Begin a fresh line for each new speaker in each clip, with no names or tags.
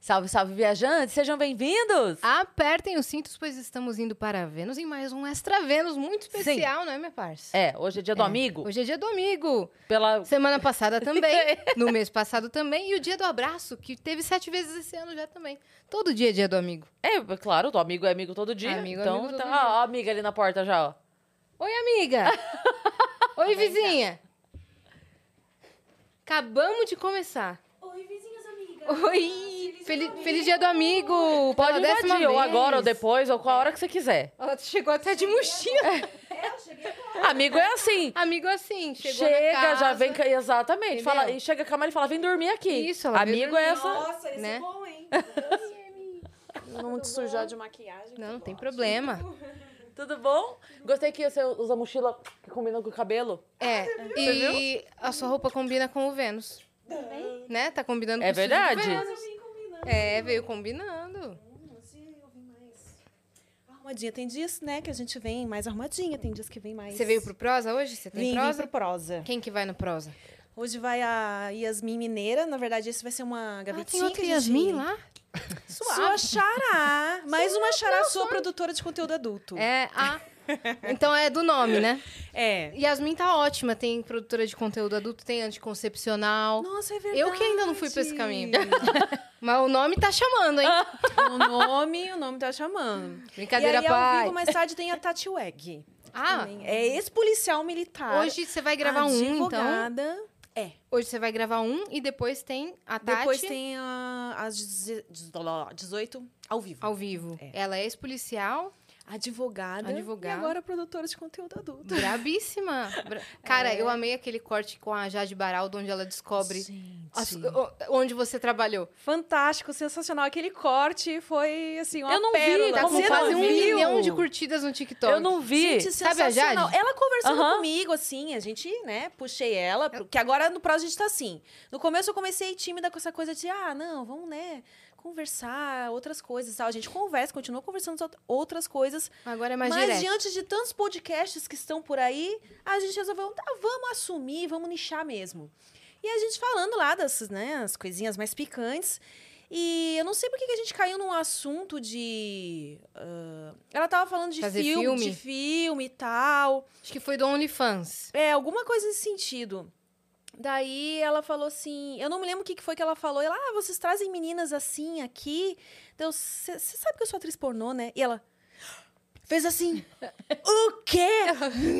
Salve, salve, viajantes! Sejam bem-vindos!
Apertem os cintos, pois estamos indo para Vênus em mais um Extra Vênus muito especial, né, minha parça?
É, hoje é dia do amigo.
Hoje é dia do amigo.
Pela...
Semana passada também, no mês passado também, e o dia do abraço, que teve sete vezes esse ano já também. Todo dia é dia do amigo.
É, claro, do amigo é amigo todo dia.
Amigo é
então,
amigo todo
tá...
dia.
Ó, a amiga ali na porta já, ó.
Oi, amiga! Oi, vizinha! Acabamos de começar.
Oi, vizinhas amigas.
Oi! Feliz, feliz dia do amigo!
Pode
Pela décima
invadir, ou
vez.
agora, ou depois, ou qual hora que você quiser.
Ela chegou até de mochila.
É, eu cheguei agora.
Amigo é assim.
Amigo assim, chegou na
chega,
casa.
já vem... ca- Exatamente.
Entendeu?
Fala, e chega com a Mari e fala, vem dormir aqui.
Isso, ela veio
Amigo
dormir.
é essa...
Nossa, esse
Né?
é bom, hein?
Não te sujar de maquiagem.
Não, não tem problema.
Tudo bom? Gostei que você usa mochila que combina com o cabelo.
Ah,
É, e a sua roupa combina com o Vênus. Né? Tá combinando
É
com o vestido
verdade.
do Vênus.
Mas eu vim combinando.
É, veio combinando.
Hum, assim eu vim mais arrumadinha. Tem dias, né, que a gente vem mais arrumadinha. Tem dias que vem mais...
Você veio pro prosa hoje? Você tem
Vim, vim
prosa?
pro prosa.
Quem que vai no prosa?
Hoje vai a Yasmin Mineira. Na verdade, esse vai ser uma
Ah, É
gavetinha. que a gente-
lá?
Sua xará. Mais uma xará, sua produtora de conteúdo adulto.
É, a... Então é do nome, né?
É.
Yasmin tá ótima, tem produtora de conteúdo adulto, tem anticoncepcional.
Nossa, é verdade.
Eu que ainda não fui pra esse caminho. Mas o nome tá chamando, hein?
o nome, o nome tá chamando.
Brincadeira,
e aí, ao
pai.
vivo, mais tarde, tem a Tati Weg.
Ah,
Também. É ex-policial militar.
hoje você vai gravar um, então.
advogada. É.
Hoje você vai gravar um e depois tem a Tati.
Depois tem a, as deze- dez- lá, 18 ao vivo.
ao vivo.
É.
Ela é ex-policial,
Advogada.
Advogada.
E agora É. produtora de conteúdo adulto.
brabíssima. Bra- Cara, eu amei aquele corte com a Jade Baraldo, onde ela descobre
Gente.
as- o- onde você trabalhou.
Fantástico, sensacional. Aquele corte foi assim, uma
Eu não vi,
pérola.
Tá
Como
com
foi?
quase um
Viu?
milhão de curtidas no TikTok.
Eu não vi.
Gente,
Sabe a Jade?
sensacional. Ela conversando
Aham.
comigo, assim, a gente, né, puxei ela, porque agora no próximo a gente tá assim. No começo eu comecei tímida com essa coisa de, ah, não, vamos, né, conversar, outras coisas e tal. A gente conversa, continua conversando sobre outras coisas.
Agora é mais
mas
direto.
diante de tantos podcasts que estão por aí, a gente resolveu, tá, vamos assumir, vamos nichar mesmo. E a gente falando lá das, né, as coisinhas mais picantes. E eu não sei por que que a gente caiu num assunto de. ah, ela tava falando de
Fazer
filme,
filme?
de filme e tal.
Acho que foi do OnlyFans.
É, alguma coisa nesse sentido. Daí ela falou assim, eu não me lembro o que que foi que ela falou. Ela, ah, vocês trazem meninas assim aqui. Você sabe que eu sou atriz pornô, né? E ela fez assim, o quê?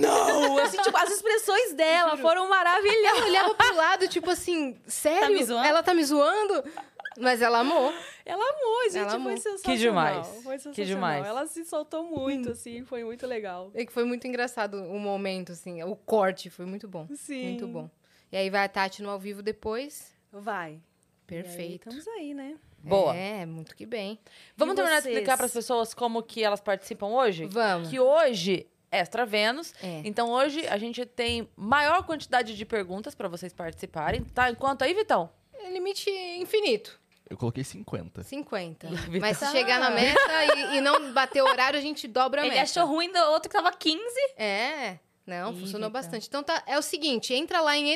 não! Assim, tipo, as
É
expressões dela foram maravilhosas.
Eu olhava pro lado, tipo assim, sério?
me zoando?
Ela tá me zoando? Mas ela amou.
Ela amou, gente,
Ela amou.
foi
Que
sensacional.
demais,
Foi
que
sensacional.
demais.
Ela se soltou muito, assim, foi muito legal.
É que foi muito engraçado o momento, assim. O corte foi muito bom.
Sim.
Muito bom. E aí vai a Tati no ao vivo depois.
Vai.
Perfeito.
E aí, estamos aí, né?
Boa.
É, muito que bem.
Vamos
E
terminar de
vocês?
explicar para as pessoas como que elas participam hoje?
Vamos.
Que hoje é Extra Vênus.
É.
Então hoje a gente tem maior quantidade de perguntas para vocês participarem, tá? Enquanto aí, Vitão.
É limite infinito.
Eu coloquei 50.
50.
Vitão.
Mas
Tá.
se chegar na
Ah.
meta e, e não bater o horário, a gente dobra a
Ele
meta.
achou ruim do outro que tava 15.
É. Não,
Ih,
funcionou
Vitão.
bastante. Então tá, é o seguinte, entra lá em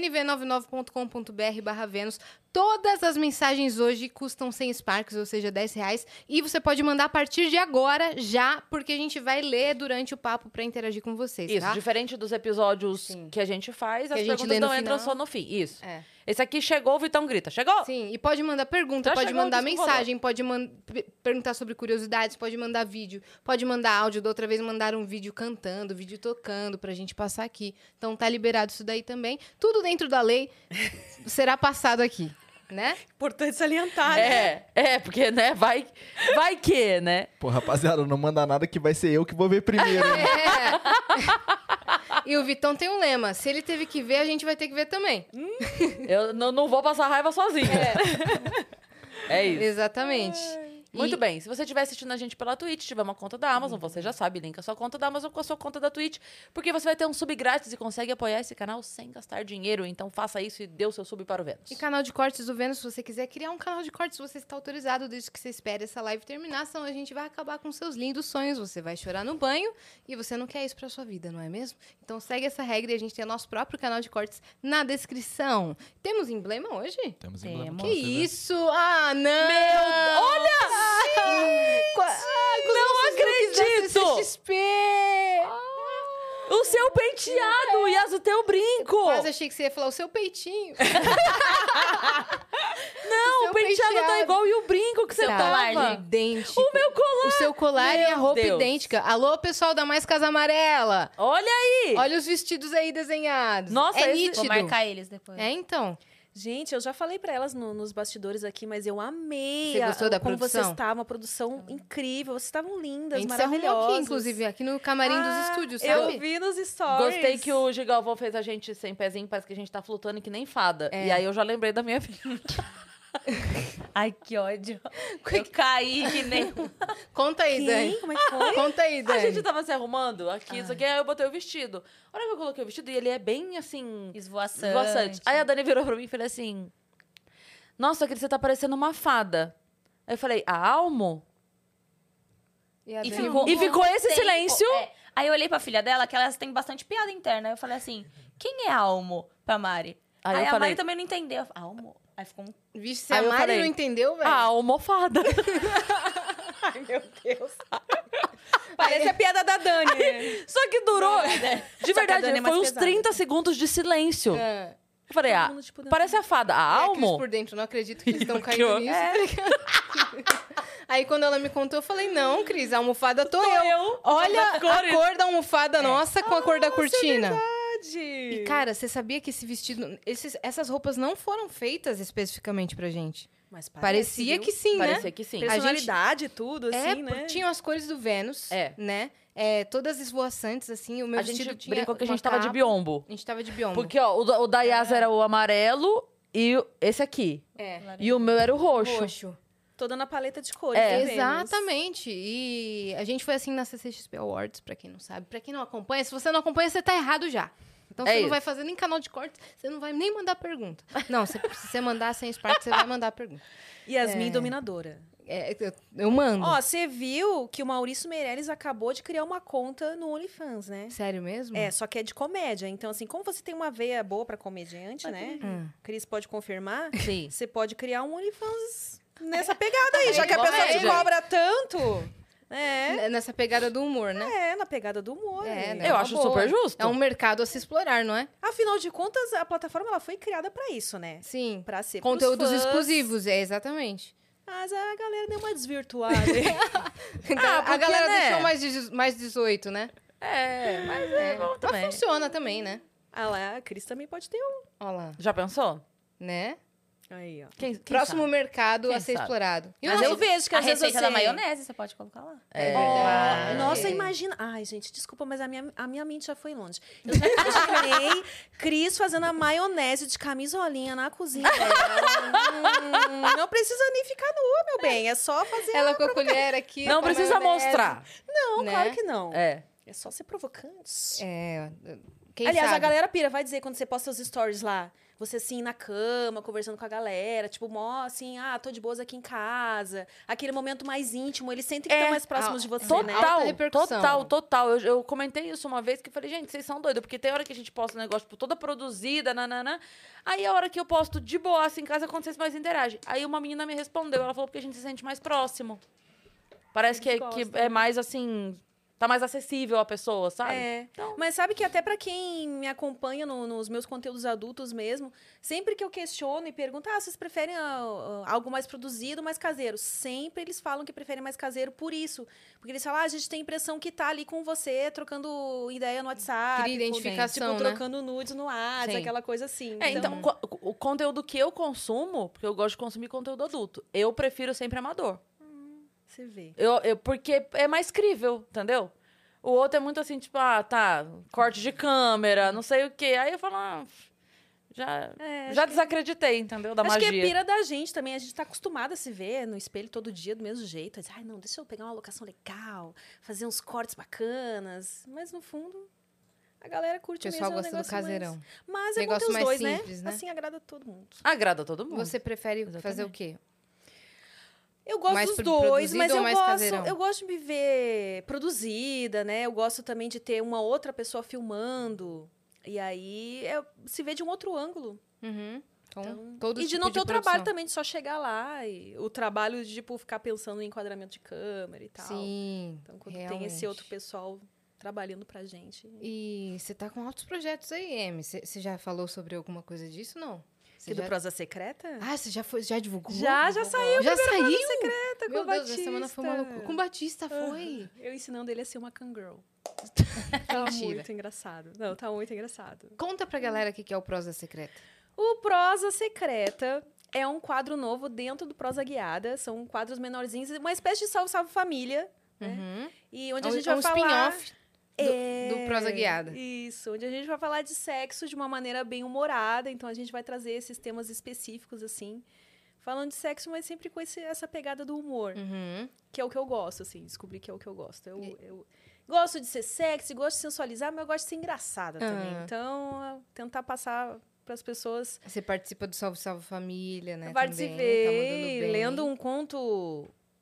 nv99.com.br barra Vênus. Todas as mensagens hoje custam 100 Sparks, ou seja, 10 reais. E você pode mandar a partir de agora, já, porque a gente vai ler durante o papo pra interagir com vocês,
Isso,
tá?
diferente dos episódios
Sim.
que a gente faz,
Que
as
a gente lê
perguntas
no
não entram
final.
só no fim. Isso.
É.
Esse aqui chegou, o Vitão grita. Chegou?
Sim, e pode mandar
Então,
pergunta,
Já
é
pode
chegou o
mandar
disco
mensagem, pode man- pe- perguntar sobre curiosidades, pode mandar vídeo, pode mandar áudio. Da outra vez mandaram um vídeo cantando, vídeo tocando pra gente passar aqui. Então tá liberado isso daí também. Tudo dentro da lei será passado aqui, né?
Importante salientar, né?
É, é, porque, né, vai, vai que, né?
Pô, rapaziada, não manda nada que vai ser eu que vou ver primeiro. hein?
É. e o Vitão tem um lema: se ele teve que ver, a gente vai ter que ver também.
Eu n- não vou passar raiva sozinha. É, isso.
Exatamente.
Muito
E-
bem, se você estiver assistindo a gente pela Twitch, tiver uma conta da Amazon, você já sabe, linka a sua conta da Amazon com a sua conta da Twitch, porque você vai ter um sub grátis e consegue apoiar esse canal sem gastar dinheiro. Então faça isso e dê o seu sub para o Vênus.
E canal de cortes do Vênus, se você quiser criar um canal de cortes, você está autorizado desde que você espere essa live terminar, senão a gente vai acabar com seus lindos sonhos, você vai chorar no banho e você não quer isso pra sua vida, não é mesmo? Então segue essa regra e a gente tem o nosso próprio canal de cortes na descrição. Temos emblema hoje?
Temos
Temos.
emblema.
Que isso? Ah, não!
Meu, olha!
Ah, não
acredito!
CXP!
O seu penteado, Yas, o teu brinco!
Mas achei que você ia falar o seu peitinho.
Não,
seu
o penteado, tá
penteado.
igual e o brinco que você
Tá.
tava.
idêntico. O meu colar! O seu colar e a
Meu
roupa
Deus.
idêntica. Alô, pessoal da Mais Casa Amarela!
Olha aí!
Olha os vestidos aí desenhados.
Nossa,
é
esse-
Vou
nítido.
marcar eles depois.
É, então.
Gente, eu já falei pra elas no- nos bastidores aqui, mas eu amei
Você
a-
gostou da
como
produção?
vocês estavam, uma produção incrível. Vocês estavam
a
lindas,
gente se arrumou
maravilhosas.
aqui, inclusive, aqui no camarim dos
Ah,
estúdios,
Eu
sabe?
vi nos stories.
Gostei que o Gigalvão fez a gente sem pezinho, parece que a gente tá flutando que nem fada. E aí eu já lembrei da minha vida.
Ai, que ódio. Eu caí que nem...
Conta aí,
Quem?
Dani.
Como é que foi?
Conta aí,
A
Dani.
gente tava se arrumando aqui, isso aqui, aí eu botei o vestido. A hora que eu coloquei o vestido, e ele é bem assim.
Esvoaçante.
Esvoaçante. Aí a Dani virou pra mim e falou assim: Nossa, Cris, você tá parecendo uma fada. Aí eu falei, a Almo?
E, a
E
Dani?
ficou,
E ficou esse
Tempo,
silêncio?
é. Aí eu olhei pra filha dela, que elas têm bastante piada interna. Eu falei assim, quem é Almo pra Mari?
Aí
Aí,
eu
a
falei-
Mari também não entendeu. Almo? Aí ficou um...
Vixe, se
Aí
a
eu
Mari
falei,
não entendeu, velho.
A almofada.
Ai, meu Deus. Parece a piada da Dani.
Só que durou. De verdade,
Dani é mais
foi uns
pesada.
30 segundos de silêncio.
É.
Eu falei, ah,
Todo mundo, tipo,
parece a fada. A
É, Cris
Almo?
por dentro, não acredito que eles estão
Que
caindo
horror.
nisso. Aí quando ela me contou, eu falei, não, Cris, a almofada tô, eu.
eu.
Olha
Todas
a
as cores.
cor da almofada nossa com a cor da cortina.
Verdade.
E, cara, você sabia que esse vestido. esses- essas roupas não foram feitas especificamente pra gente.
Mas parece,
Parecia
viu?
que sim, né?
Parecia que sim.
A gente-
Personalidade, tudo,
É,
assim,
por-
né?
tinham as cores do Vênus,
É.
né? É, todas esvoaçantes, assim, o meu
A
vestido
gente
tinha
brincou que a
uma
gente tava de
capa.
biombo.
A gente tava de biombo.
Porque, ó, o, da- o da Yas era o amarelo e o- esse aqui.
É.
E o meu era o roxo.
Roxo.
Toda na paleta de cores.
É.
né, Vênus?
Exatamente. E a gente foi assim na CCXP Awards, pra quem não sabe. Pra quem não acompanha, se você não acompanha, você tá errado já. Então
É
você
isso.
não vai fazer nem canal de cortes, você não vai nem mandar pergunta. Não, você- se você mandar sem Spark, você vai mandar pergunta.
Yasmin dominadora.
É, eu, eu mando.
Ó, você viu que o Maurício Meirelles acabou de criar uma conta no OnlyFans, né?
Sério mesmo?
É, só que é de comédia. Então, assim, como você tem uma veia boa pra comediante, né?
Hum.
Cris pode confirmar.
Sim.
Você pode criar um OnlyFans nessa pegada aí, já que a
igual
pessoa te
ele.
cobra tanto. É,
N- Nessa pegada do humor, né?
é, na pegada do humor.
É, né?
Eu
uma
acho
boa.
super justo.
É um mercado a se explorar, não é?
Afinal de contas, a plataforma ela foi criada pra isso, né?
Sim.
Pra ser pros
Conteúdos
fãs. Ah,
exclusivos, é, exatamente.
Mas a galera deu uma desvirtuada.
Então, a
porque,
galera
né?
deixou mais, de, mais 18, né?
É, mas é, bom também.
Mas funciona também, né?
ah lá, a Cris também pode ter um.
Olha lá,
Já pensou?
né?
Aí, ó.
Quem, quem
Próximo
sabe?
mercado a
Quem
ser
sabe?
explorado. E o
Mas
nosso-
eu vejo que
A
às vezes
receita
é
você...
da maionese, você pode colocar lá.
É
Ó,
verdade.
nossa, imagina. Ai, gente, desculpa, mas a minha, a minha mente já foi longe. Eu já imaginei Cris fazendo a maionese de camisolinha na cozinha. Hum, não precisa nem ficar nua, meu bem. É só fazer.
Ela com a colher aqui.
Não
com a
precisa
maionese.
mostrar.
Não,
né?
claro que não. É,
É.
só ser provocante.
É. Quem
Aliás,
sabe?
a galera pira, vai dizer quando você posta seus stories lá. Você assim, na cama, conversando com a galera, tipo, mó assim, ah, tô de boas aqui em casa. Aquele momento mais íntimo, eles sentem que
É,
estão mais próximos
a-
de você, né?
Total,
Alta repercussão.
total, total. Eu, eu comentei isso uma vez que eu falei, gente, vocês são doidos, porque tem hora que a gente posta um negócio tipo, toda produzida, nananã. Aí é a hora que eu posto de boaça em casa, é quando vocês mais interagem. Aí uma menina me respondeu, ela falou porque a gente se sente mais próximo. Parece que,
Eles
que
gostam.
é mais assim. Tá mais acessível a pessoa, sabe?
É. Mas sabe que até pra quem me acompanha no- nos meus conteúdos adultos mesmo, sempre que eu questiono e pergunto, ah, vocês preferem ah, ah, algo mais produzido, mais caseiro? Sempre eles falam que preferem mais caseiro por isso. Porque eles falam, ah, a gente tem a impressão que tá ali com você, trocando ideia no WhatsApp.
Cria
com-
identificação,
Tipo,
né?
trocando nudes no WhatsApp,
Sim.
aquela coisa assim.
É, então, co- o conteúdo que eu consumo, porque eu gosto de consumir conteúdo adulto, eu prefiro sempre amador.
Você vê.
Eu, eu- porque é mais crível, entendeu? O outro é muito assim, tipo, ah, tá, corte de câmera, não sei o quê. Aí eu falo, ah, Já,
É,
já
acho que-
desacreditei, entendeu? Da
acho
magia.
que é pira da gente também. A gente tá acostumada a se ver no espelho todo dia do mesmo jeito. Aí diz, Ai, não, deixa eu pegar uma locação legal, fazer uns cortes bacanas. Mas no fundo, a galera
O
curte
pessoal
mesmo, é
gosta
um
do
negócio mais-
caseirão.
Mas é bom
Negócio
ter os
mais
dois,
simples, né?
né? Assim agrada todo mundo.
Agrada todo mundo.
Você prefere fazer o
Exatamente.
quê?
Eu gosto
Mais
dos
pro-
dois,
produzido
mas
ou
eu
mais
gosto,
caseirão?
eu gosto de me ver produzida, né? Eu gosto também de ter uma outra pessoa filmando. E aí é- se vê de um outro ângulo.
Uhum. Então,
Então,
todo
e de
tipo
não ter o trabalho
produção.
também, de só chegar lá e o trabalho de tipo ficar pensando no enquadramento de câmera e tal.
Sim.
Então quando tem esse
realmente.
outro pessoal trabalhando pra gente.
E você tá com altos projetos aí, Emi. Você já falou sobre alguma coisa disso, não? Você
E do
já...
Prosa Secreta?
Ah, você já, foi, já divulgou?
já, já saiu
já saiu?
tá com
Meu
o
Deus,
Batista.
essa semana foi uma loucura. Com o Batista, foi.
Eu ensinando ele a ser uma cangirl.
Tá
Tá
Mentira.
muito engraçado. Não, tá muito engraçado.
Conta pra galera o que que é o Prosa Secreta.
O Prosa Secreta é um quadro novo dentro do Prosa Guiada. São quadros menorzinhos, uma espécie de Salve Salve Família. Né?
Uhum.
E onde
É
a
um-
gente
é um
vai falar...
spin-off do- do Prosa Guiada.
É, Isso, onde a gente vai falar de sexo de uma maneira bem humorada. Então a gente vai trazer esses temas específicos, assim. Falando de sexo, mas sempre com esse- essa pegada do humor.
Uhum.
Que é o que eu gosto, assim. Descobri que é o que eu gosto. Eu,
E-
eu gosto de ser sexy, gosto de sensualizar, mas eu gosto de ser engraçada
Ah.
também. Então, eu tentar passar para as pessoas
Você participa do Salve Salve Família, né?
Eu
também,
participei
tá mandando bem.
lendo um conto.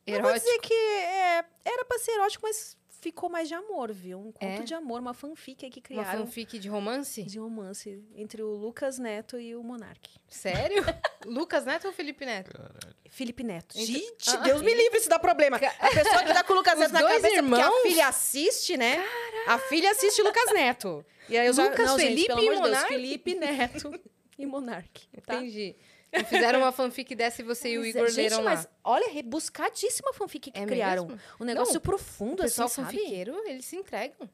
Eu vou
Erótico.
dizer que é, era pra ser erótico, mas ficou mais de amor, viu? Um
É?
conto de amor, uma fanfic aí que
Uma
criaram
fanfic de romance?
de romance entre o Lucas Neto e o Monark.
Sério? Lucas Neto ou Felipe Neto?
Felipe Neto.
Entre-
Gente,
Ah.
Deus me livre se dá problema. A pessoa que tá com o Lucas
Os
Neto na
dois
cabeça, porque
irmãos? É
a filha assiste, né? A filha assiste Lucas Neto. E aí eu já,
Lucas,
não, gente,
Felipe
pelo
e
amor de Deus,
Monark?
Felipe Neto e Monark. Tá?
Entendi. E Fizeram uma fanfic dessa e você e o
Pois é.
Igor
Gente,
leram
mas
lá.
olha, rebuscadíssima fanfic que
É
criaram.
mesmo?
Um negócio
Não, O
profundo,
pessoal
assim, sabe?
fanfiqueiro, eles se entregam. O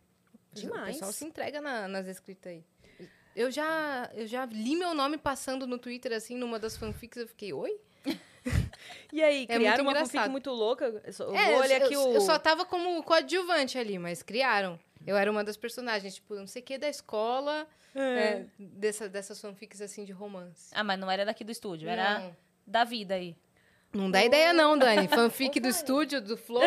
Demais.
pessoal se entrega na- nas escritas aí. Eu já, eu já li meu nome passando no Twitter, assim, numa das fanfics. Eu fiquei, oi?
E aí,
É
criaram
muito
uma fanfic
engraçado.
muito louca. Eu só-
É,
vou olhar
eu,
aqui
eu-
o...
eu só tava como coadjuvante ali, mas criaram. Eu era uma das personagens, tipo, não sei o que, da escola,
É.
né, dessa, dessas fanfics, assim, de romance.
Ah, mas não era daqui do estúdio, era
Não,
da vida aí.
não dá ideia não, Dani. Fanfic do estúdio, do Flow,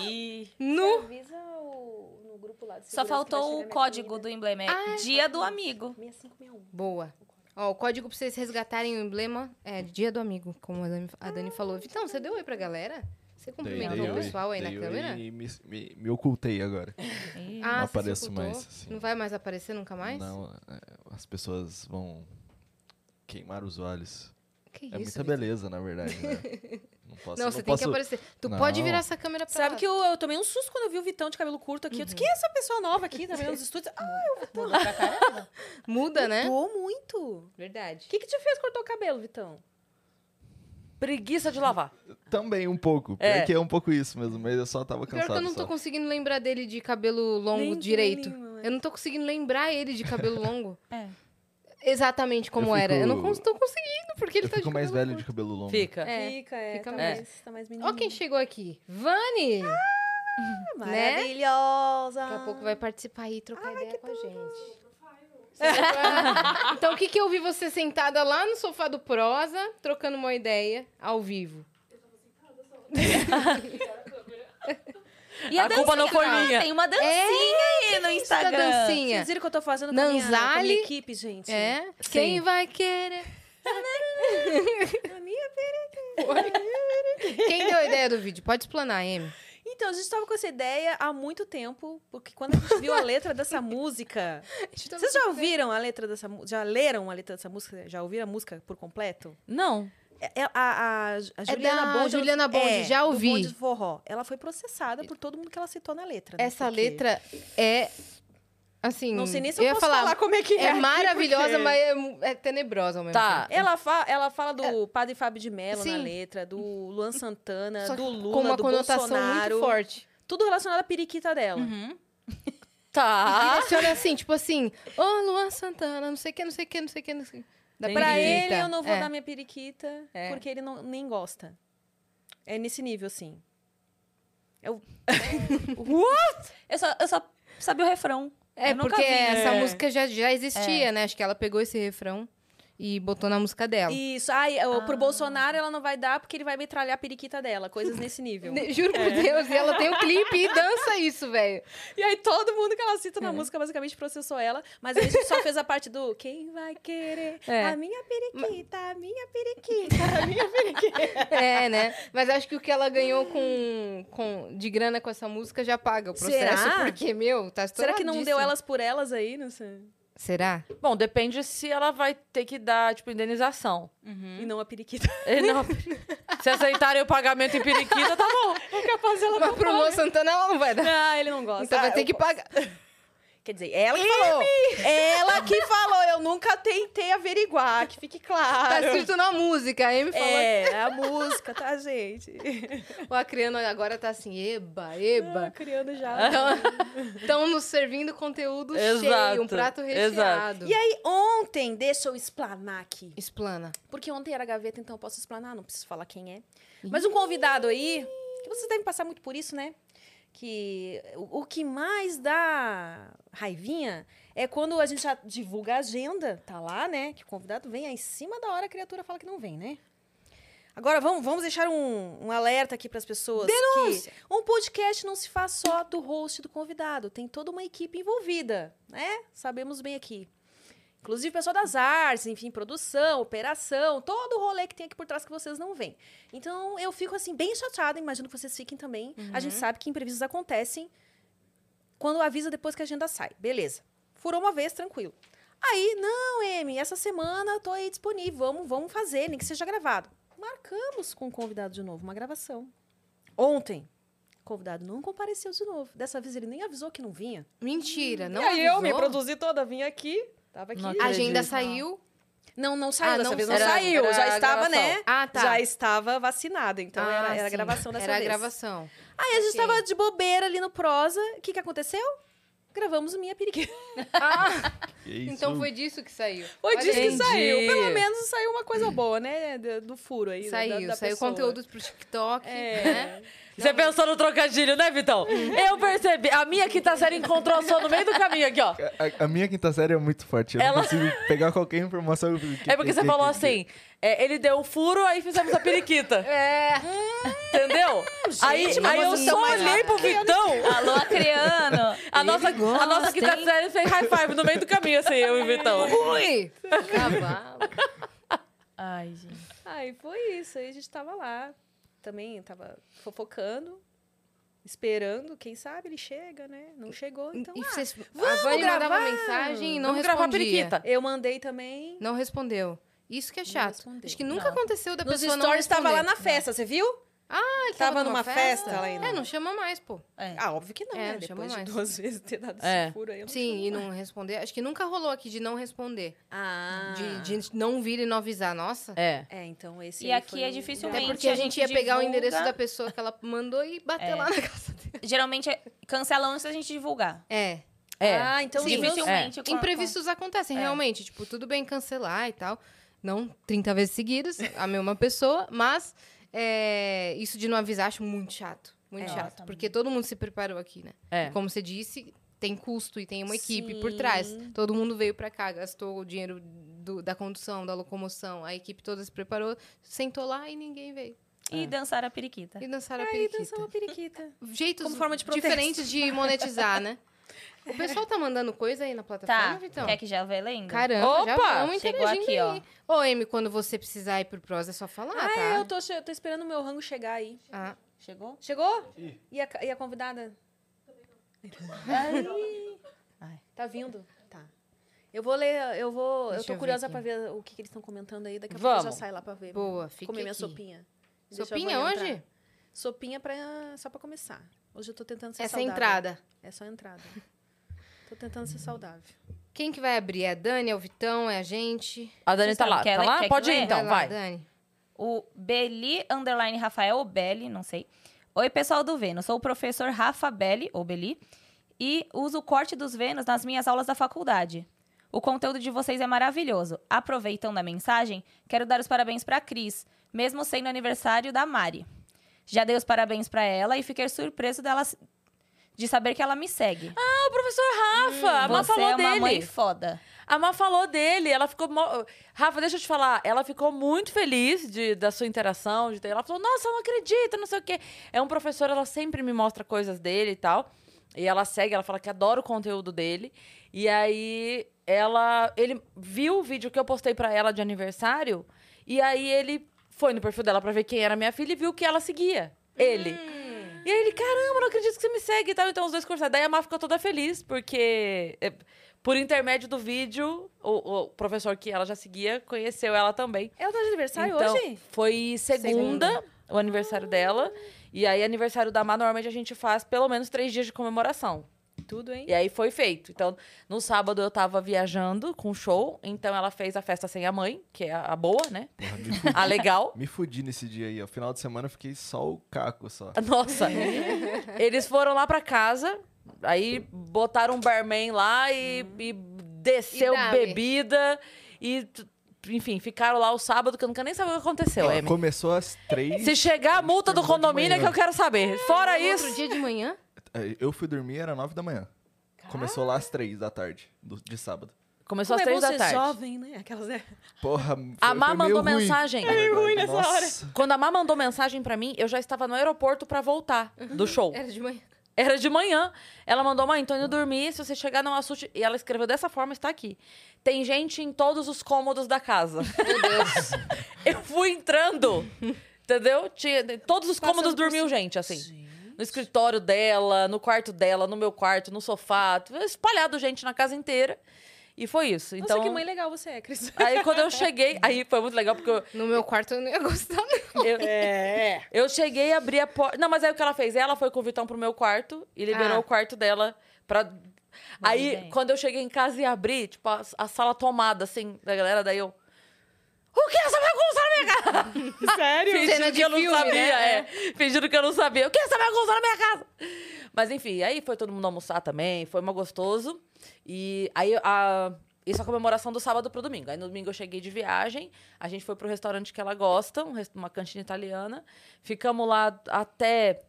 Ih.
nu.
Avisa o... no grupo lá de
Só
segurança que vai
faltou
chegar
o
minha
código
comida.
do emblema. É
Ah,
dia do amigo.
6561.
Boa. Ó, o código pra vocês resgatarem o emblema é Dia do Amigo, como a Dani, a Dani falou. Vitão, você deu oi pra galera? Você cumprimentou
Dei- dei
o
oi,
pessoal aí
dei
na
oi
câmera?
E me, me- me ocultei agora.
Ih.
Não
Ah, você se
apareço
ocultou?
mais, assim.
Não vai mais aparecer nunca mais?
Não, é, as pessoas vão queimar os olhos.
Que isso,
é muita
Vitão?
beleza, na verdade, né? Não posso.
Não,
não
você tem
posso...
que aparecer. Tu pode
Não.
virar assim. essa câmera pra
Sabe
lá. Uhum.
que eu, eu tomei um susto quando eu vi o Vitão de cabelo curto aqui. Eu disse, que é essa pessoa nova aqui, tá vendo nos estúdios? Ah,
Mudou pra caramba.
Muda, né?
mudou muito.
Verdade.
O que que te fez cortar o cabelo, Vitão?
Preguiça de lavar.
Também um pouco. Pior
É.
que é um pouco isso mesmo, mas eu só tava
Pior
cansado.
que eu não
só.
tô conseguindo lembrar dele de cabelo longo
Nem
direito.
cabelinho, né?
Eu não tô conseguindo lembrar ele de cabelo longo.
É.
Exatamente como
Eu
era. Eu não
fico-
cons- tô conseguindo, porque ele
Eu
tá
fico
de
mais
cabelo
velho de
curto.
cabelo longo.
Fica.
É.
Fica, é.
Fica
tá
mais.
mais, tá mais
Ó
menininho. Ah,
quem chegou aqui. Vani! Né?
Maravilhosa.
Daqui a pouco vai participar aí e trocar ideia com a gente. Você- então, o que que eu vi você sentada lá no sofá do Prosa, trocando uma ideia ao vivo?
E a,
A culpa não
Ah,
dancinha?
foi minha.
Tem uma dancinha
É,
aí no
Da
Instagram.
tá dancinha.
Vocês viram o que eu tô fazendo com a minha, com a
Nanzali.
minha equipe, gente?
É? Quem vai querer?
A minha
Quem deu a ideia do vídeo? Pode explanar, Amy.
Então, a gente tava com essa ideia há muito tempo, porque quando a gente viu a letra dessa música. Vocês já ouviram a letra dessa música? Já leram a letra dessa música? Já ouviram a música por completo?
Não.
É- é- a, a, a Juliana
da
Bond.
Juliana Bond,
é,
já
do
ouvi.
Bonde do forró. Ela foi processada por todo mundo que ela citou na letra. né?
Essa
Porque-
letra é. Assim.
Não sei nem se eu,
ia
posso falar, como é que é.
É
aqui,
maravilhosa,
porque-
mas é, mu- é tenebrosa ao mesmo
Tá.
Ela, fa ela fala do padre Fábio de Mello na
É. Sim.
letra, do Luan Santana,
Só que
do Lula,
com uma
do
conotação
Bolsonaro.
muito forte.
Tudo relacionado é à periquita dela.
Tá.
Direciona assim, tipo assim, ô Luan Santana, não sei o que, não sei o que, não sei o que, não sei o que. Dá
Entendi.
Pra
periquita.
ele, eu não vou
É.
dar minha periquita,
É.
porque ele não, nem gosta. É nesse nível, assim.
Eu só, eu só sabia o refrão.
É,
Eu nunca
porque
vi.
essa
É.
É.
música já, já existia, né? Acho que ela pegou esse refrão e botou na música dela.
Isso. Ai, eu- pro Bolsonaro ela não vai dar porque ele vai metralhar a periquita dela, coisas nesse nível.
Ne- Juro por Deus, e ela tem um clipe e dança isso, velho. É.
e aí todo mundo que ela cita na música basicamente processou ela, mas a gente só fez a parte do quem vai querer
É.
a minha periquita, a minha periquita, a minha
É, né? Mas acho que o que ela ganhou com, com, de grana com essa música já paga o processo.
Será?
Porque, meu, tá
Será que não deu
estouradíssimo.
elas por elas aí? Não sei.
Será?
Bom, depende se ela vai ter que dar, tipo, indenização.
Uhum.
E não a periquita.
É, não. se aceitarem o pagamento em periquita, tá bom.
Capaz ela
Mas pro Lô Santana ela não vai dar.
Não, Ah, ele não gosta.
Então vai ter que pagar.
Quer dizer, ela que falou. Ela que falou. Eu nunca tentei averiguar, que fique
Tá
claro.
escrito na música. A Amy falou
É, a música, tá, gente?
O Acriano agora tá assim, eba, eba.
criando já. tá
Estão nos servindo conteúdo cheio,
Exato,
um prato
exato.
recheado.
E aí, ontem, deixa eu explanar aqui.
Explana.
Porque ontem era gaveta, então eu posso explanar, não preciso falar quem é. Mas um convidado aí, que vocês devem passar muito por isso, né? Que o, o que mais dá raivinha é quando a gente já divulga a agenda, tá lá, né? Que o convidado vem, aí em cima da hora a criatura fala que não vem, né? Agora vamos, vamos deixar um, um alerta aqui para as pessoas. Denúncia! Que um podcast não se faz só do host e do convidado, tem toda uma equipe envolvida, né? Sabemos bem aqui. Inclusive, pessoal das artes, enfim, produção, operação, todo o rolê que tem aqui por trás que vocês não veem. Então, eu fico, assim, bem chateada, imagino que vocês fiquem também. A
Uhum.
gente sabe que imprevistos acontecem quando avisa depois que a agenda sai. Beleza. Furou uma vez, tranquilo. Aí, não, Amy, essa semana eu tô aí disponível, vamos, vamos fazer, nem que seja gravado. Marcamos com o convidado de novo uma gravação. Ontem, o convidado não compareceu de novo. Dessa vez ele nem avisou que não vinha. Hum.
Mentira, não
e aí eu me
avisou?
produzi toda, vim aqui, tava aqui.
Não
A
acredito.
agenda saiu.
Não, não saiu
Ah,
dessa
não
vez. Não
era-
saiu.
era
já
a
estava, né?
gravação.
Ah, tá.
Já estava vacinada. Então
Ah,
era, era a
sim.
gravação dessa
Era
vez.
a gravação.
Aí a gente
Ok.
estava de bobeira ali no prosa. O que, que aconteceu? Gravamos Minha Periquita.
Ah,
Que isso?
então foi disso que saiu.
Foi
Olha
disso
aí.
que saiu.
Entendi.
Pelo menos saiu uma coisa boa, né? Do, do furo aí. da-
Saiu,
da, da
saiu
pessoa. É.
conteúdo pro TikTok, né?
Você pensou no trocadilho, né, Vitão?
Uhum.
Eu percebi. A minha quinta série encontrou só no meio do caminho aqui, ó.
A, a minha quinta série é muito forte. Eu
Ela-
não consigo pegar qualquer informação. que-
É porque você
que-
falou
que-
assim, é, ele deu um furo, aí fizemos a periquita.
É.
Entendeu? aí
gente,
aí
mas
eu
vocês são
só
mais
olhei pro Vitão.
Alô, Acriano.
A nossa, a nossa quinta série fez high five no meio do caminho, assim, eu e o Vitão. Ah,
Ui! Cavalo.
Ai, gente.
Aí foi isso. Aí a gente tava lá. Também tava fofocando. Esperando. Quem sabe ele chega, né? Não chegou, então...
e
ah,
vocês, a Vani mandava
gravar.
mensagem e não
Vamos gravar a
respondia.
periquita.
Eu mandei também.
Não respondeu. Isso que é chato.
respondeu.
Acho que nunca aconteceu da
Nos
pessoa não
stories tava lá
responder. né?
na festa, você viu?
Ah, ele
tava numa festa lá ainda.
É, não chama mais, pô.
É.
Ah, óbvio que não,
É,
né?
não chama
Depois de
mais.
duas vezes ter dado esse
É.
furo aí. eu não
Sim,
chamo
e
mais.
não responder. Acho que nunca rolou aqui de não responder.
Ah.
De, de não vir e não avisar. Nossa.
É.
É, então esse
E
aí
aqui
foi
é
um-
Até
dificilmente-
porque a
a
gente,
gente
ia pegar o
divulga.
endereço da pessoa que ela mandou e bater
É.
lá na casa dela.
Geralmente é- cancelam antes da gente divulgar.
É.
É.
Ah, então
Sim.
os meus-
Dificilmente. com-
Imprevistos acontecem, realmente. Tipo, tudo bem cancelar e tal. Não 30 vezes seguidas, a mesma pessoa, mas é, isso de não avisar acho muito chato. Muito
É.
chato.
Nossa,
Porque todo mundo se preparou aqui, né?
É.
E como você disse, tem custo e tem uma equipe por
Sim.
trás. Todo mundo veio pra cá, gastou o dinheiro do- da condução, da locomoção, a equipe toda se preparou, sentou lá e ninguém veio. É.
Com... E dançar a periquita.
E dançaram a
Aí
periquita.
dançou uma periquita.
Jeitos
Como forma de protesto.
diferentes de monetizar, né? O pessoal tá mandando coisa aí na plataforma,
Tá.
Vitão?
Quer que já vá lendo?
Caramba, já
Opa!
vamos
Chegou
interagindo
aqui, ó.
aí. Ô, Amy, quando você precisar ir pro Pros, é só falar,
Ah,
tá?
é, eu tô, che- eu tô esperando o meu rango chegar aí.
Ah,
Chegou?
Chegou? E a, ca- e a convidada?
Ai.
Tá vindo? Tá. Eu vou ler, eu vou.
Deixa
eu tô
eu ver
curiosa
aqui.
pra ver o que, que eles estão comentando aí. Daqui a pouco eu
Vamos.
já saio lá pra ver.
boa, fica
comer minha
aqui.
sopinha. Deixa a
Sopinha
Vânia
hoje?
entrar. Sopinha pra, só pra começar. Hoje eu tô tentando ser
Essa é a
saudável.
entrada.
É só a entrada. Tô tentando ser saudável.
Quem que vai abrir? É a Dani, é o Vitão, é a gente?
A Dani
Vocês
tá
sabem
lá,
que
tá
ela é?
lá?
quer
Pode
que eu
ir
leia?
então,
lá,
vai.
Dani.
O Beli, underline Rafael, ou Beli, não sei. Oi, pessoal do Vênus. Sou o professor Rafa Belli, ou Beli, e uso o corte dos Vênus nas minhas aulas da faculdade. O conteúdo de vocês é maravilhoso. Aproveitando a mensagem, quero dar os parabéns para Cris, mesmo sendo aniversário da Mari. Já dei os parabéns para ela e fiquei surpreso dela s- de saber que ela me segue.
Ah, o professor Rafa, a Má
Você
falou
é uma
dele.
mãe foda.
A Má falou dele, ela ficou. mó- Rafa, deixa eu te falar. Ela ficou muito feliz de, da sua interação. De ter... Ela falou: Nossa, eu não acredito, não sei o quê. É um professor, ela sempre me mostra coisas dele e tal. E ela segue, ela fala que adora o conteúdo dele. E aí ela. Ele viu o vídeo que eu postei pra ela de aniversário. E aí ele foi no perfil dela pra ver quem era minha filha e viu que ela seguia. Ele. E aí ele, caramba, não acredito que você me segue e tal. Então os dois conversaram. Daí a Má ficou toda feliz, porque é, por intermédio do vídeo, o, o professor que ela já seguia conheceu ela também.
É o teu aniversário
então,
hoje?
Foi segunda, o aniversário dela. E aí, aniversário da Má, normalmente a gente faz pelo menos três dias de comemoração.
Tudo, hein?
E aí foi feito. Então, no sábado eu tava viajando com um show. Então ela fez a festa sem a mãe, que é a a boa, né?
Porra, me, fu-
A legal.
me fudi nesse dia aí, ó. Final de semana eu fiquei só o caco só.
Nossa. Eles foram lá pra casa, aí botaram um barman lá e, e desceu
E dale.
bebida e t- enfim, ficaram lá o sábado, que eu nunca nem sabia o que aconteceu,
Ela
Amy.
começou às três.
Se chegar a multa do
Terminou de
condomínio é que
manhã.
eu quero saber. Fora
Outro
isso,
dia de manhã?
É, Eu fui dormir, era nove da manhã. Começou lá às três da tarde, do- de sábado.
começou
Como
às
é
três
bom
da
ser
tarde.
jovem, né? Aquelas... é.
Porra,
A
foi-
Má
foi
mandou
meio ruim,
mensagem.
na verdade.
ruim nessa hora.
Nossa.
Quando a Má mandou mensagem pra mim, eu já estava no aeroporto pra voltar
Uhum.
do show.
Era de manhã.
Era de manhã. Ela mandou, mãe, tô indo dormir, se você chegar não assuste. E ela escreveu dessa forma, está aqui. Tem gente em todos os cômodos da casa. Meu Deus. Eu fui entrando, entendeu? Tinha, todos os
Passando
cômodos
por
dormiu gente, assim. No escritório dela, no quarto dela, no meu quarto, no sofá. Espalhado gente na casa inteira. E foi isso.
Nossa,
Então,
que mãe legal você é, Cris.
aí quando eu cheguei... Aí foi muito legal, porque eu...
No meu quarto eu não ia gostar, não.
eu-
É.
eu cheguei a abrir a porta. Não, mas aí o que ela fez? Ela foi com o Vitão pro meu quarto e liberou
Ah.
o quarto dela pra. aí,
bem.
quando eu cheguei em casa e abri, tipo, a, a sala tomada, assim, da galera, daí eu. O que é essa bagunça na minha casa?
Sério?
Fingindo
de
que eu não
filme,
sabia,
né?
é. Fingindo que eu não sabia. O que é essa bagunça na minha casa? Mas enfim, aí foi todo mundo almoçar também, foi uma gostoso. E aí a. Isso é a comemoração do sábado pro domingo. Aí no domingo eu cheguei de viagem, a gente foi pro restaurante que ela gosta, um res- uma cantina italiana. Ficamos lá até.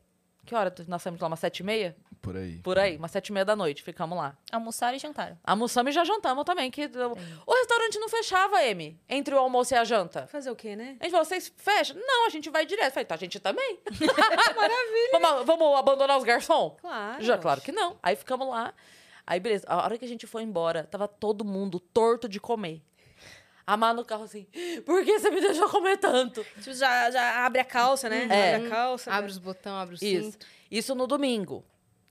Que hora nós saímos lá? Umas sete e meia?
Por aí.
Por aí, umas sete e meia da noite, ficamos lá.
Almoçaram e jantaram.
Almoçamos e já jantamos também, que o restaurante não fechava, Amy, entre o almoço e a janta.
Fazer o quê, né?
A gente falou, vocês fecham? Não, a gente vai direto. Falei, tá, a gente também. Maravilha. Vamos, vamos abandonar os garçons?
Claro.
Já, claro que não. Aí ficamos lá. Aí, beleza. A hora que a gente foi embora, tava todo mundo torto de comer. A Má no carro assim, por que você me deixou comer tanto?
Tipo, já, já abre a calça, né?
É.
Abre a calça.
Abre os botão, abre o
Isso.
cinto.
Isso no domingo.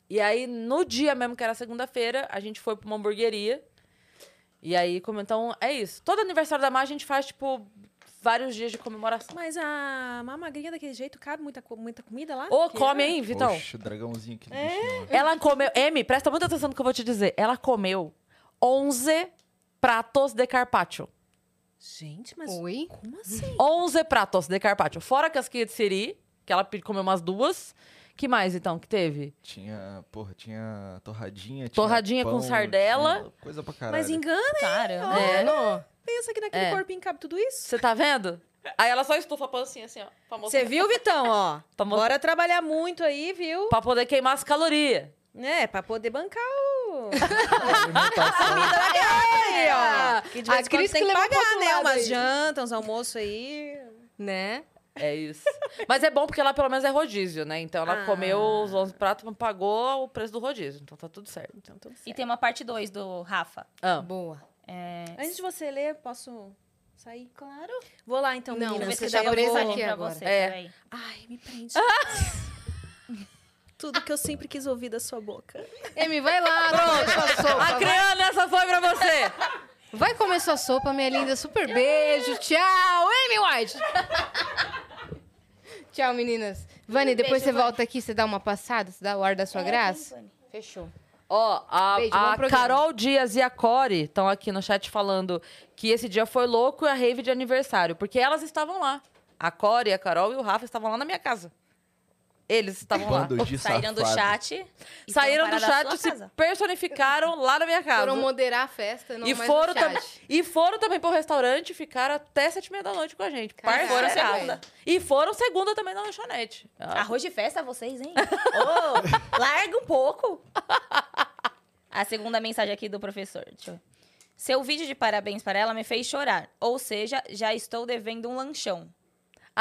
E aí, no dia mesmo, que era segunda-feira, a gente foi pra uma hamburgueria. E aí, como então, é isso. Todo aniversário da Má, a gente faz, tipo, vários dias de comemoração.
Mas a uma magrinha daquele jeito cabe muita, co- muita comida lá?
Ô,
Porque- é?
come, hein, Vitão?
Oxe, dragãozinho aqui. É?
Ela comeu. M, presta muita atenção no que eu vou te dizer. Ela comeu 11 pratos de carpaccio.
Gente, mas
Oi?
como assim?
11 pratos de carpaccio. Fora a casquinha de siri, que ela pe- comeu umas duas. Que mais, então, que teve?
Tinha, porra, tinha torradinha. tinha
Torradinha com
pão,
sardela.
tinha coisa pra caralho.
Mas engana,
Caramba.
É.
Mano,
pensa que naquele
É.
corpinho cabe tudo isso?
Você tá vendo? Aí ela só estufa a pancinha assim, ó. Pra, mostrar-
Você viu, Vitão, ó?
Pra mostrar-
Bora trabalhar muito aí, viu?
pra poder queimar as calorias.
Né? Pra poder bancar o...
Ah,
aí, ó. Que de vez
a
em quando
Cris
tem
que
que
levou pro
pagar,
outro
né?
lado
Umas
aí.
jantas, uns almoços aí.
né?
É isso. Mas é bom porque lá pelo menos é rodízio, né? Então ela
Ah.
comeu os 11 pratos, mas pagou o preço do rodízio. Então tá tudo certo.
Então, tudo certo.
E tem uma parte 2 do Rafa. é,
Ah,
Boa.
Antes de você ler, posso sair? Claro. Vou lá, então,
Não,
meninas.
você
que
já
daí eu
presa
vou-
aqui agora.
É.
É.
Ai, me prende. Tudo que eu sempre quis ouvir da sua boca.
Emi, vai lá, comer sua sopa. vai.
Adriana, essa foi pra você!
Vai comer sua sopa, minha linda. Super beijo. Tchau, Amy White. Tchau, meninas. Vani, depois você volta aqui, você dá uma passada, você dá o ar da sua graça. Fechou.
Ó, a,
Beijo,
a
bom programa.
Carol Dias e a Core estão aqui no chat falando que esse dia foi louco e a rave de aniversário, porque elas estavam lá. A Core, a Carol e o Rafa estavam lá na minha casa. Eles estavam lá.
Bando de
Saíram do
safado.
chat. e
Saíram
foram
do
parar na
chat,
sua
se
casa.
personificaram lá na minha casa.
Foram moderar a festa, não
e,
mais
foram
no chat.
também- e foram também pro restaurante e ficaram até sete e meia da noite com a gente.
Caraca,
Parceiraça.
foram segunda.
E foram segunda também na lanchonete. Ah,
Arroz de festa, vocês, hein? Ô, larga um pouco. A segunda mensagem aqui do professor. Deixa eu ver. Seu vídeo de parabéns para ela me fez chorar. Ou seja, já estou devendo um lanchão. É.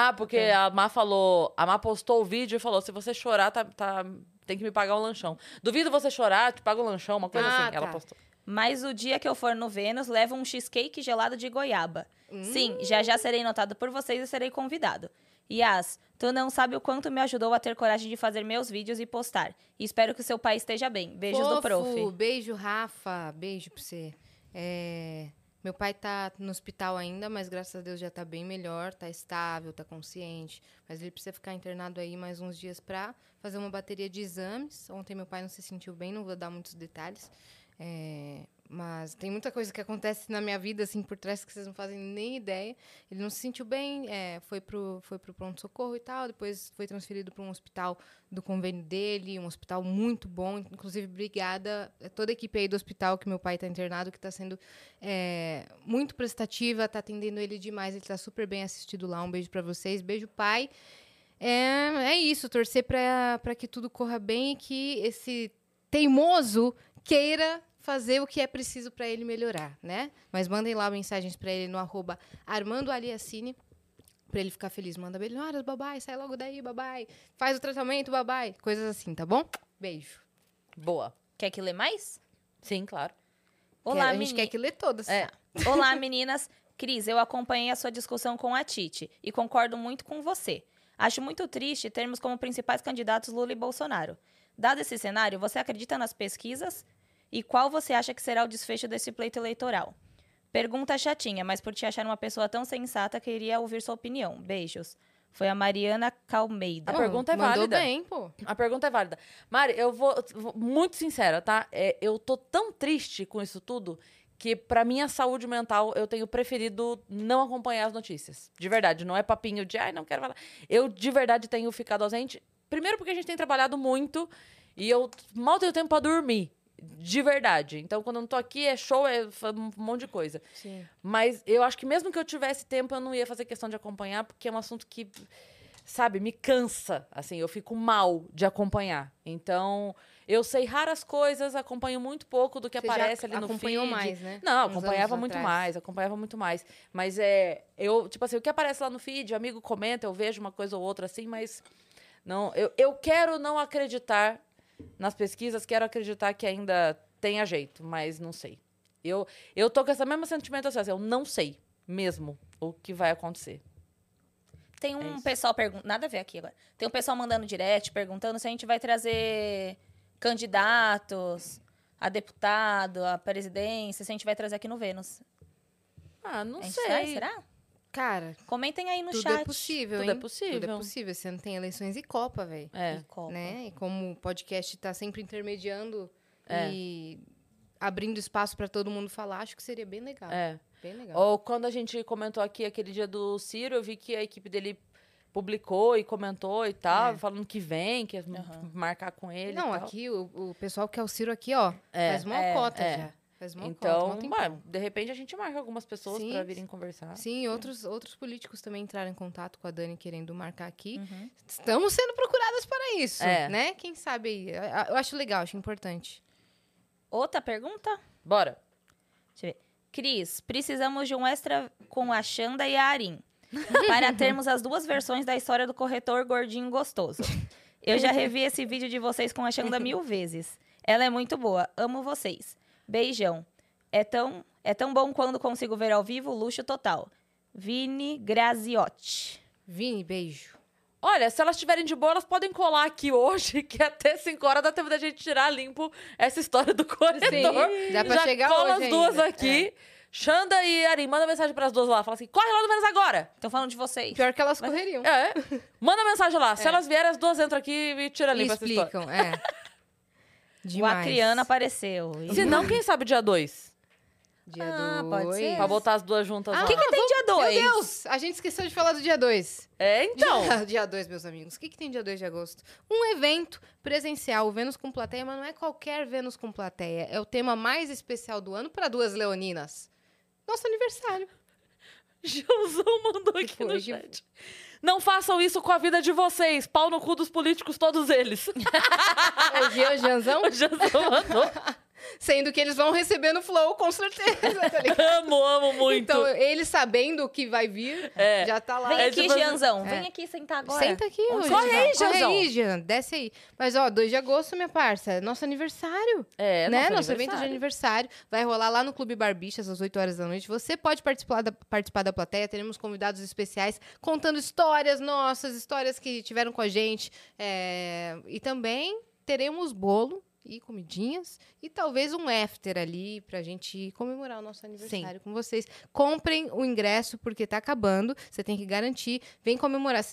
Ah, porque a Má falou. A Má postou o vídeo e falou: se você chorar, tá, tá- tem que me pagar um lanchão. Duvido você chorar, te pago um lanchão, uma coisa
Ah,
assim. Ela
tá.
postou.
Mas o dia que eu for no Vênus, levo um cheesecake gelado de goiaba.
Hum.
Sim, já já serei notado por vocês e serei convidado. Yas, tu não sabe o quanto me ajudou a ter coragem de fazer meus vídeos e postar. Espero que seu pai esteja bem. Beijos
Fofo,
do prof.
Beijo, Rafa. Beijo pra você. É, Meu pai tá no hospital ainda, mas graças a Deus já tá bem melhor, tá estável, tá consciente. Mas ele precisa ficar internado aí mais uns dias pra fazer uma bateria de exames. Ontem meu pai não se sentiu bem, não vou dar muitos detalhes. É, Mas tem muita coisa que acontece na minha vida, assim, por trás que vocês não fazem nem ideia. Ele não se sentiu bem, é, foi pro, foi pro pronto-socorro e tal. Depois foi transferido para um hospital do convênio dele, um hospital muito bom. Inclusive, obrigada a toda a equipe aí do hospital que meu pai está internado, que está sendo é, muito prestativa, está atendendo ele demais, ele está super bem assistido lá. Um beijo para vocês, beijo pai. É, é isso, torcer para que tudo corra bem e que esse teimoso queira fazer o que é preciso para ele melhorar, né? Mas mandem lá mensagens para ele no arroba Armando Aliacine, para ele ficar feliz. Manda melhoras, babai, sai logo daí, babai. Faz o tratamento, babai. Coisas assim, tá bom? Beijo.
Boa.
Quer que lê mais?
Sim, claro.
Olá,
Quero- a gente
meni-
quer que lê todas.
É.
Olá, meninas. Cris, eu acompanhei a sua discussão com a Tite e concordo muito com você. Acho muito triste termos como principais candidatos Lula e Bolsonaro. Dado esse cenário, você acredita nas pesquisas? E qual você acha que será o desfecho desse pleito eleitoral? Pergunta chatinha, mas por te achar uma pessoa tão sensata, queria ouvir sua opinião. Beijos. Foi a Mariana Calmeida.
A pergunta é
Mandou
válida.
bem, pô.
A pergunta é válida. Mari, eu vou, vou- muito sincera, tá? É, eu tô tão triste com isso tudo que pra minha saúde mental eu tenho preferido não acompanhar as notícias. De verdade, não é papinho de ai, não quero falar. Eu de verdade tenho ficado ausente. Primeiro porque a gente tem trabalhado muito e eu mal tenho tempo pra dormir. De verdade. Então, quando eu não tô aqui, é show, é fa- um monte de coisa.
Sim.
Mas eu acho que mesmo que eu tivesse tempo, eu não ia fazer questão de acompanhar, porque é um assunto que, sabe, me cansa. Assim, eu fico mal de acompanhar. Então, eu sei raras coisas, acompanho muito pouco do que
Você já
aparece ali no feed.
acompanhou mais, né?
Não,
Uns
acompanhava
anos
muito
atrás.
mais, acompanhava muito mais. Mas é, eu, tipo assim, o que aparece lá no feed, amigo comenta, eu vejo uma coisa ou outra assim, mas não, eu, eu quero não acreditar nas pesquisas, quero acreditar que ainda tenha jeito, mas não sei. Eu, eu tô com esse mesmo sentimento assim, assim, eu não sei mesmo o que vai acontecer.
Tem
É
um
isso.
pessoal perguntando. Nada a ver aqui agora. Tem um pessoal mandando direct perguntando se a gente vai trazer candidatos a deputado, a presidência, se a gente vai trazer aqui no Vênus.
Ah, não
a gente
sei.
traz, será?
Cara,
Comentem aí no
tudo
chat.
é possível,
Tudo é
hein? Tudo
possível.
é possível. Você não tem eleições e Copa, velho.
É.
Copa.
Né? E como o podcast tá sempre intermediando
É.
e abrindo espaço para todo mundo falar, acho que seria bem legal.
É.
Ah, Bem legal.
Ou quando a gente comentou aqui aquele dia do Ciro, eu vi que a equipe dele publicou e comentou e tal,
É.
falando que vem, que ia
Aham.
marcar com ele.
não,
e tal.
aqui o, o pessoal que é o Ciro aqui, ó,
É,
faz uma
é,
cota
é.
já. Faz uma
Então,
cota, mó
ué,
tempão.
de repente a gente marca algumas pessoas
Sim.
pra virem conversar.
Sim, e outros, outros políticos também entraram em contato com a Dani querendo marcar aqui.
Uhum.
Estamos sendo procuradas para isso,
É.
né? Quem sabe aí. Eu- Eu acho legal, acho importante.
Outra pergunta?
Bora.
Cris, precisamos de um extra com a Xanda e a Arim. Para termos as duas versões da história do corretor gordinho gostoso. Eu já revi esse vídeo de vocês com a Xanda mil vezes. Ela é muito boa. Amo vocês. Beijão. É tão, é tão bom quando consigo ver ao vivo, luxo total. Vini Graziotti.
Vini, beijo.
Olha, É, se elas estiverem de boa, elas podem colar aqui hoje, que até 5 horas dá tempo da gente tirar limpo essa história do corredor.
Dá pra
Já
chegar
cola
hoje
as duas
ainda. É.
aqui. Xanda e Arim, manda mensagem pras duas lá. Fala assim, corre lá no menos agora.
Tô falando de vocês.
Pior que elas correriam. É.
É. Manda mensagem lá. Se elas vierem, as duas entram aqui e tira
E
limpo essa história.
explicam, é.
O
Demais.
Acriano apareceu. E-
Se não, quem sabe dia 2?
Dia
Ah, pode
dois.
ser.
Pra botar as duas juntas
Ah,
lá.
o que, que tem dia
dois?
Meu Deus, a gente esqueceu de falar do dia 2.
É, então.
dia 2, meus amigos. O que, que tem dia 2 de agosto? Um evento presencial, o Vênus com plateia, mas não é qualquer Vênus com plateia. É o tema mais especial do ano para duas leoninas. Nosso aniversário.
Gilzão mandou aqui
Foi,
no
Gil.
chat. Não façam isso com a vida de vocês. Pau no cu dos políticos, todos eles.
Hoje é o Janzão.
O Gilzão mandou.
Sendo que eles vão receber no Flow, com certeza, tá ligado?
Amo, amo muito.
Então, eles sabendo o que vai vir,
É.
já tá lá.
Vem
É
aqui,
tipo assim-
Gianzão.
É.
Vem aqui sentar tá agora.
Senta aqui
Onde
hoje.
você
Jean.
vai?
Corre
Jeanzão.
aí, Jean. Desce aí. Mas, ó, 2 de agosto, minha parça. é Nosso aniversário.
é,
né?
nosso
Nosso evento de
aniversário.
aniversário vai rolar lá no Clube Barbixas às 8 horas da noite. Você pode participar da, participar da plateia, teremos convidados especiais contando histórias nossas, histórias que tiveram com a gente. é, E também teremos bolo e comidinhas e talvez um after ali pra gente comemorar o nosso aniversário com vocês. Comprem o ingresso porque tá acabando, você tem que garantir. Vem comemorar.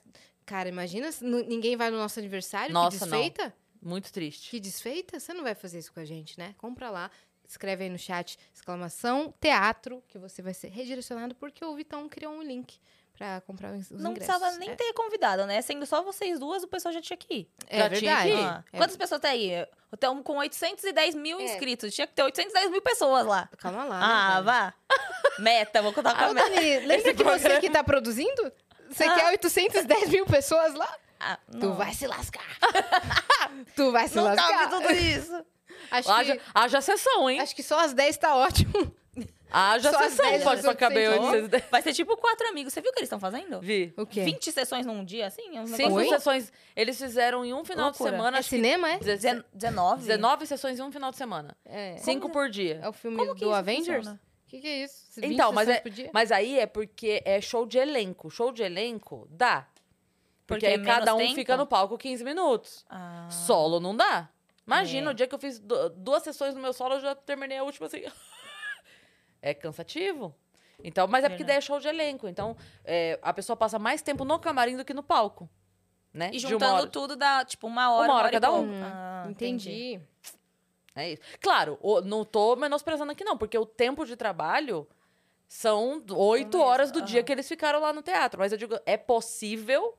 Cara, imagina se n- ninguém vai no nosso aniversário, que
Nossa, não.
desfeita.
Muito triste.
Que desfeita? Você não vai fazer isso com a gente, né? Compra lá, escreve aí no chat, exclamação, teatro, que você vai ser redirecionado, porque o Vitão criou um link pra comprar os os
Não
ingressos.
precisava nem ter convidado, né? Sendo só vocês duas, o pessoal já tinha que ir.
É,
Já
é
tinha
verdade.
que ir.
Ah,
É.
Quantas pessoas tá aí? Estamos com 810 mil
É.
inscritos. Tinha que ter 810 mil pessoas lá.
Calma lá.
Ah,
né, velho?
vá. Meta, vou contar com a
Ô,
meta.
Dani, lembra que você que tá produzindo? Você quer 810 mil pessoas lá?
Ah,
Ah. Tu
não.
vai se lascar. tu vai se
Não
lascar.
cabe tudo isso.
Acho,
Haja,
que,
haja sessão, hein?
acho que só as 10 tá ótimo.
Haja
só as
sessão,
velhas
pode pra caber
800.
onde vocês...
Vai ser tipo quatro amigos. Você viu o que eles estão fazendo?
Vi.
O quê?
20 sessões num dia, assim? é um negócio
Cinco
Oi?
sessões. Eles fizeram em um final
Loucura.
de semana.
É
acho que
cinema, é?
deze-
Dezen- 19?
19 sessões em um final de semana.
É.
Cinco por dia.
É o filme
Como que
do
isso
Avengers?
funciona?
O que, que é isso?
Então,
20
mas
sessões
é-
por dia?
Mas aí é porque é show de elenco. Show de elenco dá. Porque,
Porque é
aí
menos
cada um
tempo?
fica no palco 15 minutos.
Ah.
Solo não dá. Imagina,
É.
o dia que eu fiz du- duas sessões no meu solo, eu já terminei a última assim. é cansativo. Então, mas
né?
é porque daí é show de elenco. Então, é, a pessoa passa mais tempo no camarim do que no palco. Né?
é? E
De uma
juntando
hora-
tudo dá, tipo, uma hora,
Uma hora
e
cada
pouco.
um.
Ah,
Entendi.
É isso. Claro, o- não tô menosprezando aqui, não, porque o tempo de trabalho são d- oito
mesmo,
horas do dia
aham.
que eles ficaram lá no teatro. Mas eu digo, é possível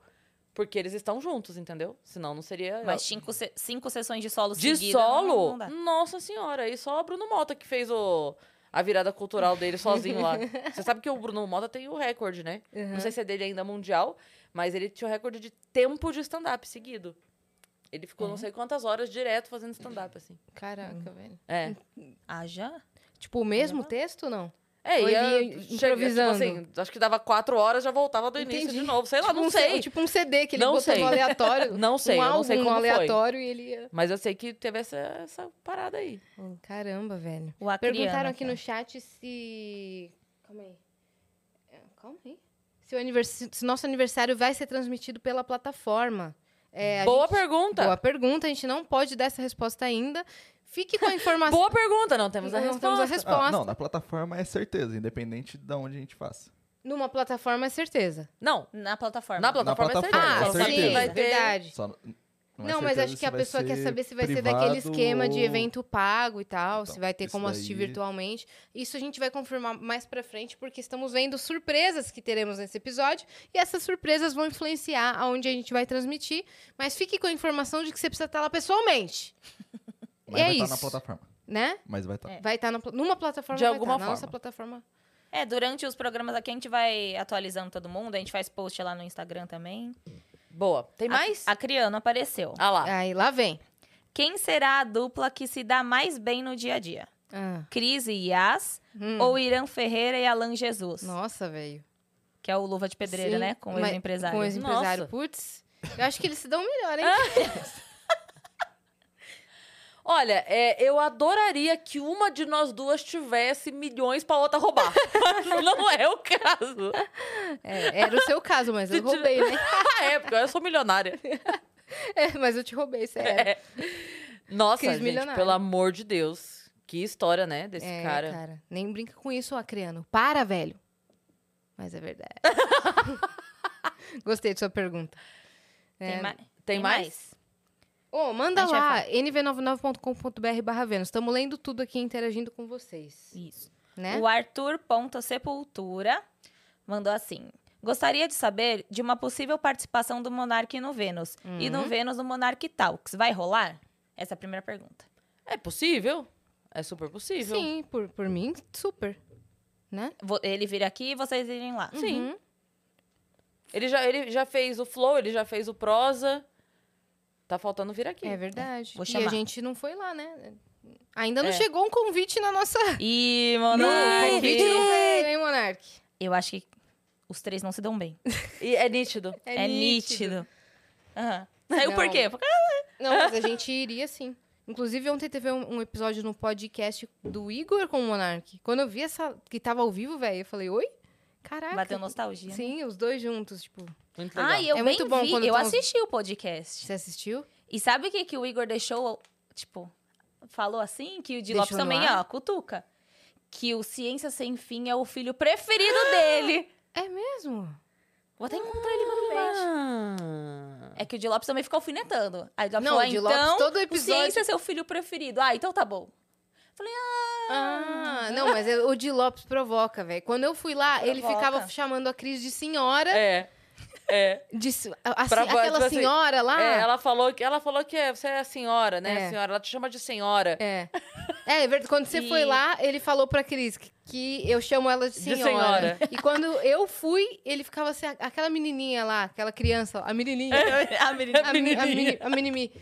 porque eles estão juntos, entendeu? Senão não seria.
Mas cinco, se- cinco sessões de solo
de
né,
seguida, não-
solo?
não dá.
nossa senhora, aí só o Bruno Mota que fez o. A virada cultural dele sozinho lá. Você sabe que o Bruno Mota tem o recorde, né? Não sei se é dele ainda mundial, mas ele tinha o recorde de tempo de stand-up seguido. Ele ficou
É?
não sei quantas horas direto fazendo stand-up, assim.
Caraca, velho. Hum.
É.
Haja?
Tipo, o mesmo texto, não?
É,
Ah, Ou
e ia
ele ia
chega-
improvisando?
Tipo assim, acho que dava quatro horas, já voltava do início
Entendi.
de novo. Sei lá,
Tipo
não
um
sei.
C- tipo um CD que ele
Não
botou
sei.
no aleatório.
Não sei,
um
eu
álbum
não sei como
no
foi.
aleatório e ele ia...
Mas eu sei que teve essa, essa parada aí.
Hum. Caramba, velho.
O Acriano
Perguntaram aqui
ó.
no chat se... Calma aí. É, Calma aí. Se, o anivers- se nosso aniversário vai ser transmitido pela plataforma. É, a
Boa
gente-
pergunta.
Boa
Boa,
pergunta. A gente não pode dar essa resposta ainda. Fique com a informação.
pergunta. Não temos a
Não
Então,
resposta.
temos a resposta.
Ah, não, na plataforma é certeza, independente de onde a gente faça.
Numa plataforma, é certeza. Ah,
Não,
Na plataforma.
na plataforma, é
plataforma,
certeza.
é
Só sabe que
sim,
vai ter-
verdade.
Só n- é
Não, mas
certeza
acho
se
que a
vai
pessoa quer
ser
saber se vai ser daquele
privado
esquema de
ou-
evento pago e tal, se
Então,
vai ter
isso
como assistir
daí-
virtualmente. Isso a gente vai confirmar mais pra frente, porque estamos vendo surpresas que teremos nesse episódio e essas surpresas vão influenciar aonde a gente vai transmitir. Mas fique com a informação de que você precisa estar lá pessoalmente,
Mas
É
vai estar na
isso.
plataforma. Tá.
né?
Mas vai estar.
É.
Vai estar na pla- numa plataforma,
De
vai
alguma
estar, na nossa
forma.
plataforma.
É, durante os programas aqui a gente vai atualizando todo mundo, a gente faz post lá no Instagram também.
Boa. Tem mais?
A, a Criano apareceu.
Ah lá.
Aí lá vem.
Quem será a dupla que se dá mais bem no dia a dia?
Ah,
Cris e Yas
hum.
ou Irã Ferreira e Alan Jesus?
Nossa, velho.
Que é o Luva de Pedreiro,
Sim,
né? Com o
mas-
ex-empresário.
Com o ex-empresário.
Nossa.
Putz, eu acho que eles se dão melhor, hein?
Olha, é, eu adoraria que uma de nós duas tivesse milhões pra outra roubar. Mas não é o caso.
É, era o seu caso, mas eu
Se tiver-
roubei, né?
Ah, é, porque eu sou milionária.
É, mas eu te roubei, sério.
É. Nossa,
Cris
gente,
milionária.
pelo amor de Deus. Que história, né, desse
É,
cara.
Nem brinca com isso, Acriano. Para, velho. Mas é verdade. Gostei de sua pergunta.
Tem
É,
ma-
Tem mais?
Ô, manda
A gente vai
lá, nv99.com.br barra Vênus. Estamos lendo tudo aqui, interagindo com vocês,
Isso.
né?
O Arthur Ponto Sepultura mandou assim. Gostaria de saber de uma possível participação do Monark no Vênus. E no
Uhum.
Vênus do Monark Talks. Vai rolar? Essa é a primeira pergunta.
É possível? É super possível.
Sim, por, por mim, super. Né?
Vo- Ele vir aqui e vocês irem lá.
Sim.
Uhum.
Ele já, ele já fez o Flow, ele já fez o Prosa. Tá faltando vir aqui.
É verdade.
Vou
e a
chamar.
gente não foi lá, né? Ainda não
É.
chegou um convite na nossa.
Ih,
Um convite
Monark.
não veio, hein, Monark?
Eu acho que os três não se dão bem.
E é nítido.
É, nítido. Aham. Saiu
Não.
por quê? Porque- ah, né?
Não, mas a gente iria sim. Inclusive, ontem teve um, um episódio no podcast do Igor com o Monark. Quando eu vi essa que tava ao vivo, velho, eu falei, oi? Caraca.
Bateu nostalgia. né?
Sim, os dois juntos, tipo.
Muito legal.
Ah, e eu
É
bem
muito bom
vi,
quando
eu
tão-
assisti o podcast.
Você assistiu?
E sabe o que, que o Igor deixou, tipo, falou assim? Que o de
Deixou
Lopes
no
também,
ar?
ó, cutuca. Que o Ciência Sem Fim é o filho preferido dele.
Ah! É mesmo?
Vou até encontrar ele quando baixo.
Ah.
É que o de Lopes também ficou alfinetando. Aí o de Lopes
Não,
falou,
o de
então,
Lopes, todo
o
episódio-
Ciência é seu filho preferido. Ah, então tá bom.
Ah, não, mas é- o de Lopes provoca, velho. Quando eu fui lá, ele
Provoca.
ficava chamando a Cris de senhora.
É. É,
de se- a- a-
Pra- tipo
aquela
assim,
senhora lá.
é, ela falou que ela falou que é, você é a senhora, né?
É.
A senhora, ela te chama de senhora.
É. É, é verdade. Quando você
E-
foi lá, ele falou pra Cris que, que eu chamo ela de
De
senhora.
senhora.
E quando eu fui, ele ficava assim, a- aquela menininha lá, aquela criança, a menininha.
a menina...
A, meni- a, meni- a menimi.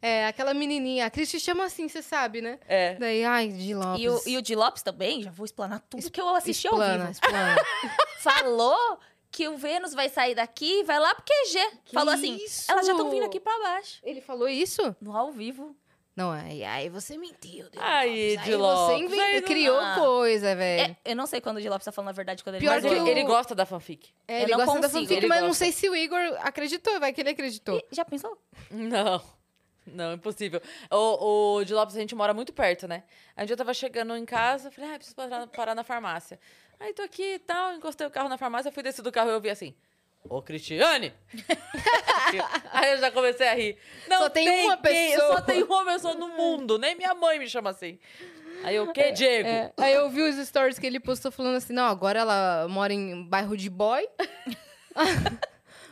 É, aquela menininha. A Cris te chama assim, você sabe, né?
É.
Daí, ai, de Lopes.
E o, e o de Lopes também, já vou explanar tudo que eu assisti ao
Explana,
vivo.
explana.
Falou que o Vênus vai sair daqui e vai lá é pro
É,
QG. Falou assim,
isso?
elas já estão vindo aqui pra baixo.
Ele falou isso?
No ao vivo.
Não, aí, aí você mentiu. De
Aí,
Lopes.
de
Você
Lopes,
inventou,
aí não
criou
dá.
coisa, velho.
É, eu não sei quando o de Lopes tá falando a verdade quando ele
Pior
Mas
que
ele,
o-
ele gosta da fanfic.
É,
Eu
ele
não
gosta da
consigo.
fanfic,
Ele
mas
gosta.
não sei se o Igor acreditou, vai que ele acreditou.
Ih, Já pensou?
Não. Não, impossível. O, o de Lopes, a gente mora muito perto, né? A gente eu tava chegando em casa, falei, ah, preciso parar, parar na farmácia. Aí tô aqui e tal, encostei o carro na farmácia, fui descer do carro e eu vi assim, ô Cristiane! Aí eu já comecei a rir. Não
Só tem uma
quem-
pessoa.
Só tem uma pessoa no mundo, nem minha mãe me chama assim. Aí eu, o que, Diego?
É, aí eu vi os stories que ele postou falando assim, não, agora ela mora em bairro de boy.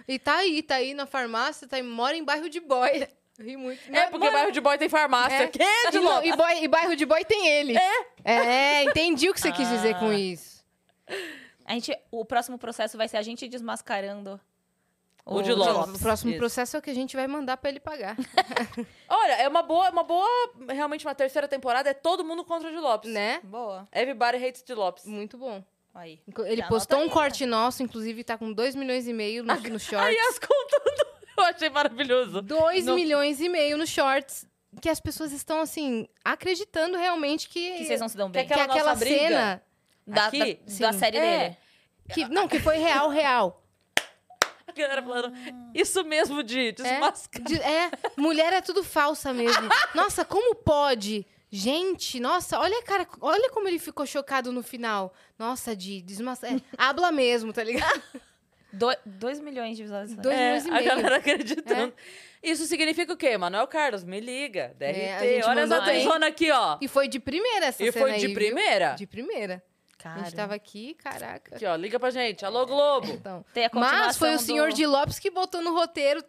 e tá aí, tá aí na farmácia, tá aí, mora em bairro de boy. Eu ri muito.
É, porque bairro de boy tem farmácia.
É.
Que, de
e, não,
Lopes?
e, boy- e bairro de boy tem ele. É? É, entendi o que você quis dizer com isso.
A gente, o próximo processo vai ser a gente desmascarando
O de Lopes.
O próximo
Isso.
processo é o que a gente vai mandar pra ele pagar,
Olha, é uma boa, uma boa, realmente, uma terceira temporada é todo mundo contra o de Lopes.
né?
Boa.
Everybody hates de Lopes.
Muito bom.
Aí.
Inclu- Ele
Já
postou
anota
um
aí,
corte nosso, inclusive tá com 2 milhões e meio no, no
Aí
shorts.
as contando. Eu achei maravilhoso.
2
No-
milhões e meio no shorts. Que as pessoas estão, assim, acreditando realmente que,
Que vocês não se dão
Que
bem.
que
Aquela
aquela
nossa briga.
cena.
Da, da,
Aqui?
da
Sim.
série
É.
dele.
Que, não, que foi real, real.
A galera falando, isso mesmo
É.
de desmascar.
De- é, mulher é tudo falsa mesmo. Nossa, como pode? Gente, nossa, olha, cara, olha como ele ficou chocado no final. Nossa, de desmassa. É, habla mesmo, tá ligado?
Do- dois milhões de visualizações.
Dois
É,
milhões e
a
meio.
galera acreditando. Isso significa o quê? Manuel Carlos, me liga. DRT,
É, a gente
olha essa
mandou bem.
atenção aqui, ó.
E foi de primeira essa
E
cena
foi de
aí, viu?
primeira.
De primeira.
Cara,
A gente tava aqui, caraca.
Aqui, ó, liga pra gente. Alô, Globo.
Então,
tem a continuação
mas foi o senhor
do...
de Lopes que botou no roteiro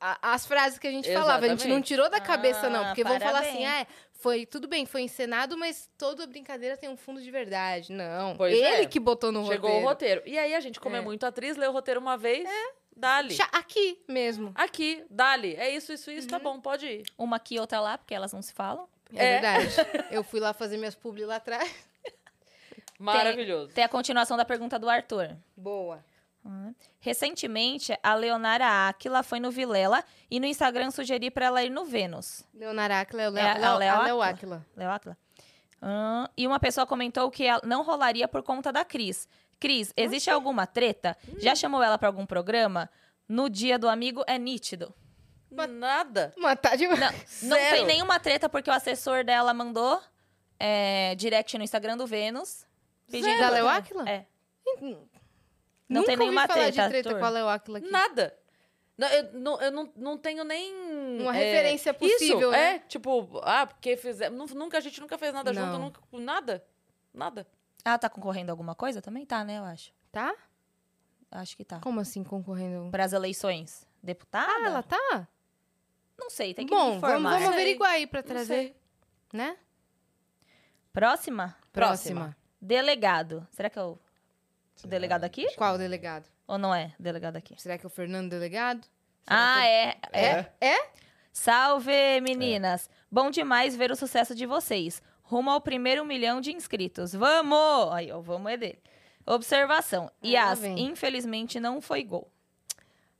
a- as frases que a gente falava. A gente não
Exatamente.
tirou da cabeça, não.
Ah,
Porque vão falar
parabéns.
assim, ah, é, foi, tudo bem, foi encenado, mas toda brincadeira tem um fundo de verdade. Não,
Pois
ele
é.
que botou no
Chegou o
roteiro.
roteiro. E aí a gente, como é,
É.
muito atriz, lê o roteiro uma vez, dali.
Chá- Aqui mesmo,
Aqui, dali. É isso, isso, isso, tá bom, pode ir.
Uhum. Uma aqui, outra lá, porque elas não se falam.
é,
É.
verdade. Eu fui lá fazer minhas publi lá atrás.
Maravilhoso.
Tem a continuação da pergunta do Arthur. Hum.
Boa.
Recentemente, a Leonara Aquila foi no Vilela e no Instagram sugeri pra ela ir no Vênus.
Leonardo Áquila, Leo,
É, a
Leo,
Leo
a Leo
Áquila.
Áquila.
Léo Atla. Hum, e uma pessoa comentou que ela- não rolaria por conta da Cris. Cris, existe alguma treta? Já chamou ela pra algum programa? No dia do amigo é nítido.
Nada.
Matar de...
Não, não
Zero.
tem nenhuma treta porque o assessor dela mandou é, direct no Instagram do Vênus. pedindo-
Da Léo Áquila?
É. Não
Nunca
tem nenhuma
ouvi falar
treta,
de treta
Arthur.
com a Leo Áquila aqui.
Nada. Não, eu não, eu não, não tenho nem.
Uma
é,
referência possível,
isso,
né?
É, tipo, ah, porque fizemos. Nunca, a gente nunca fez nada
Não.
junto, nunca, nada. Nada.
Ela tá concorrendo a alguma coisa? Também tá, né? Eu acho.
Tá?
Acho que tá.
Como assim, concorrendo?
Para as eleições. Deputada?
Ah, ela tá?
Não sei, tem que
Bom,
me
vamos,
informar.
vamos
Não sei.
averiguar aí pra
Não
trazer,
sei.
né?
Próxima?
Próxima.
Delegado. Será que é o o
Será?
delegado aqui?
Qual delegado?
Ou não é delegado aqui?
Será que é o Fernando delegado?
ah, é.
É?
Salve, meninas! Bom demais ver o sucesso de vocês. Rumo ao primeiro milhão de inscritos. Vamos! Aí, ó, vamos é dele. Observação. Yas,
vem.
infelizmente não foi gol.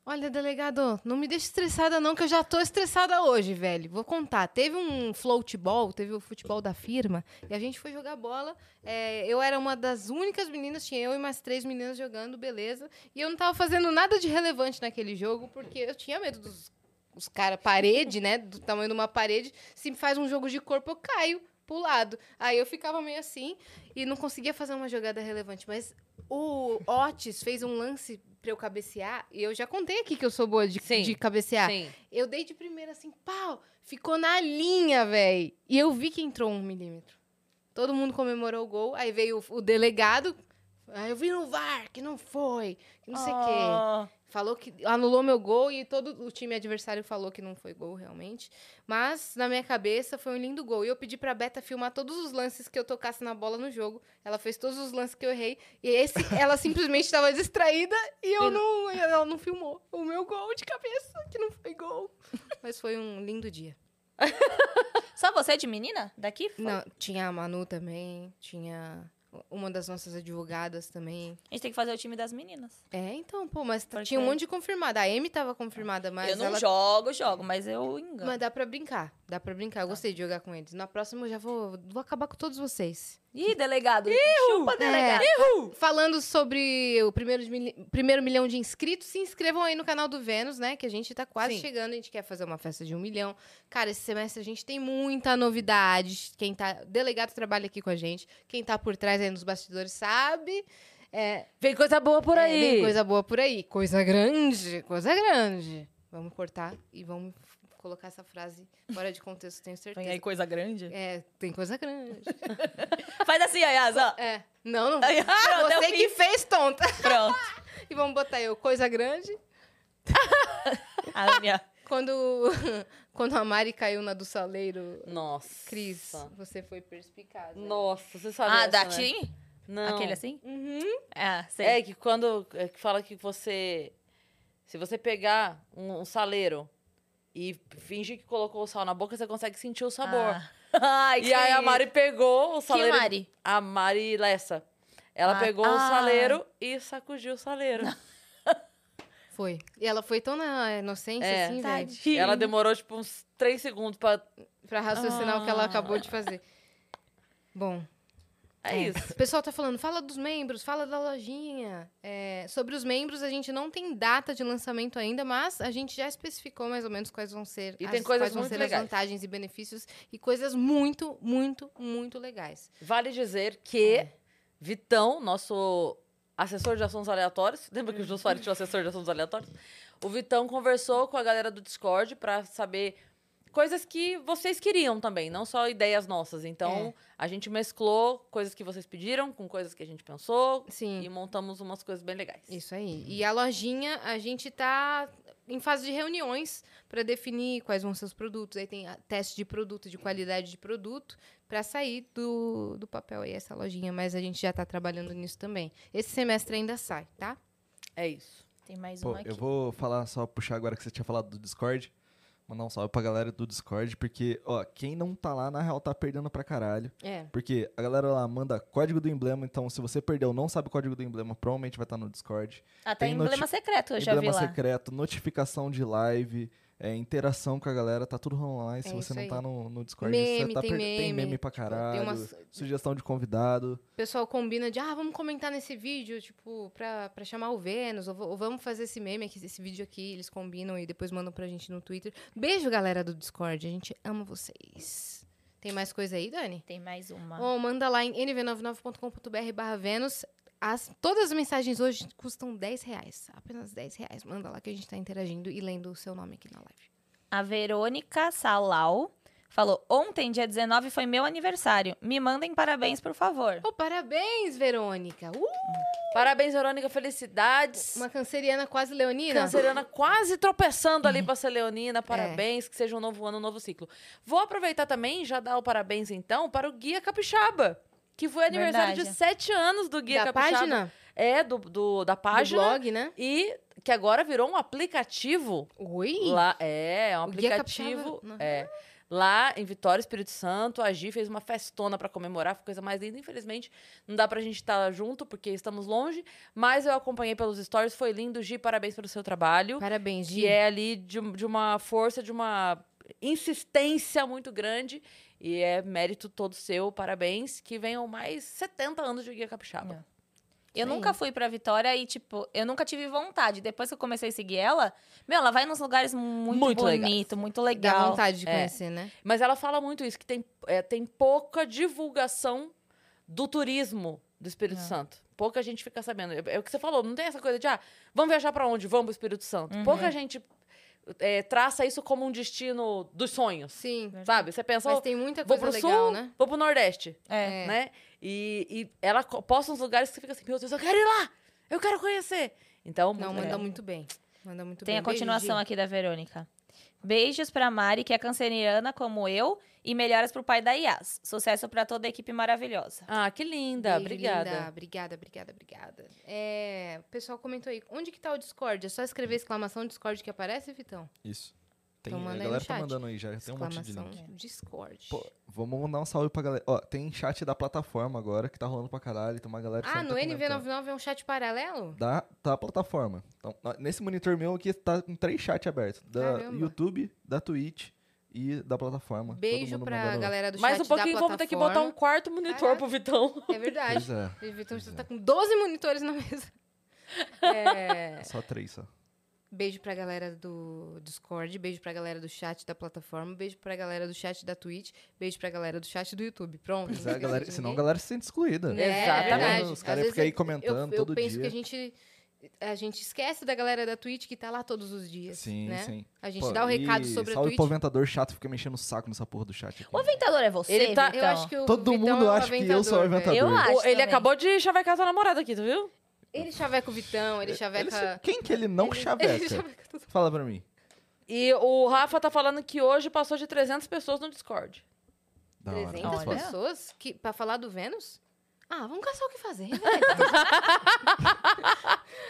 Olha, delegado, não me deixe estressada não, que eu já tô estressada hoje, velho. Vou contar. Teve um floatball, teve o futebol da firma, e a gente foi jogar bola. É, eu era uma das únicas meninas, tinha eu e mais três meninas jogando, beleza. E eu não tava fazendo nada de relevante naquele jogo, porque eu tinha medo dos os cara parede, né, do tamanho de uma parede. Se faz um jogo de corpo, eu caio pro lado. Aí eu ficava meio assim e não conseguia fazer uma jogada relevante, mas o Otis fez um lance pra eu cabecear, e eu já contei aqui que eu sou boa de,
Sim.
de cabecear.
Sim.
Eu dei de primeira assim, pau, ficou na linha, velho. E eu vi que entrou um milímetro. Todo mundo comemorou o gol, aí veio o, o delegado, aí eu vi no VAR que não foi, que não sei o quê.
Ah,
Falou que anulou meu gol e todo o time adversário falou que não foi gol realmente. Mas na minha cabeça foi um lindo gol. E eu pedi pra Beta filmar todos os lances que eu tocasse na bola no jogo. Ela fez todos os lances que eu errei. E esse, ela simplesmente estava distraída e eu não, ela não filmou o meu gol de cabeça, que não foi gol. Mas foi um lindo dia.
Só você de menina? Daqui? Foi?
Não, tinha a Manu também, tinha uma das nossas advogadas também.
A gente tem que fazer o time das meninas.
É, então, pô, mas
Pode
tinha um
ser.
monte de confirmada. A Amy tava confirmada, mas
eu não
ela
jogo, jogo, mas eu engano.
Mas dá pra brincar, dá pra brincar. Eu gostei de jogar com eles. Na próxima eu já vou, vou acabar com todos vocês. É.
Ih, delegado. Chupa, delegado.
Falando sobre o primeiro, de mili- primeiro milhão de inscritos, se inscrevam aí no canal do Vênus, né? Que a gente tá quase
Sim.
chegando, a gente quer fazer uma festa de um milhão. Cara, esse semestre a gente tem muita novidade. Quem tá delegado trabalha aqui com a gente. Quem tá por trás aí nos bastidores sabe. É,
Vem coisa boa por
é,
aí.
vem coisa boa por aí. Coisa grande, coisa grande. Vamos cortar e vamos colocar essa frase fora de contexto, tenho certeza.
coisa grande.
É, tem coisa grande.
Faz assim, ó, Yas, ó.
É. Não, não.
Ai, ah,
Você
deu
que fez tonta.
Pronto.
E vamos botar eu, coisa grande.
A minha.
Quando, quando a Mari caiu na do saleiro,
Nossa.
Cris, você foi perspicaz. né?
Nossa, você sabe
Ah,
essa,
da
né?
Tim?
Não.
Aquele assim?
Uhum.
Ah, sei.
É que quando é que fala que você. Se você pegar um, um saleiro e fingir que colocou o sal na boca, você consegue sentir o sabor.
Ah. Ai,
e aí a
que-
Mari pegou o
Que
saleiro.
Mari?
A Mari Lessa. Ela
Ah,
pegou o
ah.
saleiro e sacudiu o saleiro.
Foi. E ela foi tão na inocência,
É.
assim, velho.
Tadinha.
Ela demorou, tipo, uns três segundos pra.
Pra raciocinar o que ela
Ah.
acabou de fazer. Bom,
É isso.
O pessoal tá falando, fala dos membros, fala da lojinha. É, sobre os membros, a gente não tem data de lançamento ainda, mas a gente já especificou mais ou menos quais vão ser,
E
as,
tem coisas
quais vão
muito
ser
legais.
as vantagens e benefícios e coisas muito, muito, muito legais.
Vale dizer que Vitão, nosso assessor de assuntos aleatórios, lembra que o Jô Soares tinha um assessor de assuntos aleatórios? O Vitão conversou com a galera do Discord pra saber coisas que vocês queriam também, não só ideias nossas.
É.
Então, a gente mesclou coisas que vocês pediram com coisas que a gente pensou
Sim.
e montamos umas coisas bem legais.
Isso aí. E a lojinha, a gente tá em fase de reuniões para definir quais vão ser os produtos. Aí tem a- teste de produto, de qualidade de produto, para sair do, do papel aí essa lojinha. Mas a gente já tá trabalhando nisso também. Esse semestre ainda sai, tá?
É isso.
Tem mais
Pô,
uma aqui.
eu vou falar só, puxar agora que você tinha falado do Discord. Mandar um salve pra galera do Discord, porque, ó, quem não tá lá, na real, tá perdendo pra caralho.
É.
Porque a galera lá manda código do emblema, então se você perdeu não sabe o código do emblema, provavelmente vai estar no Discord.
Ah, tá
Até
tem
emblema
noti-
secreto, eu já vi
emblema
lá.
secreto, notificação de live, é, interação com a galera, tá tudo rolando lá. E se
É
você
isso
não
aí.
tá no, no Discord,
Meme,
você tá
tem
perdendo. Tem
meme,
meme pra
tipo, tem
caralho,
umas-
sugestão de convidado.
O pessoal combina de, ah, vamos comentar nesse vídeo, tipo, pra, pra chamar o Vênus, ou, v- ou vamos fazer esse meme aqui, esse vídeo aqui, eles combinam e depois mandam pra gente no Twitter. Beijo, galera do Discord, a gente ama vocês. Tem mais coisa aí, Dani?
Tem mais uma.
Ou manda lá em nv99.com.br barra Vênus. As, todas as mensagens hoje custam 10 reais, apenas 10 reais. Manda lá que a gente tá interagindo e lendo o seu nome aqui na live.
A Verônica Salau falou: Ontem, dia 19, foi meu aniversário. Me mandem parabéns, por favor. Uhum.
Oh, parabéns, Verônica! Uh,
Parabéns, Verônica. Felicidades.
uma canceriana quase leonina. É.
Canceriana quase tropeçando ali pra ser leonina. Parabéns, que seja um novo ano, um novo ciclo. Vou aproveitar também e já dar o parabéns, então, para o Guia Capixaba, que foi aniversário de
Verdade.
sete anos do Guia
da
Capixaba.
página,
É, do, do- da página.
do blog, né?
E que agora virou um aplicativo
Ui!
lá. É, é um
O Guia
aplicativo.
né? Capixaba, não.
É. Lá em Vitória, Espírito Santo, a Gi fez uma festona pra comemorar, foi coisa mais linda. Infelizmente, não dá pra gente estar junto, porque estamos longe, mas eu acompanhei pelos stories, foi lindo. Gi, parabéns pelo seu trabalho
Parabéns, Gi.
que é ali de, um- de uma força, de uma insistência muito grande. E é mérito todo seu, parabéns. Que venham mais 70 anos de Guia Capixaba.
Eu
É. Isso aí.
nunca fui pra Vitória e, tipo, eu nunca tive vontade. Depois que eu comecei a seguir ela, meu, ela vai nos lugares muito,
Muito legais.
bonito, muito
Dá
legal.
vontade de
É.
conhecer, né?
Mas ela fala muito isso, que tem, é, tem pouca divulgação do turismo do Espírito
Ah.
É.
Santo. Pouca gente fica sabendo. É, é o que você falou, não tem essa coisa de, ah, vamos viajar pra onde? Vamos pro Espírito Santo.
Uhum.
Pouca gente é, traça isso como um destino dos sonhos,
Sim.
sabe? Você pensa,
Mas
"Oh,
tem muita
vou
coisa
pro
legal,
Sul,
né?
vou pro Nordeste.
É.
É.
né? E, e ela co- posta uns lugares que você fica assim, meu Deus, eu quero ir lá! Eu quero conhecer! Então,
Não,
muito
manda
legal.
muito bem. Manda muito
Tem
bem.
a continuação
Beijo,
aqui da Verônica. Beijos pra Mari, que é canceriana como eu, e melhoras pro pai da Yas. Sucesso pra toda a equipe maravilhosa.
Ah, que linda!
Beijo,
obrigada.
linda. Obrigada, obrigada, obrigada. É, o pessoal comentou aí, onde que tá o Discord? É só escrever exclamação Discord que aparece, Vitão?
Isso. Tem,
Então
a
manda aí no
galera tá
chat.
mandando aí já, já tem um monte de
exclamação
link.
Discord.
Pô, vamos mandar um salve pra galera. Ó, tem chat da plataforma agora que tá rolando pra caralho. Tem uma galera que
ah,
sempre
no
tá comentando.
NV99 é um chat paralelo?
Da, da plataforma. Então, ó, nesse monitor meu aqui tá com três chats abertos: da
Caramba.
YouTube, da Twitch e da plataforma. Todo
Beijo
mundo
pra
mandando lá.
galera do
Mais
chat
um pouquinho,
da
vamos ter que botar um
plataforma.
quarto monitor
Caraca.
pro Vitão.
É verdade.
Pois é,
O Vitão já
Pois
tá
é.
com 12 monitores na mesa. É,
só três só.
beijo pra galera do Discord, beijo pra galera do chat da plataforma, beijo pra galera do chat da Twitch, beijo pra galera do chat do YouTube. Pronto.
Pois
não
é,
esqueci
galera,
de
senão a
ninguém.
galera se sente excluída. Tá
É,
né? É,
Exatamente.
verdade.
Os
Às
caras
vezes
ficam aí
eu-
comentando
eu, eu
todo
penso
dia.
que a gente a gente esquece da galera da Twitch que tá lá todos os dias,
Sim,
né?
sim.
A gente
Pô,
dá o
e
recado sobre a
salve
Twitch.
pro aventador chato, fica mexendo o saco nessa porra do chat aqui.
O aventador é você,
Ele tá- eu
Vitão?
Eu acho que o
Todo
Vitão é
mundo
um
acha que eu sou o
aventador,
aventador.
Eu acho.
O- ele
também.
acaba acabou de chavecar sua namorada aqui, tu viu?
velho. Ele chaveca o Vitão, ele
Ele se-
chaveca...
Quem que ele não chaveca?
Ele chaveca todo
Fala pra mim.
E o Rafa tá falando que hoje passou de 300 pessoas no Discord.
Da hora.
300
Olha.
É? pessoas que, pra falar do Vênus? Ah, vamos caçar o que fazer, velho. ah,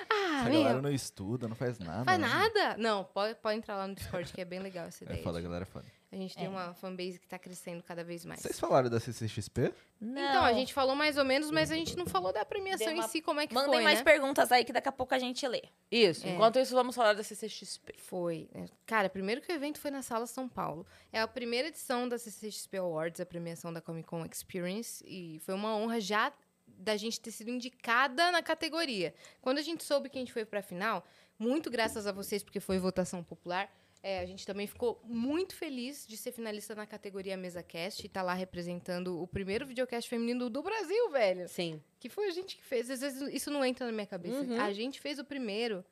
Ah,
Essa galera
meu,
não estuda, não faz nada.
não Ah, faz
né?
nada. Não, pode, pode entrar lá no Discord, que é bem legal
É
essa ideia.
foda, a galera é foda.
a gente tem
É.
uma fanbase que tá crescendo cada vez mais.
Vocês falaram da CCXP?
Não.
Então, a gente falou mais ou menos, mas a gente não falou da premiação
Deu uma-
em si, como é que
Mandem
foi,
mais
né?
perguntas aí que daqui a pouco a gente lê.
Isso.
É.
Enquanto isso, vamos falar da CCXP.
Foi. né? Cara, primeiro que o evento foi na Sala São Paulo. É a primeira edição da CCXP Awards, a premiação da Comic Con Experience, e foi uma honra já da gente ter sido indicada na categoria. Quando a gente soube que a gente foi pra final, muito graças a vocês, porque foi votação popular, é, a gente também ficou muito feliz de ser finalista na categoria Mesa Cast e tá lá representando o primeiro videocast feminino do Brasil, velho.
Sim,
Que foi a gente que fez. Às vezes isso não entra na minha cabeça.
Uhum.
A gente fez o primeiro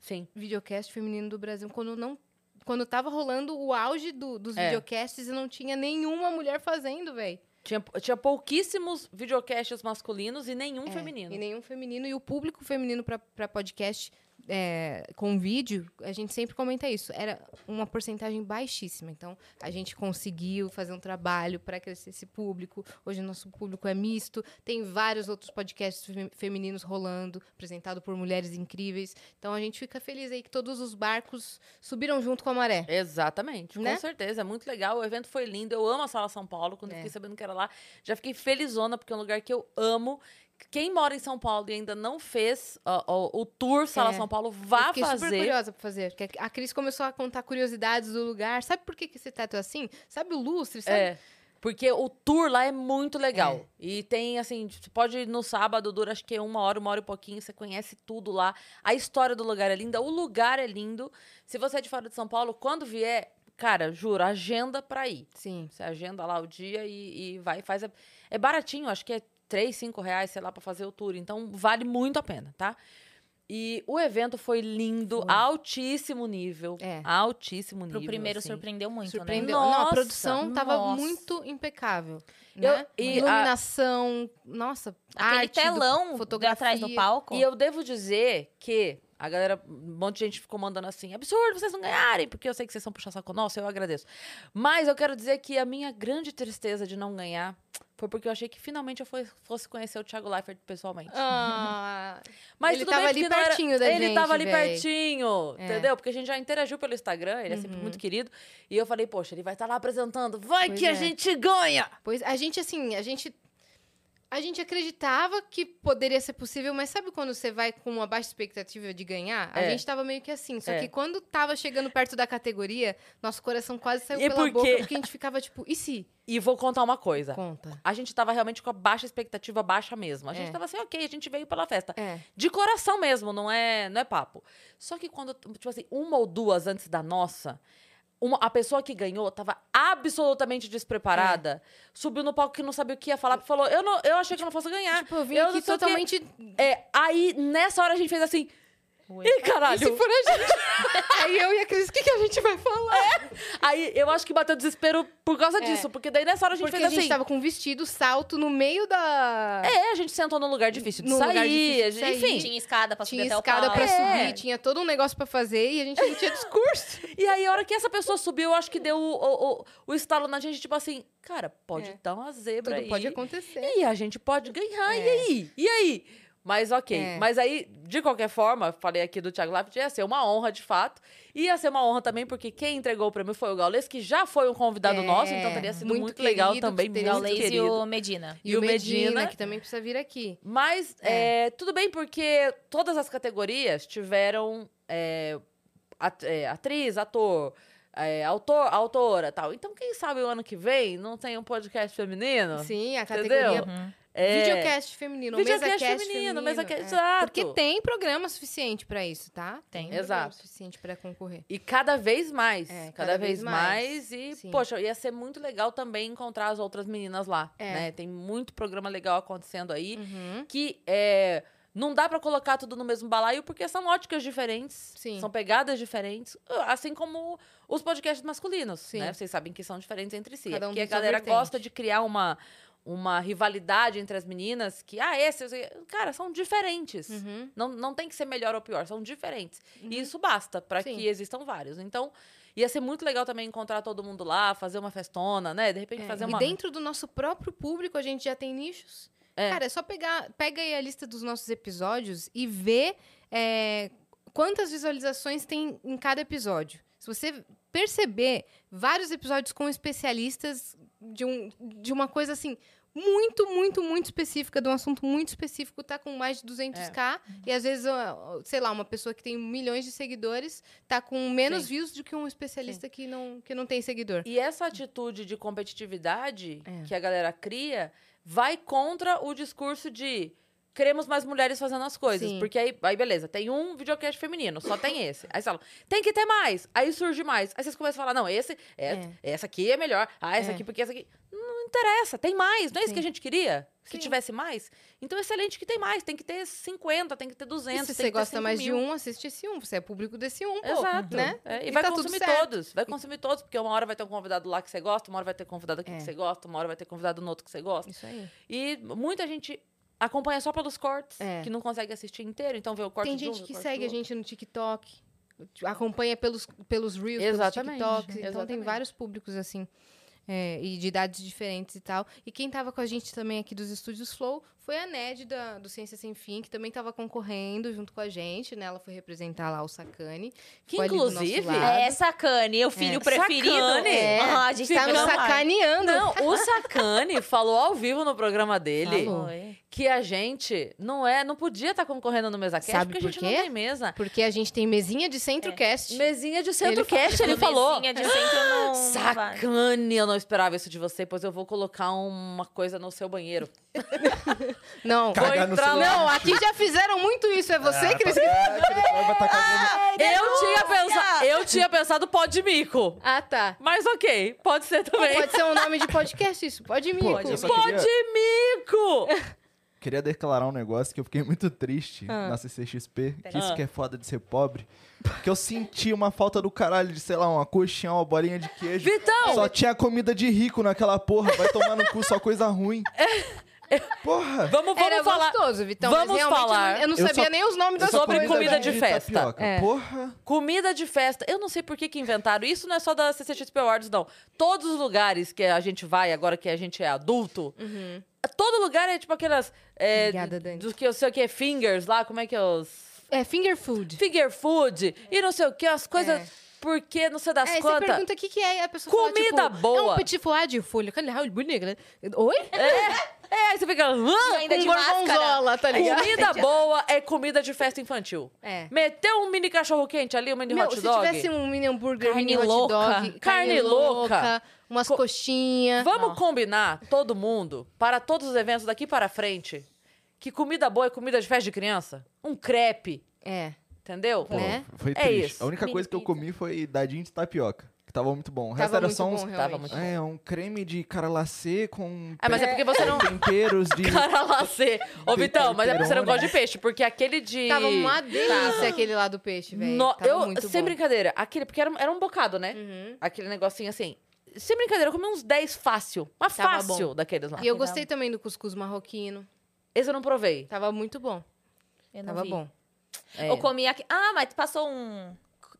sim.
videocast feminino do Brasil quando não quando tava rolando o auge do- dos
É.
videocasts e não tinha nenhuma mulher fazendo, velho.
Tinha, tinha pouquíssimos videocasts masculinos e nenhum feminino.
É. E nenhum um feminino. E o público feminino pra- pra podcast é, com vídeo, a gente sempre comenta isso. Era uma porcentagem baixíssima. Então, a gente conseguiu fazer um trabalho para crescer esse público. Hoje, o nosso público é misto. Tem vários outros podcasts fem- femininos rolando, apresentado por mulheres incríveis. Então, a gente fica feliz aí que todos os barcos subiram junto com a maré.
Exatamente,
Né?
com certeza. É muito legal. O evento foi lindo. Eu amo a Sala São Paulo. Quando eu
É.
fiquei sabendo que era lá, já fiquei felizona, porque é um lugar que eu amo. Quem mora em São Paulo e ainda não fez ó, ó, o tour Sala
É.
São Paulo,
eu
vá
fiquei super
fazer.
curiosa pra fazer. Porque a Cris começou a contar curiosidades do lugar. Sabe por que, que esse teto é assim? Sabe o lustre? Sabe?
É. Porque o tour lá é muito legal.
É.
E tem, assim, você pode ir no sábado, dura acho que é uma hora, uma hora e pouquinho, você conhece tudo lá. A história do lugar é linda, o lugar é lindo. Se você é de fora de São Paulo, quando vier, cara, juro, agenda pra ir.
Sim.
Você agenda lá o dia e, e vai e faz. a- É baratinho, acho que é 3, 5 reais, sei lá, pra fazer o tour. Então, vale muito a pena, tá? E o evento foi lindo, altíssimo nível.
É.
Altíssimo nível.
Pro primeiro
assim.
surpreendeu muito,
Surpreendeu.
né?
Não, a
Nossa,
produção tava
nossa.
muito impecável.
Eu-
né?
e a-
Iluminação, nossa,
Aquele
arte do-
telão de
fotografia.
atrás do palco.
E eu devo dizer que a galera, um monte de gente ficou mandando assim: absurdo vocês não ganharem, porque eu sei que vocês são puxar saco nosso, eu agradeço. Mas eu quero dizer que a minha grande tristeza de não ganhar Foi porque eu achei que finalmente eu fo- fosse conhecer o Thiago Leifert pessoalmente.
Ah,
Mas
Ele
tudo
tava
bem,
ali
porque não era-
pertinho da
Ele
gente,
tava ali
véi.
pertinho,
É. Uhum.
entendeu? Porque a gente já interagiu pelo Instagram, ele é sempre muito querido. E eu falei, poxa, ele vai estar lá apresentando. Vai
Pois
que
é.
a gente ganha!
pois a gente, assim, a gente. A gente acreditava que poderia ser possível, mas sabe quando você vai com uma baixa expectativa de ganhar? A
É.
gente tava meio que assim. Só
É.
que quando tava chegando perto da categoria, nosso coração quase saiu
E
pela
por
boca,
quê?
porque a gente ficava tipo, e se?
E vou contar uma coisa.
Conta.
A gente tava realmente com a baixa expectativa, baixa mesmo. A gente
É.
tava assim, ok, a gente veio pela festa.
É.
De coração mesmo, não é, não é papo. Só que quando, tipo assim, uma ou duas antes da nossa, uma- a pessoa que ganhou tava absolutamente despreparada,
É.
subiu no palco que não sabia o que ia falar, falou, eu, não, eu achei que eu não fosse ganhar.
Tipo, eu vim
Eu
aqui
não sei o quê.
totalmente.
É, aí, nessa hora, a gente fez assim,
Ué.
ih,
E se
caralho!
for a gente? Aí eu e a Cris, o que, que a gente vai falar?
É. Aí, eu acho que bateu desespero por causa
É.
disso, porque daí, nessa hora, a gente
Porque
fez
a gente
assim...
tava com um vestido, salto no meio da.
É, a gente sentou num lugar difícil de
Num lugar difícil
sair,
de
a gente-
sair.
enfim.
Tinha escada pra subir
Tinha
até o
escada
palco.
pra
É.
subir, tinha todo um negócio pra fazer e a gente não tinha discurso.
E aí, a hora que essa pessoa subiu, eu acho que deu o, o, o- o estalo na gente, tipo assim, cara, pode
É.
dar uma zebra
Tudo
aí.
pode acontecer.
E a gente pode ganhar, e
É.
aí? E aí? Mas ok.
É.
Mas aí, de qualquer forma, falei aqui do Thiago Leifert, ia ser uma honra, de fato. Ia ser uma honra também, porque quem entregou o prêmio foi o Gaules, que já foi um convidado
É,
nosso, então teria sido
muito
muito, legal
querido,
também,
teria
muito
sido
Gaules e
querido.
o Medina.
E, o Medina,
Medina,
que também precisa vir aqui.
Mas
É.
é, tudo bem, porque todas as categorias tiveram é, at- é, atriz, ator, é, autor, autora tal. Então, quem sabe o ano que vem não tem um podcast feminino?
Sim, a
Entendeu?
categoria. Uhum.
É,
Videocast feminino,
Videocast
mesa cast
feminino,
feminino.
mesa
é.
cast, exato.
Porque tem programa suficiente pra isso, tá? Tem. programa
Exato.
suficiente pra concorrer.
E cada vez mais.
É,
cada,
cada
vez
vez
mais. E,
Sim.
poxa, ia ser muito legal também encontrar as outras meninas lá.
É.
né? Tem muito programa legal acontecendo aí.
Uhum.
que é, não dá pra colocar tudo no mesmo balaio porque são óticas diferentes,
Sim.
são pegadas diferentes, assim como os podcasts masculinos,
Sim.
né? Vocês sabem que são diferentes entre si.
Cada um
Porque a
tem sua
galera
vertente.
gosta de criar uma uma rivalidade entre as meninas que ah, esse, esse- cara, são diferentes.
Uhum.
Não, não tem que ser melhor ou pior, são diferentes. E isso basta pra
Sim.
que existam vários. Então, ia ser muito legal também encontrar todo mundo lá, fazer uma festona, né? De repente
É, e
fazer uma
dentro do nosso próprio público, a gente já tem nichos.
É.
Cara, é só pegar pega aí a lista dos nossos episódios e ver é, quantas visualizações tem em cada episódio. Se você perceber vários episódios com especialistas de, um, de uma coisa assim muito, muito, muito específica, de um assunto muito específico, tá com mais de 200k
É.
e às vezes, ó, sei lá, uma pessoa que tem milhões de seguidores tá com menos views do que um especialista que não, que não tem seguidor.
E essa atitude de competitividade
É.
que a galera cria vai contra o discurso de queremos mais mulheres fazendo as coisas.
Sim.
Porque aí, aí, beleza, tem um videocast feminino, só tem esse. Aí vocês falam, tem que ter mais. Aí surge mais. Aí vocês começam a falar, não, esse, é-
É.
essa aqui é melhor. Ah, essa
É.
aqui, porque essa aqui. Não interessa, tem mais. Não é isso que a gente queria? Que
Sim.
tivesse mais? Então, excelente que tem mais. Tem que ter 50, tem que ter 200.
E se
tem
você
que ter
gosta
5
mais de
mil.
um, assiste esse um. Você é público desse um, pô,
Exato.
né?
É, e,
E
vai
tá tudo
consumir
certo.
todos. Vai consumir todos, porque uma hora vai ter um convidado lá que você gosta, uma hora vai ter convidado aqui
É.
que você gosta, uma hora vai ter convidado no outro que você gosta.
Isso aí.
E muita gente acompanha só pelos cortes,
É.
que não consegue assistir inteiro, então vê o corte
Tem
de um,
gente
vê o
que
corte
segue
do
a
outro.
gente no TikTok, tipo, acompanha pelos, pelos Reels,
Exatamente,
pelos TikToks. Então tem
exatamente.
vários públicos assim. é, e de idades diferentes e tal. E quem tava com a gente também aqui dos estúdios Flow foi a Ned da, do Ciência Sem Fim, que também tava concorrendo junto com a gente, né? Ela foi representar lá o Sacane.
Que
Ficou ali do nosso
inclusive-
lado.
É, Sacane, o filho
É.
preferido.
Sacane?
É. Ah, a gente
Tá
tá
me
no Sacane.
sacaneando.
Não, o Sacani falou ao vivo no programa dele
Falou.
que a gente não é, não podia estar concorrendo no mesa cast,
Sabe
porque a
por
gente
quê?
não tem mesa. É.
Porque a gente tem mesinha de centrocast.
Mesinha de centro-cast, ele, falou.
é De centro não, não vai.
Sacane, eu não esperava isso de você, pois eu vou colocar uma coisa no seu banheiro.
Não,
Vou
Cagar no Ah,
entrar
celular.
Não, aqui já fizeram muito isso. É você, Cris?
Vai tacar alguma-
Ah, Eu tinha, pensa... eu tinha pensado pó de mico.
Ah, tá.
Mas ok, pode ser também.
Pode ser um nome de podcast isso. Pode me.
Pô, eu só
Pó
queria-
de mico!
Queria declarar um negócio que eu fiquei muito triste na CCXP, que isso
Ah.
que é foda de ser pobre. Que eu senti uma falta do caralho de, sei lá, uma coxinha, uma bolinha de queijo.
Vitão!
Só tinha comida de rico naquela porra, vai tomar no cu só coisa ruim. Porra!
É. Vamos, vamos
Era
falar
gostoso, Vitão.
Vamos
mas realmente
falar.
Eu
Eu
não, eu não sabia
só-
nem os nomes das
Essa
sobre
coisas. né?
comida
daí
de
de
festa.
Tapioca.
É.
Porra!
comida de festa. Eu não sei por que, que inventaram. Isso não é só da CCXP Awards, não. Todos os lugares que a gente vai, agora que a gente é adulto,
Uhum.
todo lugar é tipo aquelas. É,
Obrigada, Dani.
do que eu sei o que é fingers lá, como é que é os.
É, finger food.
Finger food e não sei o que, as coisas.
É.
Porque não sei das
É, você
quantas.
pergunta o que, que é e a pessoa
Comida
fala, tipo, É
boa.
um petit foie de folha. Caralho, bonito, né? Oi?
É, aí você fica. "Hã?
ainda
um
de máscara.
gorgonzola, tá ligado?
Comida boa é comida de festa infantil.
É.
Meteu um mini cachorro quente ali, um mini
Meu,
hot
se
dog.
tivesse um mini hambúrguer,
Carne
mini hot dog,
louca.
carne,
Carne
louca,
louca.
umas
Co-
coxinhas.
Vamos combinar, todo mundo, para todos os eventos daqui para frente, que comida boa é comida de festa de criança? Um crepe,
É.
entendeu?
Pô,
Né?
Foi
É
triste.
isso.
A única
Mini
coisa que eu
pizza.
comi foi dadinho de tapioca. Que tava muito bom. O resto
Tava
era
muito
só uns.
bom, realmente.
Tava muito bom.
É, um creme de caralacê com.
Ah, mas é porque você não.
Temperos de.
Cara, lacê. Ô, Vitão, mas é porque você não
Pepperoni.
gosta de peixe, porque aquele de.
Tava uma delícia aquele lá do peixe, velho.
No-
Tava
eu,
muito
sem
bom.
brincadeira, aquele, porque era, era um bocado, né?
Uhum.
Aquele negocinho assim. Sem brincadeira, eu comi uns 10 fácil. Mas
Tava
fácil daqueles lá.
E eu gostei também do cuscuz marroquino.
Esse eu não provei.
Tava muito bom.
Eu não
Tava
vi.
bom.
É.
Eu comi aqui. Ah, mas passou um.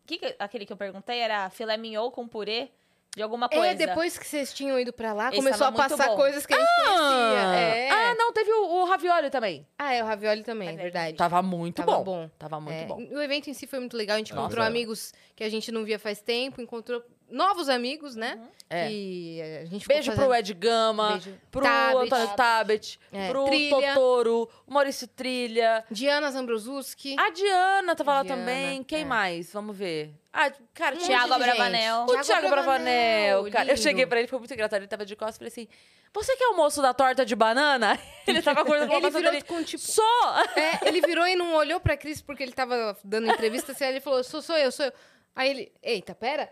Que que- Aquele que eu perguntei era filé mignon com purê de alguma coisa.
É, depois que vocês tinham ido pra lá,
Esse
começou a
tava muito
passar
bom.
coisas que a gente conhecia. É.
Ah, não, teve o, o ravioli também.
Ah, é, o ravioli também, é
Mas é
verdade.
Tava muito
Tava
bom.
bom.
Tava muito
É,
bom.
O evento em si foi muito legal. A gente
Nossa,
encontrou
é.
amigos que a gente não via faz tempo, encontrou novos amigos, né?
É.
E a gente ficou
Beijo
fazendo...
pro Ed Gama,
Beijo.
pro
Tabet.
Antônio Tabet,
É,
pro
Trilha.
Totoro, Maurício Trilha.
Diana Zambrosuski.
A Diana tava lá
Diana,
também. Quem
é.
mais? Vamos ver. Ah, cara,
Um
tinha
Thiago
monte de gente.
Abravanel.
O Thiago Bravanel, cara. Eu
lindo.
cheguei pra ele, foi muito engraçado. Ele tava de costas, falei assim: Você que é o moço da torta de banana? Ele tava acordando com a
Ele
maçã
virou
dele.
com tipo.
Só!
É, ele virou e não olhou pra Cris porque ele tava dando entrevista. Assim, aí ele falou: sou, sou eu, sou eu. Aí ele, eita, pera.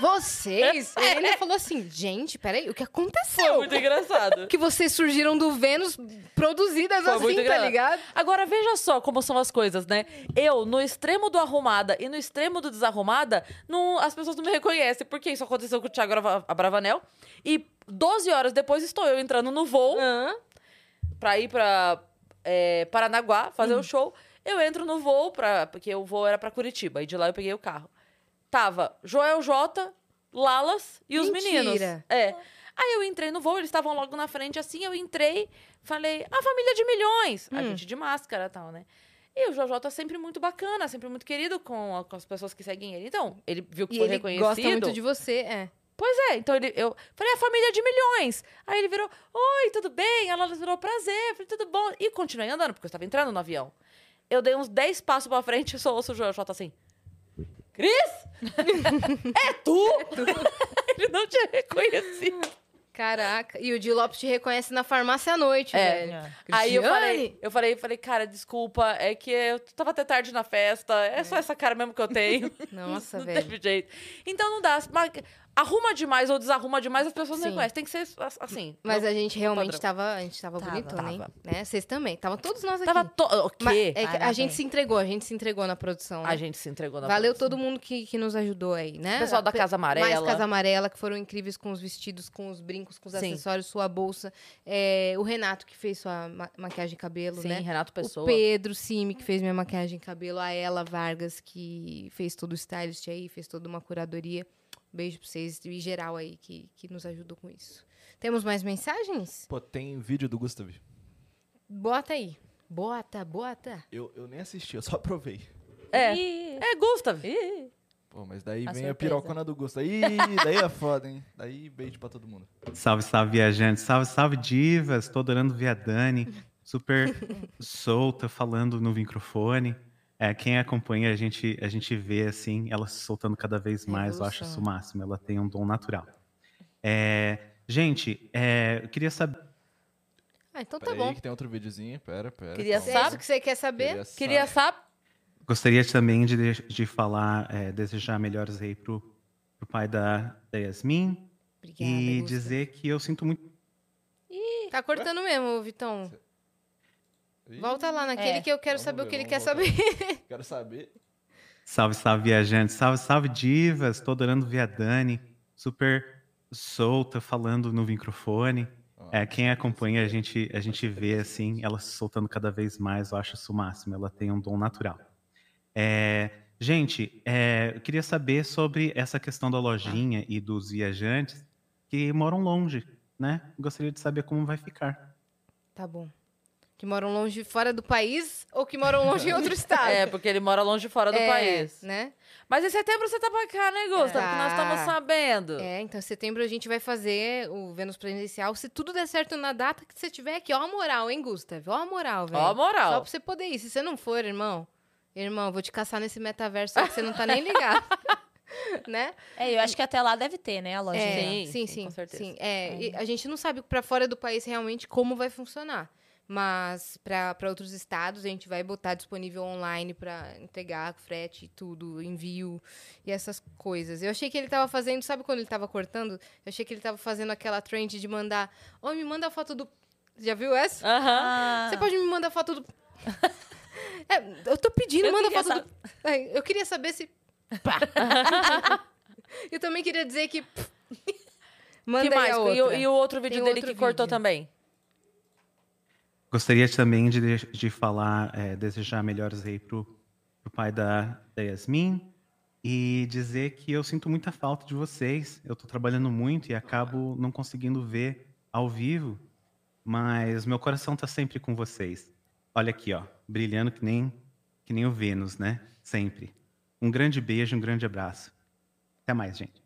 Vocês? Aí ele falou assim: gente, peraí, o que
Foi
aconteceu?
muito engraçado.
Que vocês surgiram do Vênus produzidas
Foi
assim,
muito
tá
engraçado.
ligado?
Agora veja só como são as coisas, né? Eu, no extremo do arrumada e no extremo do desarrumada, não- as pessoas não me reconhecem, porque isso aconteceu com o Thiago Ava- Abravanel. E 12 horas depois estou eu entrando no voo pra ir pra é, Paranaguá fazer o show. Eu entro no voo, pra, porque o voo era pra Curitiba, e de lá eu peguei o carro. Tava Joel Jota, Lalas e os
Mentira.
meninos. É. Aí eu entrei no voo, eles estavam logo na frente assim, eu entrei, falei, a família de milhões! A gente de máscara e tal, né? E o Joel tá sempre muito bacana, sempre muito querido com, a- com as pessoas que seguem ele. Então, ele viu que
E
foi
ele
reconhecido.
gosta muito de você, é.
Pois é, então ele, eu falei, a família de milhões. Aí ele virou, oi, tudo bem? Ela virou, prazer. Eu falei, tudo bom? E continuei andando, porque eu estava entrando no avião. Eu dei uns 10 passos pra frente e só ouço o Joel Jota assim, Cris? é tu? ele não tinha reconhecido.
Caraca. E o Di Lopes te reconhece na farmácia à noite,
É.
velho.
Aí
Cristiane?
eu falei, eu falei, eu falei, cara, desculpa, é que eu tava até tarde na festa, é, só essa cara mesmo que eu tenho.
Nossa,
não
velho.
teve jeito. Então não dá. ma- Arruma demais ou desarruma demais, as pessoas
Sim.
não reconhecem. Tem que ser as- assim.
Mas
não-
a gente realmente tá,
padrão.
tava, a gente tava,
Tava,
bonitona, hein?
tava.
Né? Vocês também. Tava todos nós aqui.
Tava to... O quê?
Mas é que a
Parabéns.
gente se entregou, a gente se entregou na produção. né?
A gente se entregou na
Valeu
produção.
todo mundo que, que nos ajudou aí, né?
O pessoal da
Pe-
Casa Amarela.
Mais Casa Amarela, que foram incríveis com os vestidos, com os brincos, com os
Sim.
acessórios, sua bolsa. É, o Renato, que fez sua ma- maquiagem e cabelo,
Sim,
né?
Renato Pessoa.
O Pedro Simi, que fez minha maquiagem e cabelo. A Ela Vargas, que fez todo o stylist aí, fez toda uma curadoria. Beijo pra vocês e geral aí que, que nos ajudou com isso. Temos mais mensagens?
Pô, tem um vídeo do Gustav.
Bota aí. Bota, bota.
Eu, eu nem assisti, eu só provei.
É.
Ih,
É, Gustav.
Pô, mas daí
A
vem
surpresa.
a pirocona do Gustav. Ih, daí é foda, hein? Daí beijo pra todo mundo.
Salve, salve, viajantes. Salve, salve, divas. Tô adorando ver a Dani. Super solta, falando no microfone. É, quem acompanha, a gente, a gente vê, assim, ela se soltando cada vez mais. Eu acho
Evolução.
isso o máximo. Ela tem um dom natural. É, gente, é, eu queria saber...
Ah, então tá
Pera
bom.
aí que tem outro videozinho. Pera, pera.
Queria
Se
calma.
é
saber.
isso que você quer saber?
Queria
Queria saber.
Gostaria também de, de- de falar, é, desejar melhores aí pro, pro pai da, da Yasmin.
Obrigada.
e
Gusta.
dizer que eu sinto muito...
Tá cortando mesmo, Vitão.
Ih,
Volta lá naquele
É.
que eu quero
Vamos
saber o
ver,
que ele quer
vamos
saber.
Quero saber.
Salve, salve, viajantes. Salve, salve, divas. Tô adorando ver a Dani. Super solta, falando no microfone.
Ó,
É, quem acompanha, a gente, a gente vê, assim, ela se soltando cada vez mais. Eu acho isso o máximo. Ela tem um dom natural. É, gente, é, eu queria saber sobre essa questão da lojinha e dos viajantes que moram longe, né? Gostaria de saber como vai ficar.
Tá bom. Que moram longe fora do país ou que moram longe em outro estado.
É, porque ele mora longe fora do
É,
país.
Né?
Mas em setembro você tá pra cá, né, Gusta?
É.
Porque nós estamos sabendo.
É, então em setembro a gente vai fazer o Vênus Presencial. Se tudo der certo na data que você tiver aqui, ó a moral, hein, Gustav? Ó a moral, velho.
Ó a moral.
Só pra você poder ir. Se você não for, irmão, irmão, eu vou te caçar nesse metaverso aí que você não tá nem ligado. né?
É, eu acho que até lá deve ter, né, a loja.
É,
dela.
sim, sim, com certeza.
sim. É, e a gente não sabe pra fora do país realmente como vai funcionar. Mas pra pra outros estados a gente vai botar disponível online pra entregar frete, tudo, envio e essas coisas. Eu achei que ele tava fazendo, sabe quando ele tava cortando? Eu achei que ele tava fazendo aquela trend de mandar, ô, me manda a foto do. Já viu essa?
Aham.
Ah,
Você pode me mandar foto do. É, eu tô pedindo,
Eu
manda
queria
foto do. É, eu queria saber se. Pá. eu também queria dizer que. manda
Que
aí
mais?
a
E, o-
outra.
e o outro vídeo
Tem
dele
outro
que cortou
vídeo.
também.
Gostaria também de, deix- de falar, é, desejar melhores aí pro, pro pai da, da Yasmin e dizer que eu sinto muita falta de vocês. Eu tô trabalhando muito e acabo não conseguindo ver ao vivo, mas meu coração tá sempre com vocês. Olha aqui, ó, brilhando que nem que nem o Vênus, né? Sempre. Um grande beijo, um grande abraço. Até mais, gente.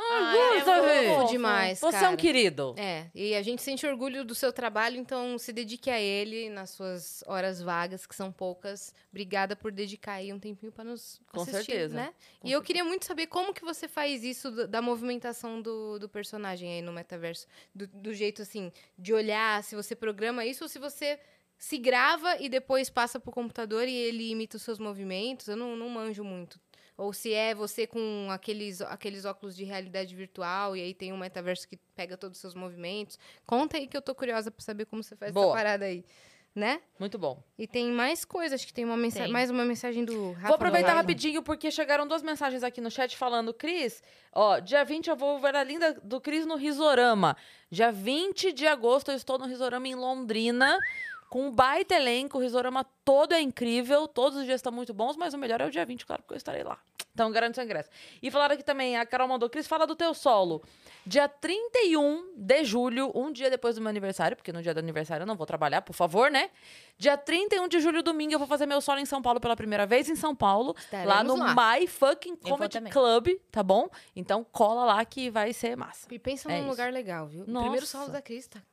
Ah,
ele é
Gusta,
muito
velho.
fofo.
demais,
Você é um
cara.
querido.
É, e a gente sente orgulho do seu trabalho, então se dedique a ele nas suas horas vagas, que são poucas. Obrigada por dedicar aí um tempinho pra nos
Com
assistir,
certeza.
né? e eu queria muito saber como que você faz isso do- da movimentação do, do personagem aí no metaverso. Do, do jeito, assim, de olhar, se você programa isso ou se você se grava e depois passa pro computador e ele imita os seus movimentos. Eu não, não manjo muito. Ou se é você com aqueles, aqueles óculos de realidade virtual e aí tem um metaverso que pega todos os seus movimentos. Conta aí que eu tô curiosa pra saber como você faz
Boa.
essa parada aí. Né?
Muito bom.
E tem mais coisa, acho que tem, uma mensa-
Tem.
mais uma mensagem do Rafa.
vou aproveitar
Novaes. né?
rapidinho, porque chegaram duas mensagens aqui no chat falando, Cris, ó, dia 20 eu vou ver a linda do Cris no Risorama. Dia 20 de agosto eu estou no Risorama em Londrina. Com um baita elenco, o Risorama todo é incrível, todos os dias estão muito bons, mas o melhor é o dia 20, claro, porque eu estarei lá. Então, garanto seu ingresso. E falaram aqui também, a Carol mandou, Cris, fala do teu solo. Dia 31 de julho, um dia depois do meu aniversário, porque no dia do aniversário eu não vou trabalhar, por favor, né? Dia 31 de julho, domingo, eu vou fazer meu solo em São Paulo pela primeira vez em São Paulo, lá
Estaremos
no
É, lá.
My Fucking
vou
Comedy
também.
Club, tá bom? Então cola lá que vai ser massa.
E pensa
É
num
isso.
lugar legal, viu? O
Nossa.
primeiro saldo da Crista.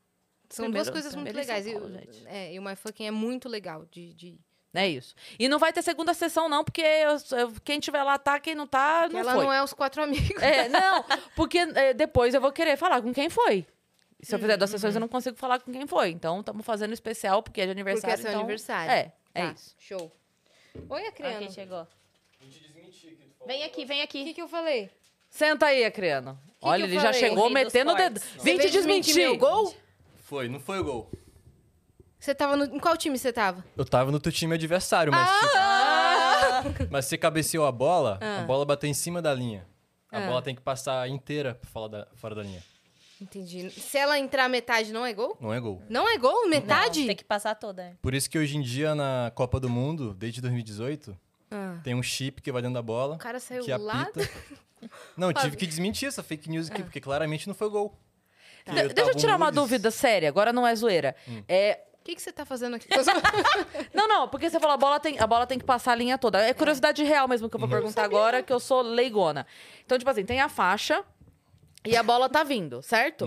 São
Primeiro-
duas coisas muito
primeiro em São
legais. E
Paulo,
o-
gente.
é, e o My Fucking é muito legal de. de...
É isso. E não vai ter segunda sessão não, porque eu- eu- quem tiver lá tá, quem não tá,
Que
não
ela
foi.
não é os quatro amigos.
É, não, porque é, depois eu vou querer falar com quem foi. Se eu fizer duas
Uhum,
sessões, eu não consigo falar com quem foi. Então, estamos fazendo especial, porque é de
Porque é
aniversário.
seu
então...
aniversário.
É, é
Tá,
isso.
Show. Oi, Acriano.
aqui chegou. Vem aqui, vem
O
aqui.
que, que eu falei?
Senta aí, Acriano.
que
Olha,
eu
ele já
falei?
chegou
Ouvi dos
metendo o dedo.
cortes.
Vim te
veio desmentir
desmentir.
meu gol?
Foi, não foi o gol.
Você tava no. Em qual time você tava?
Eu tava no teu time adversário,
Ah!
mas.
Ah!
tipo, mas você cabeceou a bola, a bola bateu em cima da linha. A
Ah.
Ah.
bola tem que passar inteira pra fora da, fora da linha.
Entendi. Se ela entrar metade, não é gol?
Não é gol.
Não é gol? Metade?
Tem que passar
é.
toda.
Por isso que hoje em dia, na Copa do Mundo, desde 2018,
Ah.
tem um chip que vai dentro da bola.
O cara saiu
que
lá. Ah.
apita. Não, tive que desmentir essa fake news aqui, porque claramente não foi gol. Que
Tá.
De- Deixa
tava
eu
um Hum.
tirar uma
Nunes.
dúvida séria, agora não é zoeira. É,
O que, que você tá fazendo
Uhum.
aqui?
não, não, porque você falou a bola, tem, a bola tem que passar a linha toda. É curiosidade real mesmo
Uhum.
que eu vou perguntar agora, que eu sou leigona. Então, tipo assim, tem a faixa e a bola tá vindo, certo?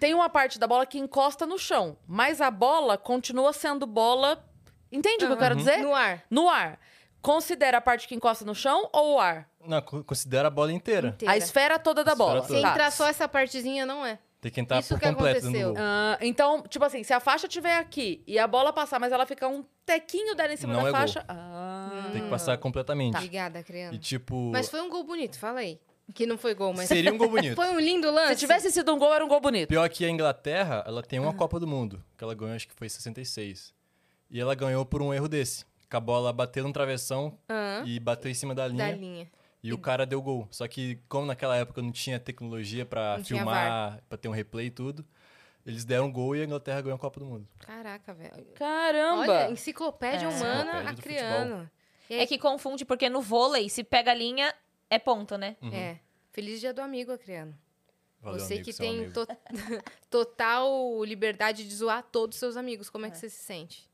Tem uma parte da bola que encosta no chão, mas a bola continua sendo bola. Entende o que eu quero dizer?
Uhum. no ar.
No ar. Considera a parte que encosta no chão ou o ar?
Não, co- considera a bola inteira.
Inteira.
A esfera toda da
A esfera
bola.
toda.
Se
Sem
Tá.
entrar só essa partezinha, não é.
Tem que entrar
Isso
por
que
completo né, dentro do
aconteceu.
gol.
Ah, então, tipo assim, se a faixa tiver aqui e a bola passar, mas ela ficar um tequinho dela em cima
Não
da
é gol.
faixa. Ah.
Tem que passar completamente.
Hum. Tá. Obrigada, criança.
E tipo.
Mas foi um gol bonito, fala aí. Que não foi gol, mas.
Seria um gol bonito.
Foi um lindo lance.
Se tivesse sido um gol, era um gol bonito.
Pior que a Inglaterra, ela tem uma Copa do Mundo, que ela ganhou, acho que foi em 66. E ela ganhou por um erro desse. Que a bola bateu no um travessão
Aham.
e bateu em cima da linha.
da linha.
E o cara deu gol. Só que, como naquela época não tinha tecnologia pra
Não tinha
filmar, pra ter um replay e tudo, Eles deram gol e a Inglaterra ganhou a Copa do Mundo.
Caraca, velho.
Caramba!
Olha, enciclopédia
É.
Enciclopédia
humana
do
acriano.
É que confunde, porque no vôlei, se pega a linha, é ponto, né?
Uhum.
É. Feliz dia do amigo, acriano.
Valeu,
você
amigo,
que
seu
tem
amigo.
to- total liberdade de zoar todos os seus amigos. Como é que você se sente?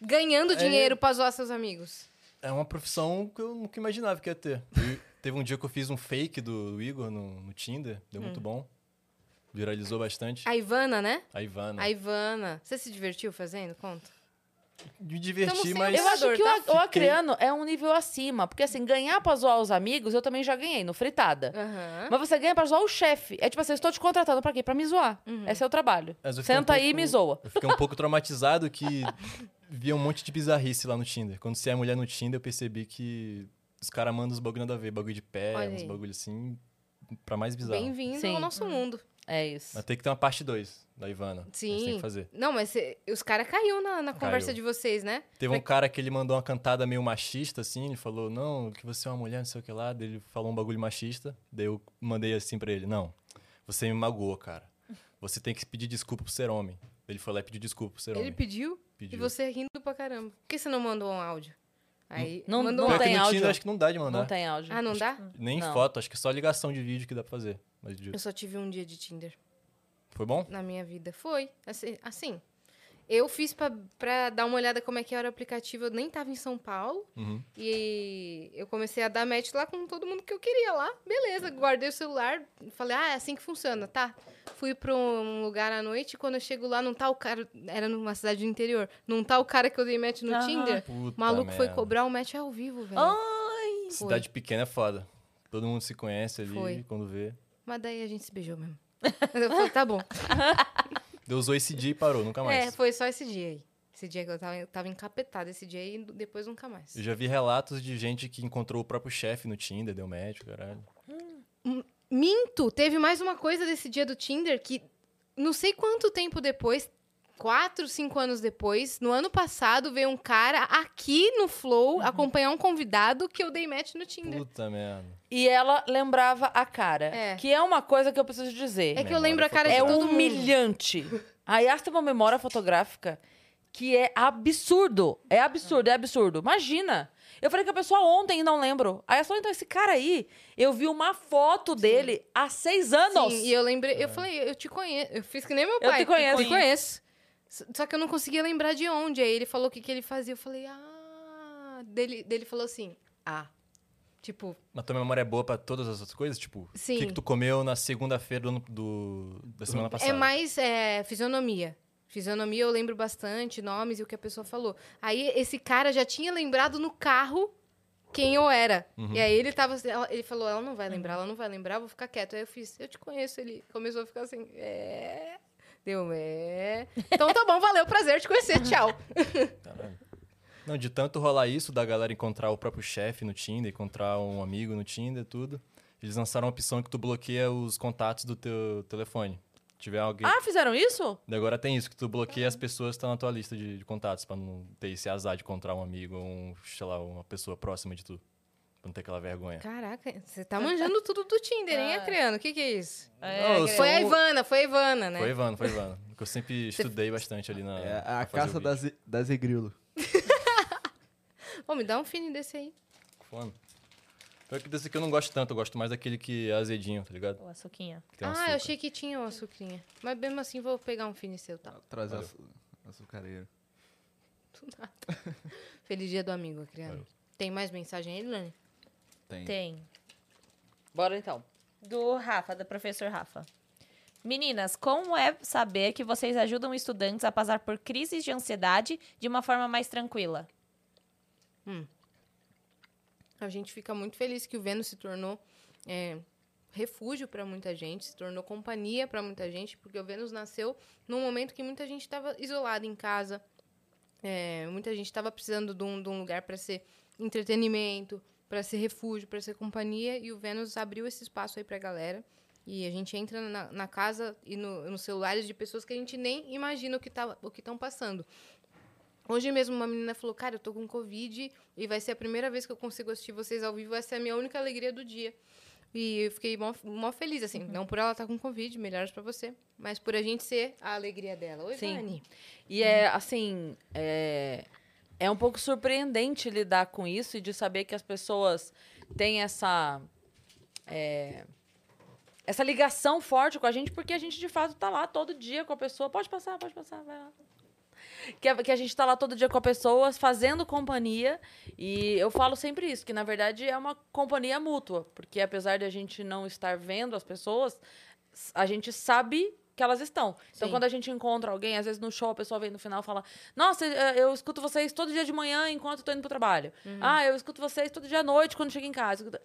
Ganhando dinheiro
né?
pra zoar seus amigos.
É uma profissão que eu nunca imaginava que ia ter. E teve um dia que eu fiz um fake do, do Igor no, no Tinder, deu muito bom. Viralizou bastante.
A Ivana, né?
A Ivana.
A Ivana. Você se divertiu fazendo? Conta.
Me
Tamo
diverti,
sem
mas.
o
Eu acho que o,
tá?
o acreano é um nível acima. Porque, assim, ganhar pra zoar os amigos, eu também já ganhei no fritada.
Aham.
Mas você ganha pra zoar o chefe. É tipo assim, eu estou te contratando pra quê? Pra me zoar.
Uhum.
Esse É seu trabalho.
Mas eu fiquei
Senta
um
aí e me
pouco-
zoa.
Eu fiquei um pouco traumatizado que via um monte de bizarrice lá no Tinder. Quando você é mulher no Tinder, eu percebi que os caras mandam uns bagulho nada a ver, bagulho de pé,
Olha
uns
aí.
bagulho assim, pra mais bizarro.
Bem-vindo
Sim.
ao nosso mundo.
É isso.
Mas tem que ter uma parte 2 da Ivana. A gente tem
Sim.
que fazer.
Não, mas cê- os caras caiu na, na conversa
Caiu.
de vocês, né?
Teve um cara que ele mandou uma cantada meio machista, assim, ele falou, não, que você é uma mulher, não sei o que lá. Daí ele falou um bagulho machista. Daí eu mandei assim pra ele, não, você me magoou, cara. Você tem que pedir desculpa por ser homem. Ele foi lá e pediu desculpa por ser
Ele
homem.
pediu,
Pediu.
e você rindo pra caramba. Por que você não mandou um áudio? Aí,
Não-
mandou
não
um
Pior que
tem
no
áudio.
Tinder acho que não dá de
Não,
mandar.
tem áudio.
Ah, não dá?
Nem
Não.
foto, acho que é só ligação de vídeo que dá pra fazer. Mas de-
Eu só tive um dia de Tinder
foi Tá bom?
na minha vida. Foi. Assim. assim. eu fiz pra, pra dar uma olhada como é que era o aplicativo. Eu nem tava em São Paulo.
Uhum.
E eu comecei a dar match lá com todo mundo que eu queria lá. Beleza, guardei o celular. Falei, ah, é assim que funciona, tá? Fui pra um lugar à noite. e Quando eu chego lá, não tá o cara. Era numa cidade do interior. Não tá o cara que eu dei match no
Aham.
Tinder.
Puta
O maluco foi
merda.
cobrar o match ao vivo, velho.
Cidade pequena é foda. Todo mundo se conhece ali
Foi.
quando vê.
Mas daí a gente se beijou mesmo. eu falei, tá bom.
Deu usou esse dia e parou, nunca mais.
É, foi só esse dia aí. Esse dia que eu tava, eu tava encapetada, esse dia aí, e depois nunca mais.
Eu já vi relatos de gente que encontrou o próprio chefe no Tinder, deu médico, caralho.
Minto, teve mais uma coisa desse dia do Tinder que não sei quanto tempo depois, quatro, cinco anos depois, no ano passado, veio um cara aqui no Flow
Uhum.
acompanhar um convidado que eu dei match no Tinder.
Puta merda.
E ela lembrava a cara.
É.
Que é uma coisa que eu preciso dizer.
É que eu lembro a cara de
É
todo mundo.
humilhante. A Yas tem uma memória fotográfica que é absurdo. É absurdo, é absurdo. Imagina. Eu falei com a pessoa ontem e não lembro. Aí ela falou, então, esse cara aí, eu vi uma foto dele há seis anos. É.
Sim, e eu lembrei, eu falei, eu te conheço, eu fiz que nem meu
Eu
pai.
te conheço.
Eu te conheço. S- Só que eu não conseguia lembrar de onde. Aí ele falou o que, que ele fazia. Eu falei, ah. Dele, dele falou assim, ah. Tipo,
Mas tua memória é boa pra todas as outras coisas? Tipo, o
Sim.
que, que tu comeu na segunda-feira do, ano- do- da semana passada?
É mais é, fisionomia. Fisionomia eu lembro bastante, nomes e o que a pessoa falou. Aí esse cara já tinha lembrado no carro quem eu era.
Uhum.
E aí ele tava. ela- ele falou, ela não vai lembrar, ela não vai lembrar, vou ficar quieto. Aí eu fiz, eu te conheço. Ele começou a ficar assim, é. Deu, é. Então tá bom, valeu, prazer te conhecer, tchau.
Não, de tanto rolar isso, da galera encontrar o próprio chefe no Tinder, encontrar um amigo no Tinder, tudo. Eles lançaram uma opção que tu bloqueia os contatos do teu telefone. Se tiver alguém.
Ah, fizeram isso?
Daí Agora tem isso, que tu bloqueia as pessoas que estão na tua lista de, de contatos, pra não ter esse azar de encontrar um amigo ou um, sei lá, uma pessoa próxima de tu. Pra não ter aquela vergonha.
Caraca, você tá manjando tudo do Tinder, hein, Adriano? O que, que é isso?
Não, eu
Foi a
sou- um
Ivana, foi a Ivana, né?
Foi Ivana, foi Ivana. Porque eu sempre estudei bastante ali na.
É
pra
a
fazer
caça
o vídeo.
das, das egrilo.
Ô, me dá um fine desse aí.
Fome. Pior que desse aqui eu não gosto tanto, eu gosto mais daquele que é azedinho, tá ligado?
Ô, açuquinha.
Que tem um
Ah,
açúcar.
eu achei que tinha o açucrinha. Mas mesmo assim, vou pegar um fine seu, tá?
Trazer
Valeu.
açu- açucareiro.
Feliz dia do amigo, Adriano. Tem mais mensagem aí, Lani?
Tem.
Tem.
Bora então.
Do Rafa, do professor Rafa. Meninas, como é saber que vocês ajudam estudantes a passar por crises de ansiedade de uma forma mais tranquila?
Hum. A gente fica muito feliz que o Vênus se tornou é, refúgio para muita gente, se tornou companhia para muita gente, porque o Vênus nasceu num momento que muita gente estava isolada em casa, é, muita gente estava precisando de um, de um lugar para ser entretenimento, para ser refúgio, para ser companhia, e o Vênus abriu esse espaço aí para a galera. E a gente entra na, na casa e no- nos celulares de pessoas que a gente nem imagina o que tá, estão passando. Hoje mesmo uma menina falou, cara, eu tô com Covid e vai ser a primeira vez que eu consigo assistir vocês ao vivo, essa é a minha única alegria do dia. E eu fiquei mó, mó feliz, assim. Não por ela estar com Covid, melhores pra você. Mas por a gente ser a alegria dela. Oi,
Sim.
Vani.
E é assim, é, é um pouco surpreendente lidar com isso e de saber que as pessoas têm essa é, essa ligação forte com a gente, porque a gente de fato tá lá todo dia com a pessoa. Pode passar, pode passar, vai lá. Que a, que a gente tá lá todo dia com a pessoa, fazendo companhia. E eu falo sempre isso, que na verdade é uma companhia mútua. Porque apesar de a gente não estar vendo as pessoas, s- a gente sabe que elas estão. Então,
Sim.
quando a gente encontra alguém, às vezes no show a pessoa vem no final e fala: Nossa, eh, eu escuto vocês todo dia de manhã enquanto eu tô indo pro trabalho. Ah, eu escuto vocês todo dia à noite quando chego em casa.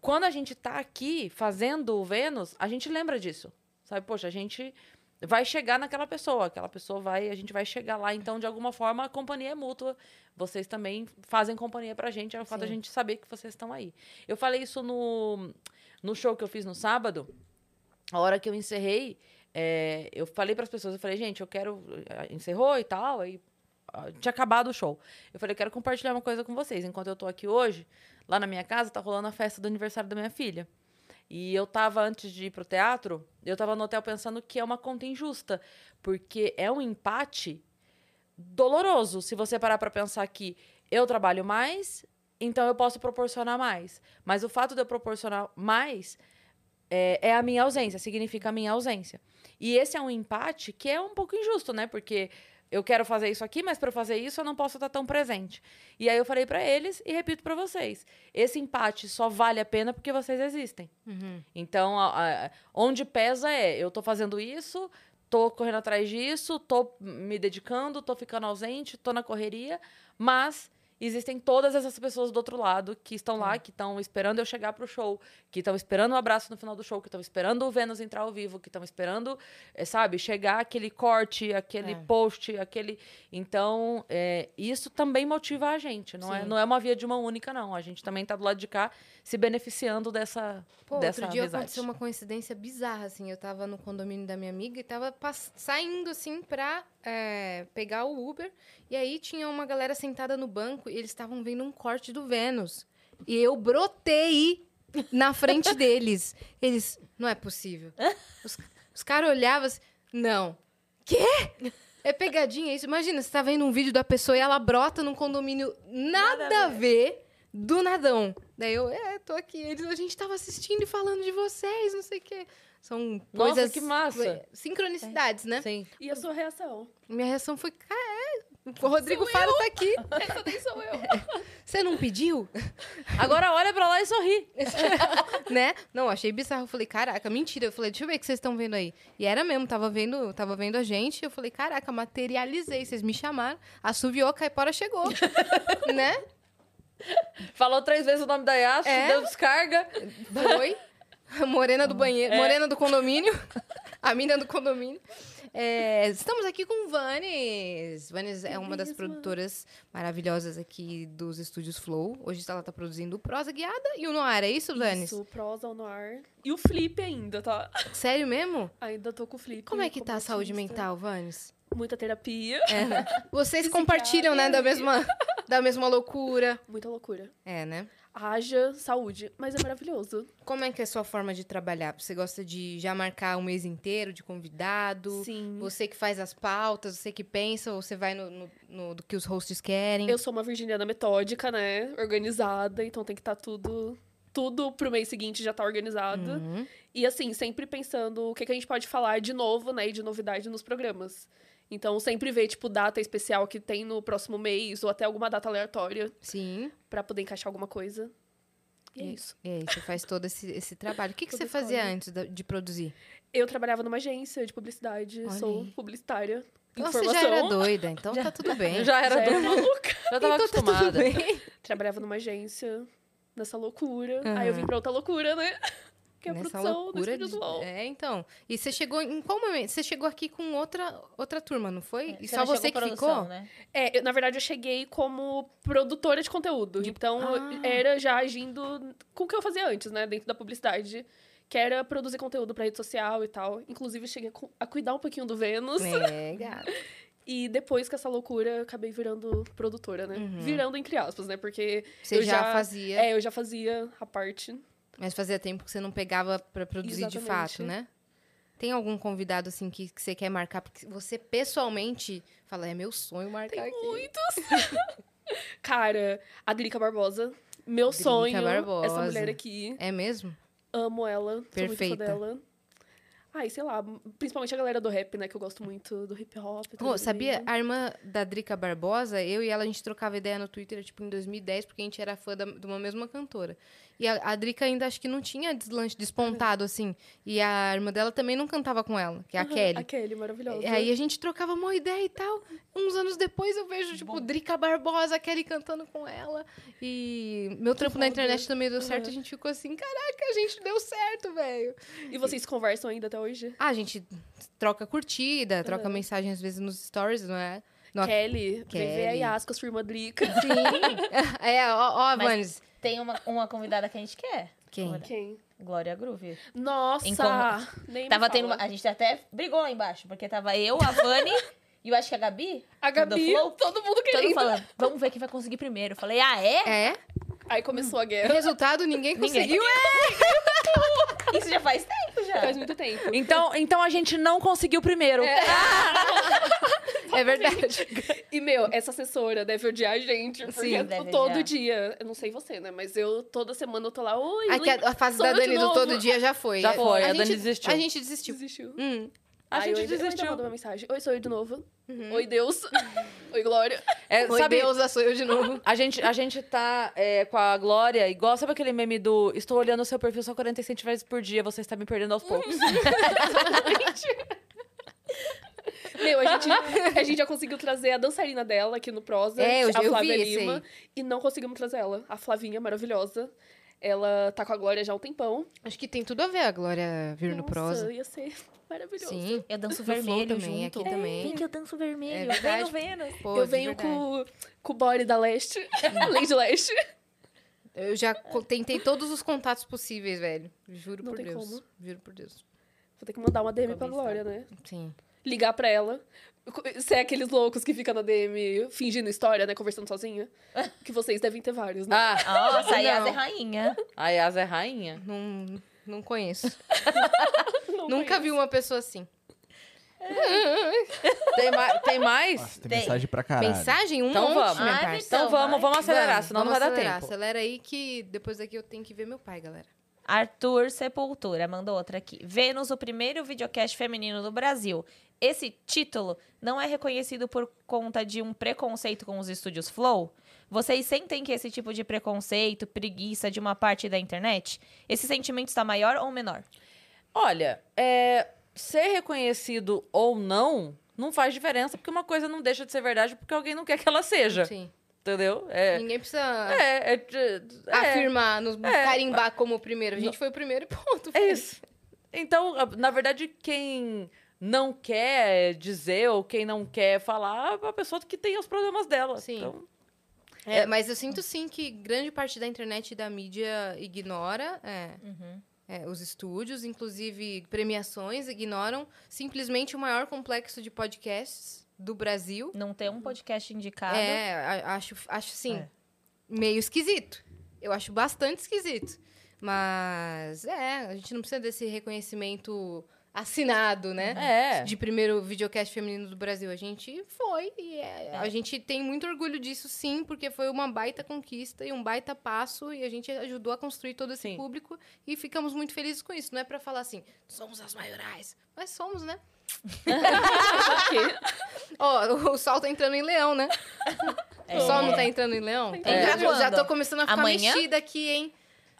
Quando a gente tá aqui fazendo o Vênus, a gente lembra disso. Sabe, poxa, a gente vai chegar naquela pessoa, aquela pessoa vai, a gente vai chegar lá, então de alguma forma a companhia é mútua. Vocês também fazem companhia pra gente, é o fato da gente saber que vocês estão aí. Eu falei isso no no show que eu fiz no sábado, a hora que eu encerrei, é, eu falei para as pessoas, eu falei, gente, eu quero. eh, Encerrou e tal, aí ah, tinha acabado o show. Eu falei, eu quero compartilhar uma coisa com vocês. Enquanto eu tô aqui hoje, lá na minha casa, tá rolando a festa do aniversário da minha filha. E eu tava, antes de ir pro teatro, eu tava no hotel pensando que é uma conta injusta, porque é um empate doloroso se você parar para pensar que eu trabalho mais, então eu posso proporcionar mais. Mas o fato de eu proporcionar mais é, é a minha ausência, significa a minha ausência. E esse é um empate que é um pouco injusto, né? Porque eu quero fazer isso aqui, mas para fazer isso eu não posso estar tão presente. E aí eu falei para eles e repito para vocês: esse empate só vale a pena porque vocês existem.
Uhum.
Então, a- a- onde pesa é, eu tô fazendo isso, tô correndo atrás disso, tô me dedicando, tô ficando ausente, tô na correria, mas existem todas essas pessoas do outro lado que estão lá, que estão esperando eu chegar pro show, que estão esperando o abraço no final do show, que estão esperando o Vênus entrar ao vivo, que estão esperando, eh, sabe, chegar aquele corte, aquele post, aquele. Então, eh, isso também motiva a gente. Não é,
Sim.
não é uma via de mão única, não. A gente também tá do lado de cá se beneficiando dessa.
Pô,
dessa
outro dia
amizade.
aconteceu uma coincidência bizarra, assim. Eu tava no condomínio da minha amiga e tava pass- saindo, assim, pra é, pegar o Uber. E aí tinha uma galera sentada no banco e eles estavam vendo um corte do Vênus. E eu brotei na frente deles. Eles, não é possível. Os, os caras olhavam assim, não. Quê? É pegadinha isso. Imagina, você tá vendo um vídeo da pessoa e ela brota num condomínio nada, a ver, do nadão. Daí eu, é, tô aqui. Eles, a gente tava assistindo e falando de vocês, não sei o quê. São
Nossa,
coisas... é,
que massa.
Sincronicidades, né?
Sim.
E a sua reação?
Minha reação foi, cara, é, o Rodrigo Faro tá aqui.
Essa nem sou eu.
Você não pediu?
Agora olha pra lá e sorri.
né? Não, achei bizarro. Eu falei, caraca, mentira. Eu falei, deixa eu ver o que vocês estão vendo aí. E era mesmo, tava vendo, tava vendo a gente. Eu falei, caraca, materializei. Vocês me chamaram, assoviou, a caipora chegou. né?
Falou três vezes o nome da Yas,
É.
deu descarga. Ah. É.
Foi. A Morena do banheiro, morena do condomínio. A mina do condomínio. É, estamos aqui com Vanes. Vanes é uma das produtoras maravilhosas aqui dos estúdios Flow. Hoje ela tá produzindo o Prosa Guiada e o Noir, é isso, Vanes?
Isso, prosa ao noir. E o flip ainda, tá?
Sério mesmo?
Ainda tô com o flip.
Como é que tá a saúde
artista.
mental, Vanes?
Muita terapia.
É, né? Vocês compartilham, né, da mesma, da mesma loucura.
Muita loucura.
É, né?
Haja saúde, mas é maravilhoso.
Como é que é a sua forma de trabalhar? Você gosta de já marcar um mês inteiro de convidado?
Sim.
Você que faz as pautas, você que pensa, você vai no, no- no- do que os hosts querem.
Eu sou uma virginiana metódica, né? Organizada, então tem que estar tudo. Tudo pro mês seguinte já tá organizado.
Uhum.
E assim, sempre pensando o que, que a gente pode falar de novo, né? E de novidade nos programas. Então, sempre ver, tipo, data especial que tem no próximo mês, ou até alguma data aleatória,
Sim.
pra poder encaixar alguma coisa. E é
E-
isso.
E aí, você faz todo esse, esse trabalho. O que, que
Toda
você fazia
escolha.
antes da- de produzir?
Eu trabalhava numa agência de publicidade,
Olha
sou
aí.
publicitária.
Então,
em
você já
formação.
era doida, então tá tudo bem.
Já era
Já era
do...
maluca.
Já tava
então, tá tudo
acostumada.
bem.
Trabalhava numa agência, nessa loucura.
Aham.
Aí eu vim pra outra loucura, né? Que é a
Nessa
produção do
loucura
Estúdio
de-
do LOL.
É, então. E você chegou em qual momento? Você chegou aqui com outra, outra turma, não foi? e só
É, não
você que
chegou
ficou?
produção, Né?
É, eu, na verdade, eu cheguei como produtora de conteúdo. Então, eu
Ah.
era já agindo com o que eu fazia antes, né? Dentro da publicidade. Que era produzir conteúdo pra rede social e tal. Inclusive, eu cheguei a cu- a cuidar um pouquinho do Vênus.
É, gato.
E depois, com essa loucura, eu acabei virando produtora, né? Virando entre aspas, né? Porque
Uhum. Você
Eu
já,
já-
fazia.
é, eu já fazia a parte
Mas fazia tempo que você não pegava pra produzir de
Exatamente.
fato, né? Tem algum convidado assim que, que você quer marcar? Porque você pessoalmente fala, é meu sonho marcar
Tem
aqui.
muitos. Cara, a Drica Barbosa. Meu
Drica
sonho. Essa
Barbosa.
mulher aqui.
É mesmo?
Amo ela.
Perfeita.
Sou muito fã dela. Ai, sei lá. Principalmente a galera do rap, né? Que eu gosto muito do hip hop.
Pô,
tudo
sabia?
bem.
A irmã da Drica Barbosa, eu e ela, a gente trocava ideia no Twitter, tipo, em 2010, porque a gente era fã da- de uma mesma cantora. E a, a Drica ainda acho que não tinha deslanche despontado, assim. E a irmã dela também não cantava com ela, que é a
Aham,
Kelly.
A Kelly, maravilhosa.
E aí a gente trocava uma ideia e tal. Uns anos depois eu vejo, tipo, Drica Barbosa, Kelly cantando com ela. E meu trampo na
foda.
internet também deu certo.
Aham.
A gente ficou assim, caraca, a gente deu certo, velho.
E vocês conversam ainda até hoje?
Ah, a gente troca curtida, troca mensagem às vezes nos stories, não é? Não,
Kelly, vem ver a
Kelly.
Yasco, sua irmã Drica.
Sim. é, ó, ó
Mas-
Vanes.
Tem uma, uma convidada que a gente quer.
Quem?
Quem?
Glória Groove.
Nossa!
Em como-
Nem me
Tava
fala.
tendo. uma- A gente até brigou lá embaixo, porque tava eu, a Vani e eu acho que a Gabi.
A
do
Gabi,
Flow,
todo mundo
Todo mundo
querendo.
falando, vamos ver quem vai conseguir primeiro. Eu falei, ah, é?
É?
Aí começou a guerra.
Resultado, ninguém conseguiu. É.
Isso já faz tempo já.
Faz muito tempo.
Então, então a gente não conseguiu primeiro.
É, verdade.
E, meu, essa assessora deve odiar a gente, porque
Sim,
eu
deve
todo
odiar.
dia. Eu não sei você, né? Mas eu toda semana eu tô lá, oi,
Aqui
lembra-
a, a fase
Sou
da
eu de
Dani do
novo.
todo dia já foi.
Já
É.
foi, a
gente-
Dani desistiu.
A gente desistiu.
desistiu.
Hum.
A
Aí eu ainda- Eu
gente
ainda
desistiu.
mando uma mensagem. Oi, sou eu de novo. Oi, Deus. Oi, Glória.
É,
Uhum. Oi,
sabe,
Deus, lá sou eu de novo.
A gente, a gente tá é, com a Glória igual, sabe aquele meme do Estou olhando o seu perfil só 47 vezes por dia, você está me perdendo aos poucos.
Meu, a gente, a gente já conseguiu trazer a dançarina dela aqui no Prosa,
É, eu já-
a
eu
Flávia
vi esse
Lima. E não conseguimos trazer ela. A Flavinha, maravilhosa. Ela tá com a Glória já há um tempão.
Acho que tem tudo a ver a Glória vir no
Nossa,
prosa.
ia ser maravilhoso.
Sim. um
Eu danço
No Flow
vermelho
também,
junto.
aqui também.
Vem que eu danço vermelho.
É verdade.
Vem no Vênus.
Pô,
eu
de
venho
verdade.
com, com o body da Leste, Lady Leste.
Eu já co- tentei todos os contatos possíveis, velho. Juro
Não
por
tem
Deus.
como.
Juro por Deus.
Vou ter que mandar uma DM pra
Começar.
Glória, né?
Sim.
Ligar pra ela. Você é aqueles loucos que fica na DM fingindo história, né? Conversando sozinha. Que vocês devem ter vários, né?
ah,
Nossa, a Yas
Não.
é rainha.
a Yas é rainha.
Não, não conheço.
Não
Nunca
conheço.
vi uma pessoa assim.
Tem, ma- tem mais?
Nossa, tem,
Tem.
mensagem pra caralho.
Mensagem? Um
Então
monte,
vamos.
minha
Ai,
parça.
então
Então
vamos,
vai.
vamos acelerar,
Vamos,
senão não
vamos
vai
acelerar.
dar tempo.
Acelera aí que depois daqui eu tenho que ver meu pai, galera.
Arthur Sepultura mandou outra aqui. Vênus, o primeiro videocast feminino do Brasil. Esse título não é reconhecido por conta de um preconceito com os estúdios Flow? Vocês sentem que esse tipo de preconceito, preguiça de uma parte da internet? Esse sentimento está maior ou menor?
Olha, é, ser reconhecido ou não não faz diferença, porque uma coisa não deixa de ser verdade porque alguém não quer que ela seja.
Sim.
Entendeu? É.
Ninguém precisa
É, é, é, é,
afirmar, nos
É.
carimbar como o primeiro. A gente foi o primeiro e ponto.
É
velho.
isso. Então, a- na verdade, quem não quer dizer ou quem não quer falar é a pessoa que tem os problemas dela.
Sim.
Então,
É, mas eu sinto sim que grande parte da internet e da mídia ignora é, é, os estúdios, inclusive premiações, ignoram simplesmente o maior complexo de podcasts do Brasil. Uhum.
Não ter um podcast indicado.
É, a- acho, acho sim,
É.
meio esquisito. Eu acho bastante esquisito. Mas é, a gente não precisa desse reconhecimento assinado, né?
é.
de primeiro videocast feminino do Brasil. A gente foi e é- a gente tem muito orgulho disso, sim, porque foi uma baita conquista e um baita passo e a gente ajudou a construir todo esse
Sim.
público e ficamos muito felizes com isso. Não é pra falar assim, somos as maiorais, mas somos, né? Ó, o sol tá entrando em leão, né?
É.
O sol não tá entrando em leão?
Tá
entrando.
Já, tô- já tô
Quando?
começando a ficar
Amanhã?
mexida aqui, hein?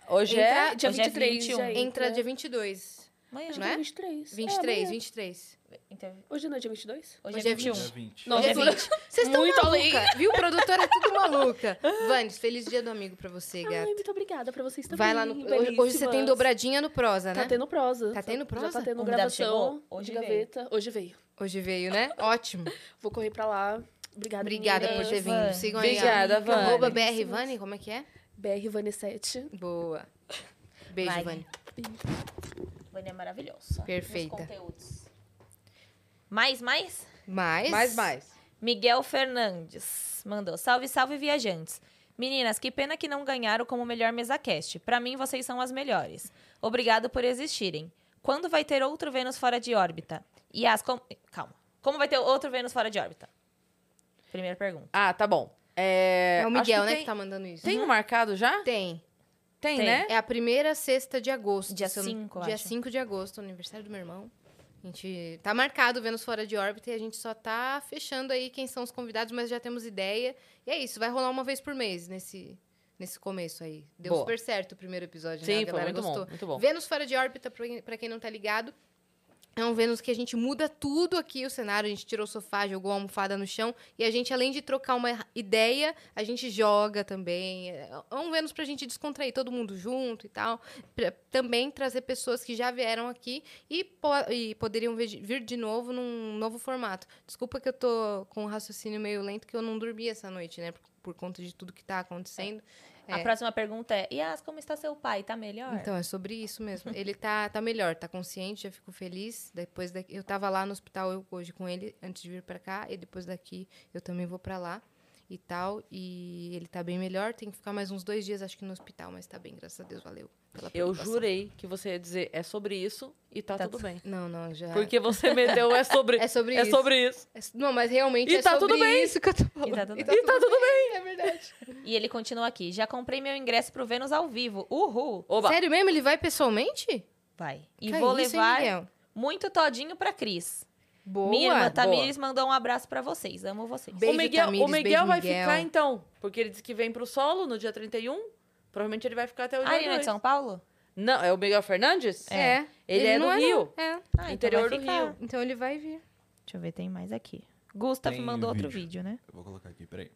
Hoje
Entra-
é.
Dia
Hoje é
23,
21.
já
Entra
entra.
dia 22.
Amanhã.
Não é?
23.
23,
É, amanhã.
23.
Então,
Hoje não é dia 22?
hoje,
Hoje é
é 21.
Dia 20.
Nossa,
Dia 20. Vocês estão
Muito
maluca,
além.
viu? Produtora é tudo maluca. Vanes, feliz dia do amigo pra você,
um. Ai,
gata.
muito obrigada pra vocês também.
Vai lá no. Hoje, hoje você tem
belíssimas.
dobradinha no prosa,
Tá
né?
tendo prosa.
Tá tendo prosa?
Já tá tendo
Convidado
gravação
chegou? Hoje
de
veio.
gaveta. Hoje veio.
Hoje veio, né? Ótimo.
Vou correr pra lá. Obrigada,
Obrigada
meninas.
por ter vindo.
Vani.
Sigam aí. ó.
Obrigada,
Arroba BR
Vani.
Vani, como é que é?
BR Vanesset.
Boa. é? Beijo,
Vai.
Vani.
Vânia é maravilhosa.
Perfeita.
Nos conteúdos. Mais, mais?
Mas.
Mais, mais.
Miguel Fernandes mandou. Salve, salve, viajantes. Meninas, que pena que não ganharam como melhor MesaCast. Pra mim, vocês são as melhores. Obrigado por existirem. Quando vai ter outro Vênus fora de órbita? E as... com- Calma. Como vai ter outro Vênus fora de órbita? Primeira pergunta.
Ah, tá bom. É,
É o
acho
Miguel, né,
tem,
que tá mandando isso.
Tem um marcado já?
Tem.
Tem,
Tem.
né?
É a primeira sexta de agosto.
Dia
se eu não-
cinco, eu
Dia
acho.
5 de agosto, aniversário do meu irmão. A gente tá marcado o Vênus fora de órbita e a gente só tá fechando aí quem são os convidados, mas já temos ideia. E é isso, vai rolar uma vez por mês nesse, nesse começo aí. Deu
Boa.
super certo o primeiro episódio, né?
Sim,
A
foi
galera
muito
gostou.
bom, muito bom.
Vênus fora de órbita, pra quem- pra quem não tá ligado, é um Vênus que a gente muda tudo aqui o cenário. A gente tirou o sofá, jogou a almofada no chão. E a gente, além de trocar uma ideia, a gente joga também. É é um Vênus pra gente descontrair todo mundo junto e tal. Pra também trazer pessoas que já vieram aqui e, po- e poderiam vir de- vir de novo num novo formato. Desculpa que eu tô com um raciocínio meio lento, que eu não dormi essa noite, né? Por, por conta de tudo que tá acontecendo.
A
É.
próxima pergunta é: Yas, como está seu pai? Tá melhor?
Então, é sobre isso mesmo. Ele tá, tá melhor, tá consciente, já fico feliz. Depois da... Eu tava lá no hospital eu- hoje com ele, antes de vir pra cá, e depois daqui eu também vou pra lá e tal. E ele tá bem melhor, tem que ficar mais uns dois dias, acho que no hospital, mas tá bem, graças a Deus, valeu. pela
Eu
preocupação.
jurei que você ia dizer é sobre isso e tá,
Tá
tudo bem.
Não, não, já.
Porque você meteu é sobre,
É sobre
é
isso.
sobre isso.
É s- Não, mas realmente
E
é
tá
sobre
tudo bem.
isso que eu tô falando.
tá tudo
E
bem.
E tá tudo bem.
É verdade.
E ele continua aqui: Já comprei meu ingresso pro Vênus ao vivo. Uhul!
Oba.
Sério mesmo? Ele vai pessoalmente?
Vai. E
Que
vou
isso, hein,
levar
Miguel?
muito todinho pra Cris.
Boa.
Minha irmã
boa.
Tamires mandou um abraço pra vocês. Amo vocês.
Beijo,
o Miguel,
Tamires,
o Miguel
beijo,
vai
Miguel.
ficar então, porque ele disse que vem pro solo no dia 31. Provavelmente ele vai ficar até o
Ah, ele
dia
não é de
2.
São Paulo?
Não, é o Miguel Fernandes?
É.
Ele é
não
do
não.
Rio.
É.
Ah,
Interior
vai
do
ficar.
Rio.
Então ele vai vir.
Deixa eu ver, tem mais aqui. Gustav
Tem
um
mandou outro
vídeo.
vídeo, né?
Eu vou colocar aqui, peraí.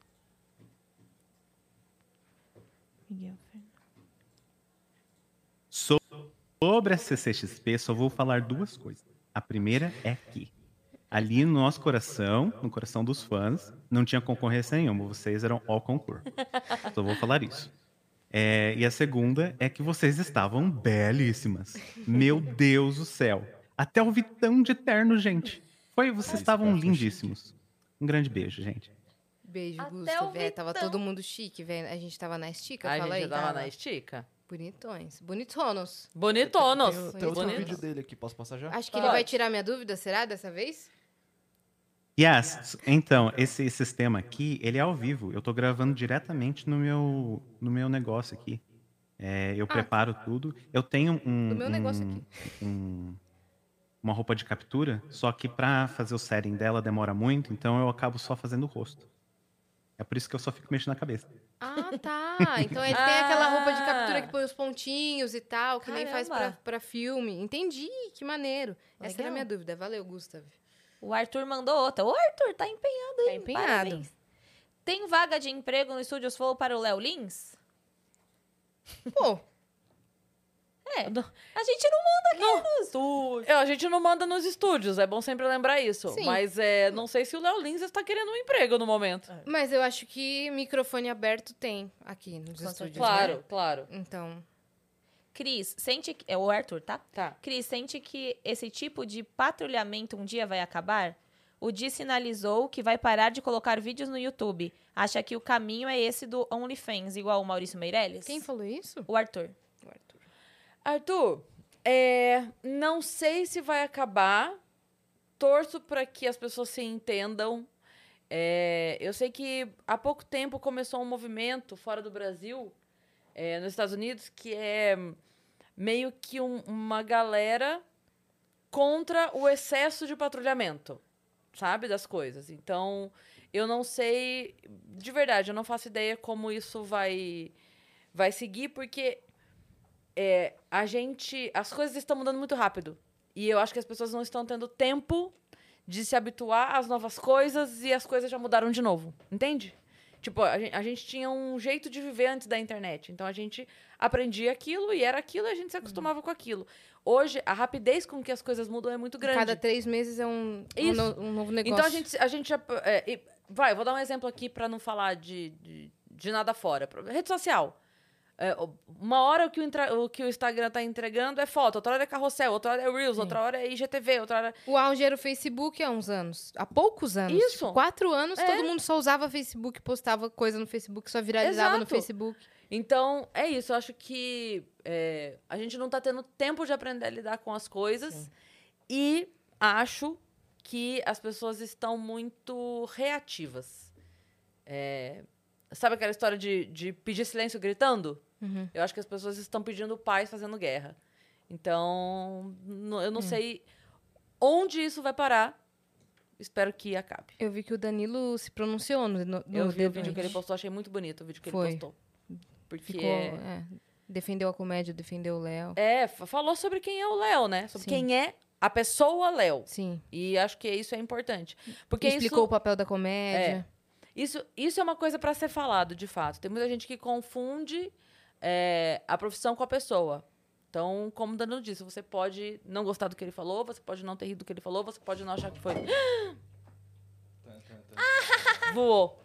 Miguel Fernandes.
So- Sobre a CCXP, só vou falar duas coisas. A primeira é que, ali no nosso coração, no coração dos fãs, não tinha concorrência nenhuma. Vocês eram ao concurso. Só vou falar isso. É, e a segunda é que vocês estavam belíssimas. Meu Deus do céu. Até o Vitão de Eterno, gente. Foi, vocês estavam lindíssimos. Um grande beijo, gente.
Beijo,
Até o
Gusta, velho. Tava
Vitão.
todo mundo chique, velho. A gente tava na estica,
A
fala
gente
aí.
tava
Tava.
na estica.
Bonitões. Bonitonos.
Bonitonos.
Tem, o- tem
Bonito.
outro
Bonito.
vídeo dele aqui, posso passar já?
Tá.
Acho que ele
Pode.
vai tirar minha dúvida, será, dessa vez?
Yes, então, esse sistema aqui, ele é ao vivo. Eu tô gravando diretamente no meu, no meu negócio aqui. É, eu preparo tudo. Eu tenho um.
No Ah. meu negócio aqui.
um- uma roupa de captura, só que pra fazer o setting dela demora muito, então eu acabo só fazendo o rosto. É por isso que eu só fico mexendo na cabeça.
Ah, tá. Então ele tem
Ah.
aquela roupa de captura que põe os pontinhos e tal, que nem faz pra,
Caramba.
pra filme. Entendi, que maneiro. Essa era
Legal.
a minha dúvida. Valeu, Gustav.
O Arthur mandou outra. Ô, Arthur, tá empenhado, hein?
Tá empenhado.
Parabéns. Tem vaga de emprego no Estúdios Flow para o Léo Lins?
Pô,
É. A gente não manda aqui no
É, a gente não manda nos estúdios, é bom sempre lembrar isso.
Sim.
Mas é, não sei se o Léo Lins está querendo um emprego no
É.
momento.
mas eu acho que microfone aberto tem aqui nos
Com
estúdios.
Claro, claro.
né? Então,
Cris, sente que... É o Arthur, tá?
Tá.
Cris, sente que esse tipo de patrulhamento um dia vai acabar? O Di sinalizou que vai parar de colocar vídeos no YouTube. Acha que o caminho é esse do OnlyFans, igual o Maurício Meirelles?
quem falou isso?
O Arthur.
Arthur, é, não sei se vai acabar. Torço para que as pessoas se entendam. É, eu sei que há pouco tempo começou um movimento fora do Brasil, é, nos Estados Unidos, que é meio que um- uma galera contra o excesso de patrulhamento, sabe? Das coisas. Então, eu não sei, de verdade, eu não faço ideia como isso vai, vai seguir, porque é, a gente. As coisas estão mudando muito rápido. E eu acho que as pessoas não estão tendo tempo de se habituar às novas coisas e as coisas já mudaram de novo. Entende? Tipo, a gen- a gente, tinha um jeito de viver antes da internet. Então a gente aprendia aquilo e era aquilo e a gente se acostumava com aquilo. Hoje, a rapidez com que as coisas mudam é muito grande.
Cada três meses é um, um,
Isso.
no- um novo negócio.
Então a gente, a gente já- é, e- vai, eu vou dar um exemplo aqui pra não falar de, de, de nada fora. Pro- Rede social. É, o- uma hora o que o, intra- o que o Instagram tá entregando é foto, outra hora é carrossel, outra hora é Reels, outra hora é IGTV, outra hora.
O auge era o Facebook há uns anos. Há poucos anos.
Isso.
Tipo, quatro anos,
É.
todo mundo só usava Facebook, postava coisa no Facebook, só viralizava no
Exato.
Facebook.
Então, é isso. Eu acho que é, a gente não tá tendo tempo de aprender a lidar com as coisas. E acho que as pessoas estão muito reativas. É, sabe aquela história de, de pedir silêncio gritando?
Uhum.
Eu acho que as pessoas estão pedindo paz fazendo guerra. Então, n-
Hum.
eu não sei onde isso vai parar. Espero que acabe.
Eu vi que o Danilo se pronunciou no, no
eu
no
vi o
The
vídeo que ele
Noite.
postou, achei muito bonito o vídeo que
Foi.
ele postou. Porque
Ficou, é, defendeu a comédia, defendeu o Léo.
É, fa- falou sobre quem é o Léo, né? Sobre
Sim.
quem é a pessoa Léo.
Sim.
E acho que isso é importante. Porque
Explicou o papel da comédia.
isso, isso, isso é uma coisa pra ser falado, de fato. Tem muita gente que confunde é, a profissão com a pessoa. Então, como o Danilo disse, você pode não gostar do que ele falou, você pode não ter rido do que ele falou, você pode não achar que foi. Voou.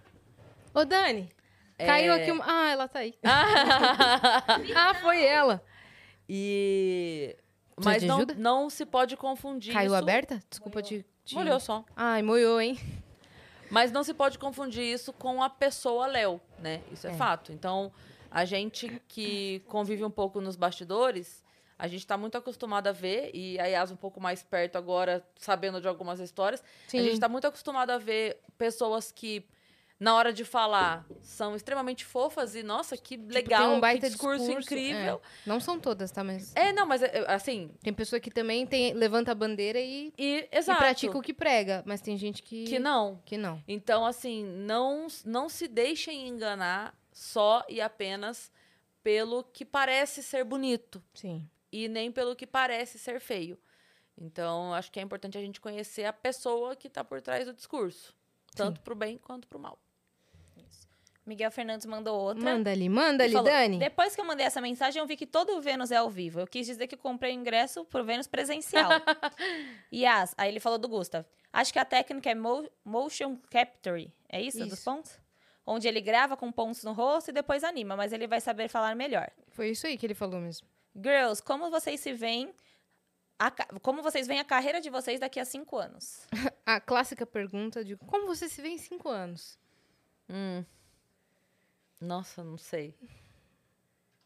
Ô, Dani, caiu
É.
aqui uma... Ah, ela tá aí. ah, foi ela.
e.
Precisa
Mas
de
não,
ajuda?
não se pode confundir.
Caiu
isso...
aberta? Desculpa te... te...
Molhou só.
Ai, moiou, hein?
Mas não se pode confundir isso com a pessoa Léo, né? Isso é,
É.
fato. Então, a gente que convive um pouco nos bastidores, a gente está muito acostumado a ver, e a Yas um pouco mais perto agora, sabendo de algumas histórias, a gente está muito acostumado a ver pessoas que, na hora de falar, são extremamente fofas e, nossa, que legal,
tem um baita
que discurso,
discurso, é.
incrível.
Não são todas, tá? Mas
É. não, mas é, é, assim,
tem pessoa que também tem, levanta a bandeira e,
e
e
exato.
pratica o que prega. Mas tem gente que...
que não.
Que não.
Então, assim, não, não se deixem enganar só e apenas pelo que parece ser bonito
Sim.
e nem pelo que parece ser feio. Então, acho que é importante a gente conhecer a pessoa que está por trás do discurso, tanto pro bem quanto pro mal.
Miguel Fernandes mandou outra.
Manda ali, manda ali,
Ele falou,
Dani.
Depois que eu mandei essa mensagem, eu vi que todo o Vênus é ao vivo. Eu quis dizer que eu comprei ingresso pro Vênus presencial. e as, aí ele falou do Gustav. Acho que a técnica é mo- motion capture. É isso, dos
Isso.
pontos? Onde ele grava com pontos no rosto e depois anima, mas ele vai saber falar melhor.
Foi isso aí que ele falou mesmo.
Girls, como vocês se veem. a ca- como vocês veem a carreira de vocês daqui a cinco anos?
A clássica pergunta de como você se vê em cinco anos?
Hum. Nossa, não sei.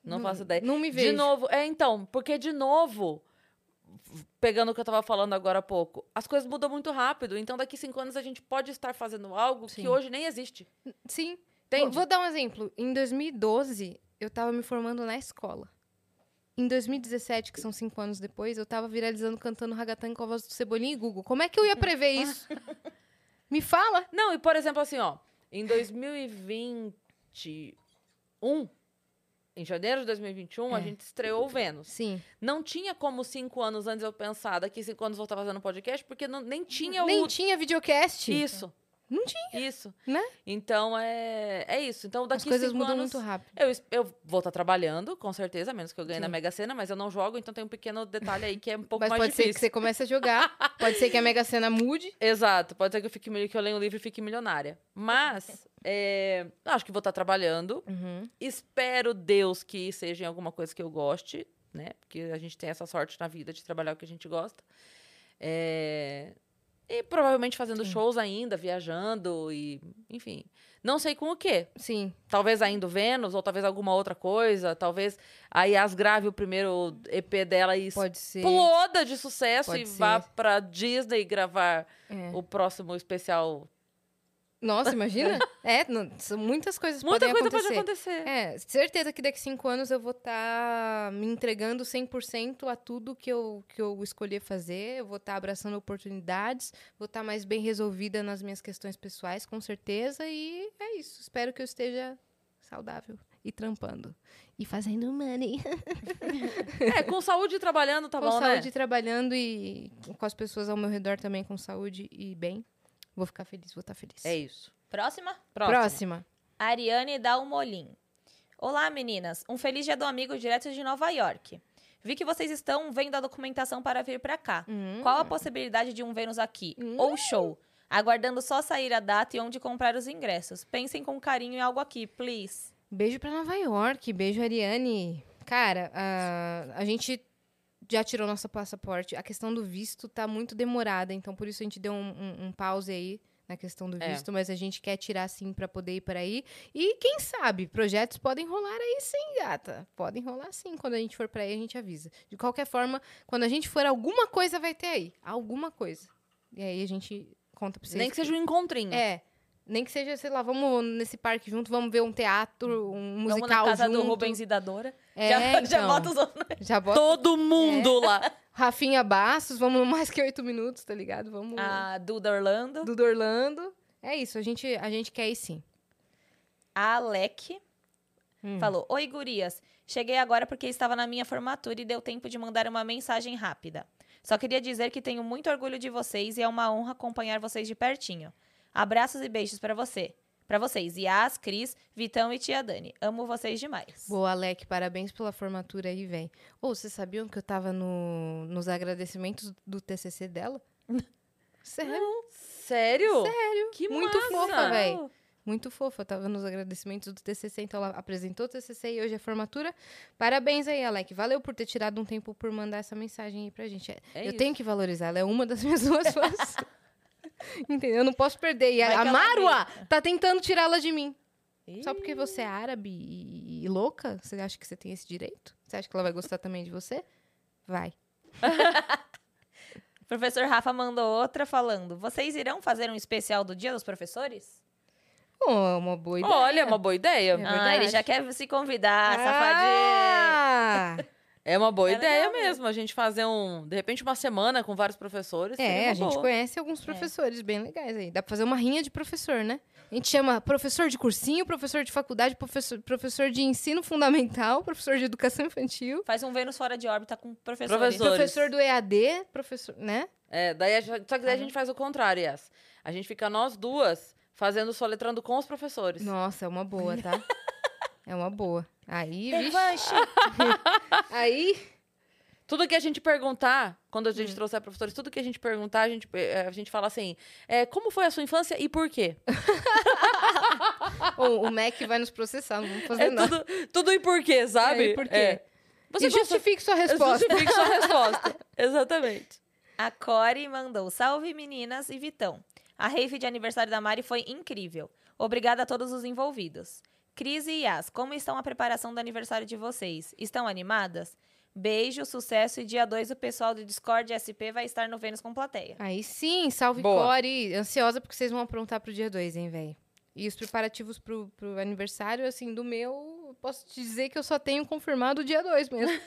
Não,
Não-
faço ideia.
não me
De
vejo.
novo, é então, porque de novo, pegando o que eu tava falando agora há pouco, as coisas mudam muito rápido. Então, daqui cinco anos a gente pode estar fazendo algo
Sim.
que hoje nem existe.
Sim.
Entende?
Vou dar um exemplo. Em 2012, eu tava me formando na escola. Em 2017, que são cinco anos depois, eu tava viralizando cantando ragatanga com a voz do Cebolinha e Google. Como é que eu ia prever
Ah,
isso? me fala.
Não, e por exemplo, assim, ó, em 2021, em janeiro de 2021, a
É.
gente estreou o Vênus.
Sim.
Não tinha como cinco anos antes eu pensar, daqui cinco anos eu vou estar fazendo podcast, porque não- nem tinha
Nem
o.
tinha videocast.
Isso.
Não
tinha. Isso.
Né?
Então é, é isso. Então daqui
As coisas
cinco
mudam
anos,
muito rápido.
Eu, es- eu vou estar trabalhando, com certeza, a menos que eu ganhe na
Sim.
Mega Sena, mas eu não jogo, então tem um pequeno detalhe aí que é um pouco
Mas
mais
pode ser
difícil.
que você comece a jogar. pode ser que a Mega Sena mude.
Exato, pode ser que eu, fique, mil- que eu leia um livro e fique milionária. Mas, é, eu acho que vou estar trabalhando.
Uhum.
Espero, Deus, que seja em alguma coisa que eu goste, né? Porque a gente tem essa sorte na vida de trabalhar o que a gente gosta. É, E provavelmente fazendo shows ainda, viajando e, enfim. Não sei com o quê,
Sim.
Talvez ainda o Vênus, ou talvez alguma outra coisa. Talvez a Yas grave o primeiro EP dela e
Pode ser.
exploda de sucesso
Pode
e
ser.
vá pra Disney gravar
É.
o próximo especial.
Nossa, imagina? é, não- são muitas coisas
Muita
podem
coisa
acontecer.
pode acontecer.
É, certeza que daqui cinco anos eu vou estar me entregando 100% a tudo que eu, que eu escolher fazer, eu vou estar abraçando oportunidades, vou estar mais bem resolvida nas minhas questões pessoais, com certeza, e é isso. Espero que eu esteja saudável e trampando. E fazendo money.
É, com saúde e trabalhando, tá
com
bom,
saúde,
né?
trabalhando e com as pessoas ao meu redor também com saúde e bem. Vou ficar feliz, vou estar feliz.
É isso.
Próxima?
Próximo.
Próxima.
Ariane Dalmolin. Olá, meninas. Um feliz dia do amigo direto de Nova York. Vi que vocês estão vendo a documentação para vir pra cá.
Hum.
Qual a possibilidade de um Vênus aqui?
Hum.
Ou show? Aguardando só sair a data e onde comprar os ingressos. Pensem com carinho em algo aqui, please.
Beijo pra Nova York, beijo, Ariane. Cara, ah, a gente já tirou nosso passaporte. A questão do visto tá muito demorada, então por isso a gente deu um, um- um pause aí na questão do
É.
visto, mas a gente quer tirar sim pra poder ir para aí. E quem sabe, projetos podem rolar aí sim, gata. Podem rolar sim. Quando a gente for pra aí, a gente avisa. De qualquer forma, quando a gente for, alguma coisa vai ter aí. Alguma coisa. E aí a gente conta pra vocês.
Nem que seja um encontrinho.
É. Nem que seja, sei lá, vamos nesse parque junto, vamos ver um teatro, um musical
Vamos na casa
junto.
do Rubens e da Dora.
É,
já, já
então.
bota os outros.
Já bota. É.
Todo mundo lá.
Rafinha Bastos, vamos no mais que oito minutos, tá ligado? Vamos
A Duda Orlando.
do Orlando. É isso, a gente, a gente quer ir sim.
A Alec
Hum.
falou: Oi, gurias. Cheguei agora porque estava na minha formatura e deu tempo de mandar uma mensagem rápida. Só queria dizer que tenho muito orgulho de vocês e é uma honra acompanhar vocês de pertinho. Abraços e beijos para você. Para vocês, Yas, Cris, Vitão e Tia Dani. Amo vocês demais.
Boa, Alec, parabéns pela formatura aí, véi. Ou vocês sabiam que eu tava no, nos agradecimentos do TCC dela? Sério?
Sério? Sério. Que
Muito
massa.
fofa, véi. Muito fofa, eu tava nos agradecimentos do TCC, então ela apresentou o TCC e hoje é a formatura. Parabéns aí, Alec. Valeu por ter tirado um tempo por mandar essa mensagem aí pra gente. É-
É
eu
isso.
tenho que valorizar, ela é uma das minhas duas fãs. Entendeu? Eu não posso perder. E
Vai
a, a
que ela
Marwa tá tentando tirá-la de mim.
Ih.
Só porque você é árabe e, e- e louca, você acha que você tem esse direito? Você acha que ela vai gostar também de você? Vai.
O professor Rafa mandou outra falando: Vocês irão fazer um especial do Dia dos Professores?
Bom, é uma boa ideia.
Olha, é uma boa ideia.
É
ah, ele
verdade.
já quer se convidar, safadinho.
Ah!
É uma boa
É
ideia
legal mesmo.
mesmo. A gente fazer um, de repente, uma semana com vários professores. seria
É,
uma
a gente
boa.
conhece alguns professores bem legais aí. Dá pra fazer uma rinha de professor, né? A gente chama professor de cursinho, professor de faculdade, professor, professor de ensino fundamental, professor de educação infantil,
Faz um Vênus fora de órbita com professores.
Professor. Professores.
professor do EAD, professor, né?
É, daí a gente- só que daí a gente faz o contrário, Yas. A gente fica nós duas fazendo soletrando com os professores.
Nossa, é uma boa, tá? É uma boa. Aí, vixe. aí, Hum.
Tudo que a gente perguntar, quando a gente trouxer professores, tudo que a gente perguntar, a gente, eh, a gente fala assim: é, como foi a sua infância e por quê?
o, o Mac vai nos processar, não vamos fazer
É
nada.
tudo, tudo e por quê, sabe?
É, e por quê?
É. Você
e justifique sua
gosta...
resposta.
Justifique sua resposta. Exatamente.
A Core mandou salve meninas e Vitão. A rave de aniversário da Mari foi incrível. Obrigada a todos os envolvidos. Cris e Yas, como estão a preparação do aniversário de vocês? Estão animadas? Beijo, sucesso e dia 2 o pessoal do Discord SP vai estar no Vênus com plateia.
Aí sim, salve
Boa.
Core. Ansiosa porque vocês vão aprontar pro dia 2, hein, velho? E os preparativos pro, pro aniversário, assim, do meu, eu posso te dizer que eu só tenho confirmado o dia 2 mesmo.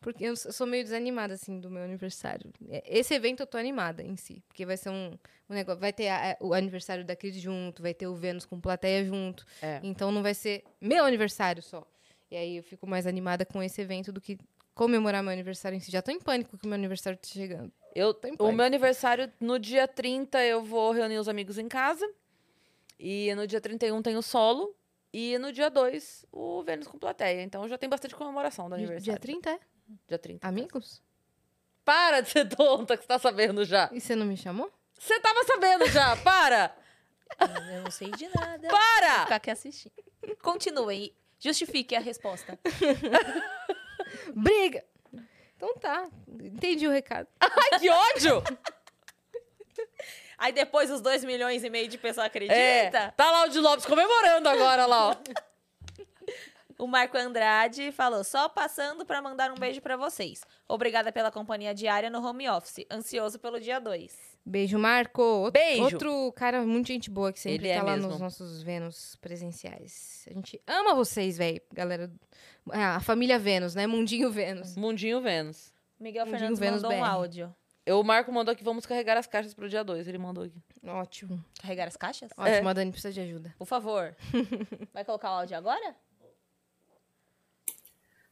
Porque eu s- sou meio desanimada, assim, do meu aniversário. É, Esse evento eu tô animada em si. Porque vai ser um, um negócio. Vai ter a- a- o aniversário da Cris junto, vai ter o Vênus com plateia junto.
É.
Então não vai ser meu aniversário só. E aí eu fico mais animada com esse evento do que comemorar meu aniversário em si. Já tô em pânico que o meu aniversário tá chegando.
Eu,
Tem
o
pânico.
meu aniversário, no dia 30, eu vou reunir os amigos em casa. E no dia 31 tem o solo. E no dia 2, o Vênus com plateia. Então já tem bastante comemoração
Dia-
do aniversário.
Dia 30 é?
Dia 30.
Amigos?
Para de ser tonta que você tá sabendo já.
E você não me chamou?
Você tava sabendo já, para!
Eu não sei de nada.
Para!
Ficar aqui assistindo. Continuem. Justifique a resposta.
Briga! Então tá, entendi o recado.
Ai, que ódio!
Aí depois os 2 milhões e meio de pessoa
É,
acredita.
tá lá o de Lopes comemorando agora lá, ó.
O Marco Andrade falou: só passando pra mandar um beijo pra vocês. Obrigada pela companhia diária no home office. Ansioso pelo dia 2.
Beijo, Marco. Outro,
Beijo.
Outro cara muito gente boa que sempre
Ele
tá
é
lá
mesmo.
nos nossos Vênus presenciais. A gente ama vocês, velho. Galera. Ah, a família Vênus, né? Mundinho Vênus.
Mundinho Vênus.
Miguel
Mundinho
Fernandes
Vênus
mandou um
BR.
áudio.
Eu, o Marco mandou aqui, vamos carregar as caixas pro dia 2. Ele mandou aqui.
Ótimo.
Carregar as caixas?
É.
Ótimo, a Dani precisa de ajuda.
Por favor. Vai colocar o áudio agora?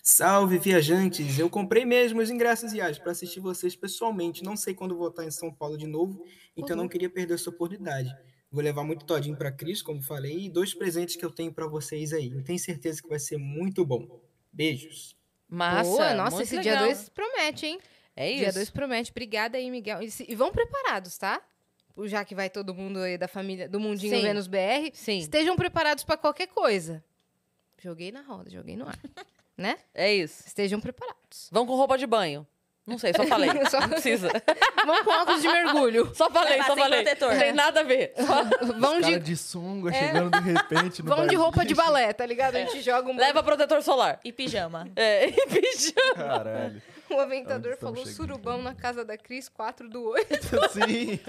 Salve, viajantes! Eu comprei mesmo os ingressos e viagens para assistir vocês pessoalmente. Não sei quando vou estar em São Paulo de novo, então não queria perder essa oportunidade. Vou levar muito todinho para Cris, como falei, e dois presentes que eu tenho para vocês aí. Eu tenho certeza que vai ser muito bom. Beijos!
Massa,
boa, nossa,
é muito
esse dia
legal.
2 promete, hein?
É isso.
Dia 2 promete. Obrigada aí, Miguel. E, se- e vão preparados, tá? Já que vai todo mundo aí da família do Mundinho
Sim.
Vênus BR,
Sim.
Estejam preparados para qualquer coisa. Joguei na roda, joguei no ar. né?
É isso.
Estejam preparados.
Vão com roupa de banho. Não sei, só falei.
Só-
Não precisa.
Vão com óculos de mergulho.
Só falei,
Vai
só
sem
falei.
protetor.
Não tem nada a ver.
Vão
Os
de, É.
cara de sunga chegando de repente no
vão de
barzinho.
roupa de balé, tá ligado?
É.
A gente joga um,
Leva protetor solar.
E pijama.
É, e pijama.
Caralho.
o aventador
Onde
falou
estamos chegando?
surubão na casa da Cris, 4 do 8.
Sim.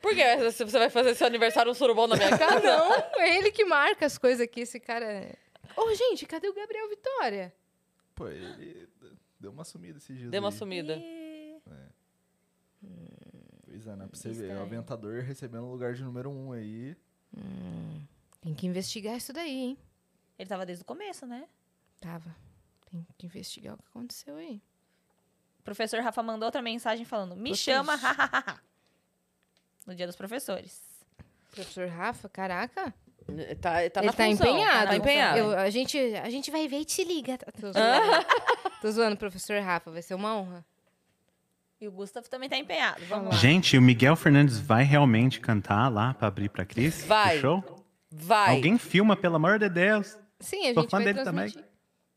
Por que se você vai fazer seu aniversário um surubão na minha casa?
Não, é ele que marca as coisas aqui, esse cara. é- Ô, gente, cadê o Gabriel Vitória?
Pô, ele deu uma sumida esses dias.
Deu uma
aí. É.
sumida.
Pois é, né? Pra você ver. O Aventador recebendo o lugar de número um aí.
Hum. Tem que investigar isso daí, hein?
Ele tava desde o começo, né?
Tava. Tem que investigar o que aconteceu aí.
O professor Rafa mandou outra mensagem falando: Me
Puta
chama,
isso.
hahaha. no dia dos professores.
Professor Rafa, caraca.
Tá, tá
ele
na
tá
função,
empenhado.
Tá empenhado.
Eu- a, gente, a gente vai ver e te liga. Tô zoando. Tô zoando, professor Rafa. Vai ser uma honra.
E o Gustavo também tá empenhado. Vamos lá.
Gente, o Miguel Fernandes vai realmente cantar lá pra abrir pra Cris?
Vai.
No show?
Vai.
Alguém filma, pelo amor de Deus.
Sim, a
Sou
gente
fã
vai
dele também.
transmitir.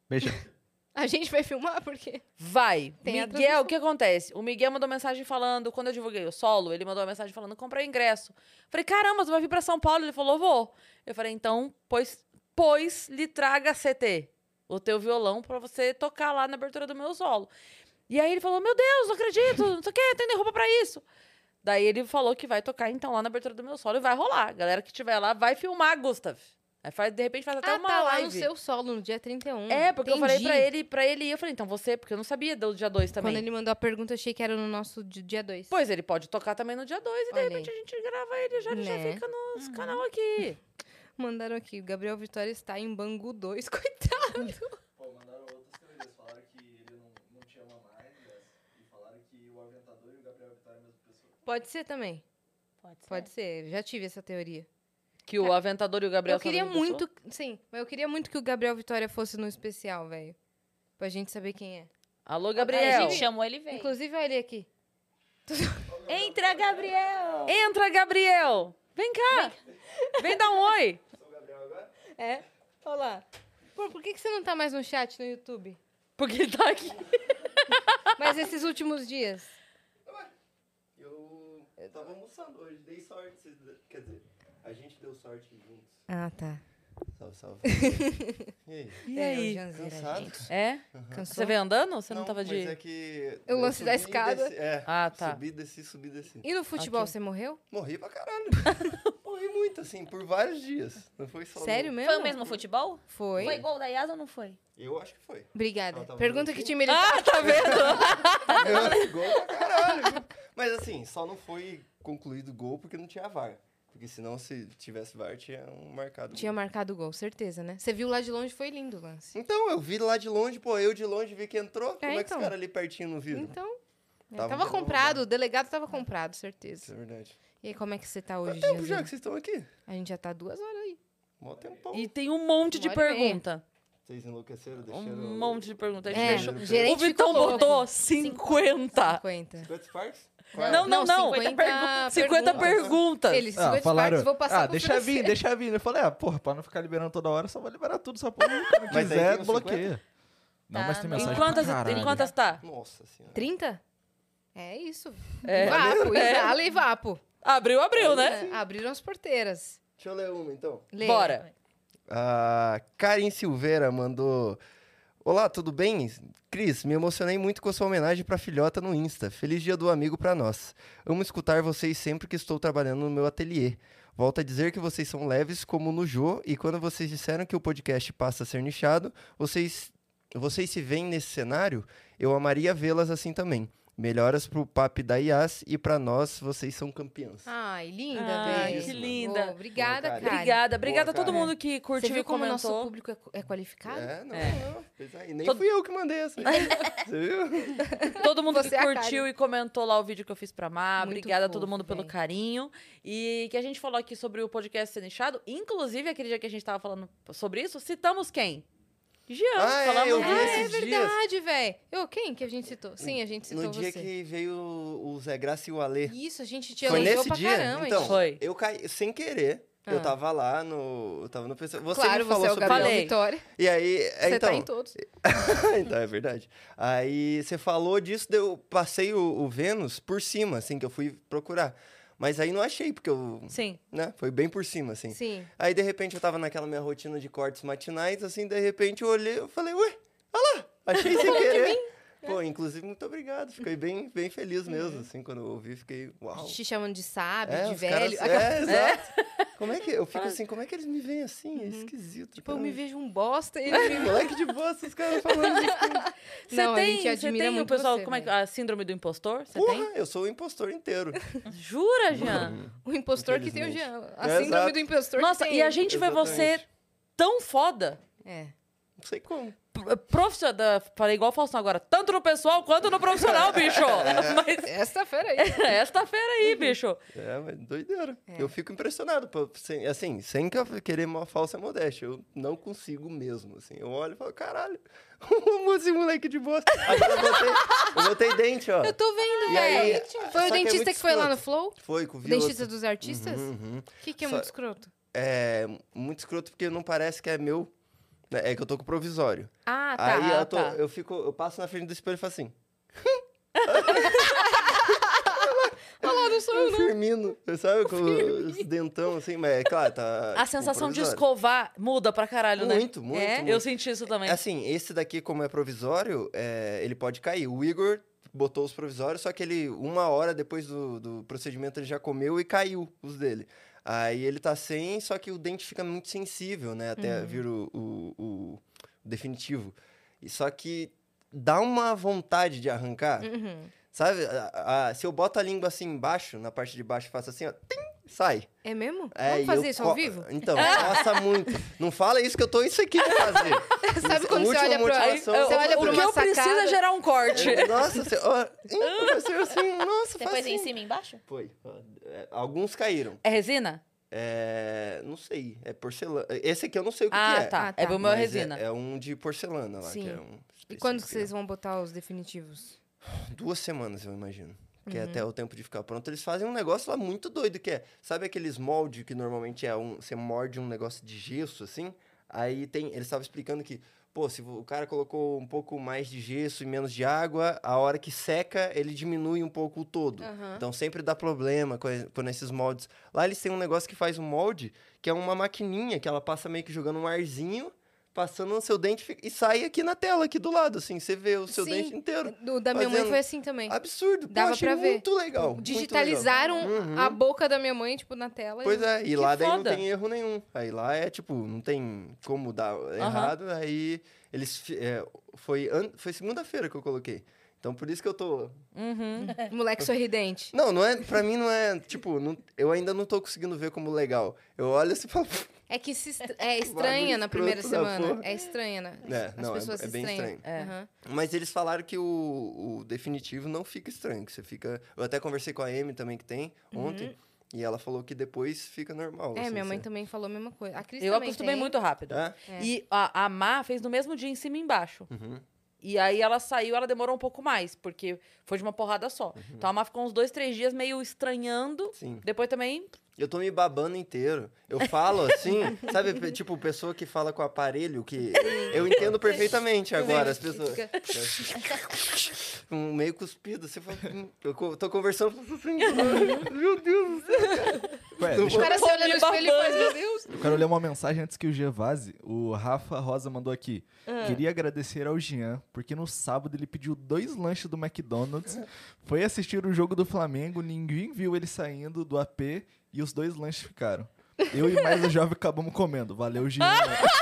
Beijo.
A gente vai filmar porque...
Vai.
Tem a
Miguel,
transmissão.
o que acontece? O Miguel mandou mensagem falando, quando eu divulguei o solo, ele mandou uma mensagem falando, comprei o ingresso. Falei, caramba, você vai vir pra São Paulo? Ele falou, vou. Eu falei, então, pois, pois lhe traga CT, o teu violão, pra você tocar lá na abertura do meu solo. E aí ele falou, meu Deus, não acredito, não sei o que, tem nem roupa pra isso. Daí ele falou que vai tocar, então, lá na abertura do meu solo e vai rolar. A galera que estiver lá vai filmar, Gustav. Aí faz, de repente faz até
Ah,
uma
tá lá
live.
no seu solo, no dia 31.
É, porque eu falei
Entendi.
pra ele, pra ele ir. Eu falei, então você, porque eu não sabia do dia 2 também.
Quando ele mandou a pergunta, eu achei que era no nosso di- dia 2.
Pois ele pode tocar também no dia 2 e de
Olha aí.
repente a gente grava ele já, ele já
Né?
fica nos canal aqui.
Mandaram aqui, o Gabriel Vitória está em Bangu 2, coitado.
Pô, mandaram outras teorias. Falaram que ele não, não te ama mais. né? E falaram que o Aventador e o Gabriel Vitória é a mesma pessoa.
Pode ser também.
Pode ser.
Pode ser, já tive essa teoria.
Que o Aventador e o Gabriel
Tá. eu queria
são a mesma
muito,
pessoa.
sim, mas eu queria muito que o Gabriel Vitória fosse no especial, velho. Pra gente saber quem é.
Alô,
Aí
Gabriel.
a gente chamou ele e veio.
Inclusive, olha ele aqui.
Entra, Gabriel!
Entra, Gabriel. Vem cá. Vem dar um oi.
É? Olha lá. Pô, por que, que você não tá mais no chat no YouTube?
Porque ele tá aqui.
Mas esses últimos dias.
Tá Eu tava almoçando hoje, dei sorte. vocês- Quer dizer, a gente deu sorte juntos.
Ah, tá.
Salve, salve. e aí?
E
É, o
aí?
Janzira,
Cansado?
gente.
É?
Cansou?
Você veio andando? Você não, tava
mas
de...
é que.
O lance da
subi e
escada.
desci- é,
Ah, tá.
Subi, desci, subi, desci.
E no futebol,
Aqui.
você morreu?
Morri pra caralho. Morri muito, assim, por vários dias. Não foi só. um.
Sério mesmo?
Foi o mesmo futebol?
Foi.
Foi gol da Yasa ou não foi?
Eu acho que foi.
Obrigada.
Ela tava
Pergunta
no
que
time?
time ele tá.
Ah, tá vendo?
Eu- gol pra caralho. viu? Mas assim, só não foi concluído o gol porque não tinha VAR. Porque senão, se tivesse VAR, tinha um marcado.
Tinha marcado o gol, certeza, né? Você viu lá de longe, foi lindo o lance.
Então, eu vi lá de longe, pô, eu de longe vi que entrou. Como é que
então.
os caras ali pertinho não viram?
Então, é,
Tava
tava,
bom,
comprado,
né?
o delegado tava comprado,
Isso
certeza.
é verdade.
E aí, como é que você tá hoje,
Quanto tempo já
Janzira?
que vocês estão aqui?
A gente já tá duas horas aí.
Mó tempão.
E tem um monte de
Uma hora e meia.
pergunta.
Vocês enlouqueceram, deixaram...
Um monte de pergunta. A gente
É,
deixou...
o
O
gerente
Vitão
ficou louco. né?
botou 50.
50.
Quantos parques? é?
Não, não, não.
50
perguntas. 50 perguntas.
Ele, 50 partes, vou
ah,
passar pro
deixa vir,
financeiro.
deixa vir. Eu falei, ah, porra, pra não ficar liberando toda hora, só vai liberar tudo, só porra. Quando
Mas aí
quiser,
tem uns
bloqueia. Não,
Tá,
mas tem
não.
mensagem
Em
pra
quantas, em
caralho.
quantas tá?
Nossa senhora. né?
30? É isso.
É.
Vapo,
É.
e vale e vapo.
Abriu, abriu, né?
É, abriram as porteiras.
Deixa eu ler uma, então.
Lê.
Bora.
A Karen Silveira mandou... Olá, tudo bem? Cris, me emocionei muito com a sua homenagem pra filhota no Insta. Feliz dia do amigo pra nós. Amo escutar vocês sempre que estou trabalhando no meu ateliê. Volto a dizer que vocês são leves como no Jô, e quando vocês disseram que o podcast passa a ser nichado, vocês, vocês se veem nesse cenário? Eu amaria vê-las assim também. Melhoras pro papo da IAS e pra nós, vocês são campeãs.
Ai, linda,
Ai,
velho.
que
linda.
Ô, obrigada,
Boa,
cara.
cara.
Obrigada, obrigada a todo
cara.
mundo que
Você
curtiu
viu
e
como o nosso
comentou.
público é, cu- é qualificado?
É, não,
É.
não. Pois é, E nem
Todo-
fui eu que mandei essa. aí. Você viu?
Todo mundo
Você
que
é a
curtiu
Karen.
e comentou lá o vídeo que eu fiz pra Mar.
Muito
Obrigada a
fofo,
todo mundo pelo
véi.
carinho. E que a gente falou aqui sobre o podcast ser nichado. Inclusive, aquele dia que a gente tava falando sobre isso, citamos quem? Jean.
Ah, é,
falamos
eu vi
Ah,
dele.
é
esses dias.
verdade, velho. Eu, quem que a gente citou? Sim, a gente citou
No dia
você.
que veio o Zé Graça e o Alê.
Isso, a gente te
Foi
elogiou
nesse
pra
dia?
caramba.
então,
gente.
Foi.
eu caí sem querer.
Ah.
Eu tava lá no. Eu tava no PC. Você
claro,
me falou
você é o
sobre.
Gabriel
Falei.
Vitória.
E aí. é,
Você
então,
tá em todos.
então, é verdade. Aí você falou disso, daí eu passei o, o Vênus por cima, assim, que eu fui procurar. Mas aí não achei, porque eu.
Sim.
Né? Foi bem por cima, assim.
Sim.
Aí, de repente, eu tava naquela minha rotina de cortes matinais, assim, de repente eu olhei, eu falei, ué, olha lá, achei sem querer. Pô, inclusive, muito obrigado. Fiquei bem, bem
É.
feliz mesmo, assim, quando eu ouvi, fiquei, uau.
Te chamando de sábio,
É,
de
os caras-
velho. Aquela-
é, exato. Como é que... Eu fico assim, como é que eles me veem assim? É esquisito.
Tipo, eu
cara. É,
me vejo um bosta e ele me...
Moleque de boa, esses caras falando isso.
Você
Não, a
tem,
gente
você
admira
tem
muito
o pessoal,
você, né?
como é que
velho.
a síndrome do impostor? Você
Porra,
tem?
eu sou o impostor inteiro.
Jura, Jean?
O impostor que tem o Jean.
Infelizmente.
A
É,
síndrome
exato.
do impostor que
Nossa,
tem
e a
ele.
gente vê você
Exatamente.
tão foda,
É.
Não sei como.
pro- eh, profissional, da- falei igual o Faustão agora, tanto no pessoal quanto no
É.
profissional, bicho. Mas
Essa fera aí.
esta feira aí, bicho.
É, mas doideira. Eu fico impressionado. pô, sem- assim, sem que eu querer uma falsa modéstia. Eu não consigo mesmo, assim. Eu olho e falo, caralho, esse moleque de bosta. Agora eu botei, eu botei dente, ó.
Eu tô vendo,
Ah. E aí,
velho.
só que
Foi
é
o dentista
muito
que foi lá no
escroto.
Flow?
Foi com o
O
Vilas.
dentista dos artistas? O
Uhum.
que, que é
Só-
muito escroto?
É muito escroto porque não parece que é meu. né? É que eu tô com provisório.
Ah,
Aí eu, tô-
tá.
eu fico, eu passo na frente do espelho e faço assim. Olha lá, não sou eu, não. Firmino, sabe? Com os dentão, assim, mas é claro, tá.
A
com
sensação de
provisório.
escovar muda pra caralho, né?
Muito, muito,
É,
muito.
eu senti isso também.
Assim, esse daqui, como é provisório, é, ele pode cair. O Igor botou os provisórios, só que ele, uma hora depois do, do procedimento, ele já comeu e caiu os dele. Aí ele tá sem, só que o dente fica muito sensível, né?
Uhum.
Até vir o, o- o definitivo. E só que dá uma vontade de arrancar.
Uhum.
Sabe? A- a- se eu boto a língua assim embaixo, na parte de baixo, e faço assim, ó, tim, sai.
É mesmo?
É, e
Vamos
eu
fazer isso ao
co-
vivo?
Então, passa muito. Não fala isso que eu tô isso aqui de fazer.
Sabe quando você
Última
olha pra,
motivação.
você
Eu-
olha
o
pra
que
uma
eu preciso é
sacada...
gerar um corte.
Nossa, você, ó, hum, você assim, nossa,
Depois
faz
Ah! em
assim.
cima e embaixo?
Foi. ó, é, Alguns caíram.
É resina?
É, não sei, é porcelana. Esse aqui eu não sei o que,
ah,
que é.
tá.
Ah,
É
tá.
o meu
Mas é-
resina.
É, um de porcelana lá,
Sim.
que é um
E quando que
específico.
vocês vão botar os definitivos?
Duas semanas, eu imagino. Que é até
Uhum.
o tempo de ficar pronto. Eles fazem um negócio lá muito doido, que é... Sabe aqueles molde que normalmente é um... Você morde um negócio de gesso, assim? Aí tem... Eles estavam explicando que... Pô, se o cara colocou um pouco mais de gesso e menos de água, a hora que seca, ele diminui um pouco o todo.
Aham.
Então sempre dá problema com, e- com esses moldes. Lá eles têm um negócio que faz um molde, que é uma maquininha que ela passa meio que jogando um arzinho, passando no seu dente e fica- e sai aqui na tela, aqui do lado, assim. Você vê o seu
Sim.
dente inteiro.
O da minha mãe
Fazendo-
foi assim também.
Absurdo.
Dava
Pô, achei
pra ver.
Muito legal. muito
Digitalizaram
legal. Uhum.
a boca da minha mãe, tipo, na tela.
Pois é, e lá daí não
foda.
tem erro nenhum. Aí lá é tipo, não tem como dar errado. Aí eles. fi- é, foi an- foi segunda-feira que eu coloquei. Então por isso que eu tô.
Uhum.
e- Moleque sorridente.
Não, não é. Pra mim não é. Tipo, não- eu ainda não tô conseguindo ver como legal. Eu olho assim e falo. "Pff,
É que se est- é estranha na
escroto
primeira
da
semana.
porra.
É estranha, né?
É,
As
não, é-
pessoas
é
se
bem
estranham.
estranho.
É.
Aham.
Mas eles falaram que o, o definitivo não fica estranho, que você fica. Eu até conversei com a Amy também que tem ontem. E ela falou que depois fica normal.
Uhum. É,
assim,
minha mãe
você-
também falou a mesma coisa. A Cris
Eu
também
acostumei
tem.
muito rápido.
É?
É.
E a, a Má fez no mesmo dia em cima e embaixo.
Uhum.
E aí ela saiu, ela demorou um pouco mais, porque foi de uma porrada só. Então a Má ficou uns dois, três dias meio estranhando.
Uhum. Sim.
Depois também.
Eu tô me babando inteiro. Eu falo assim, sabe? pe- Tipo, pessoa que fala com o aparelho, que eu entendo perfeitamente agora as pessoas. Um meio cuspido. Você fala, "Hum", eu co- tô conversando. Meu Deus do céu.
Ué,
Não
deixa
O cara se
Pô,
olha no
me
espelho e faz,
babando.
meu Deus.
Eu quero ler uma mensagem antes que o Jean vaze. O Rafa Rosa mandou aqui.
Ah.
Queria agradecer ao Jean, porque no sábado ele pediu dois lanches do McDonald's, foi assistir o jogo do Flamengo, ninguém viu ele saindo do AP e os dois lanches ficaram. Eu e mais o jovem acabamos comendo. Valeu, Jean.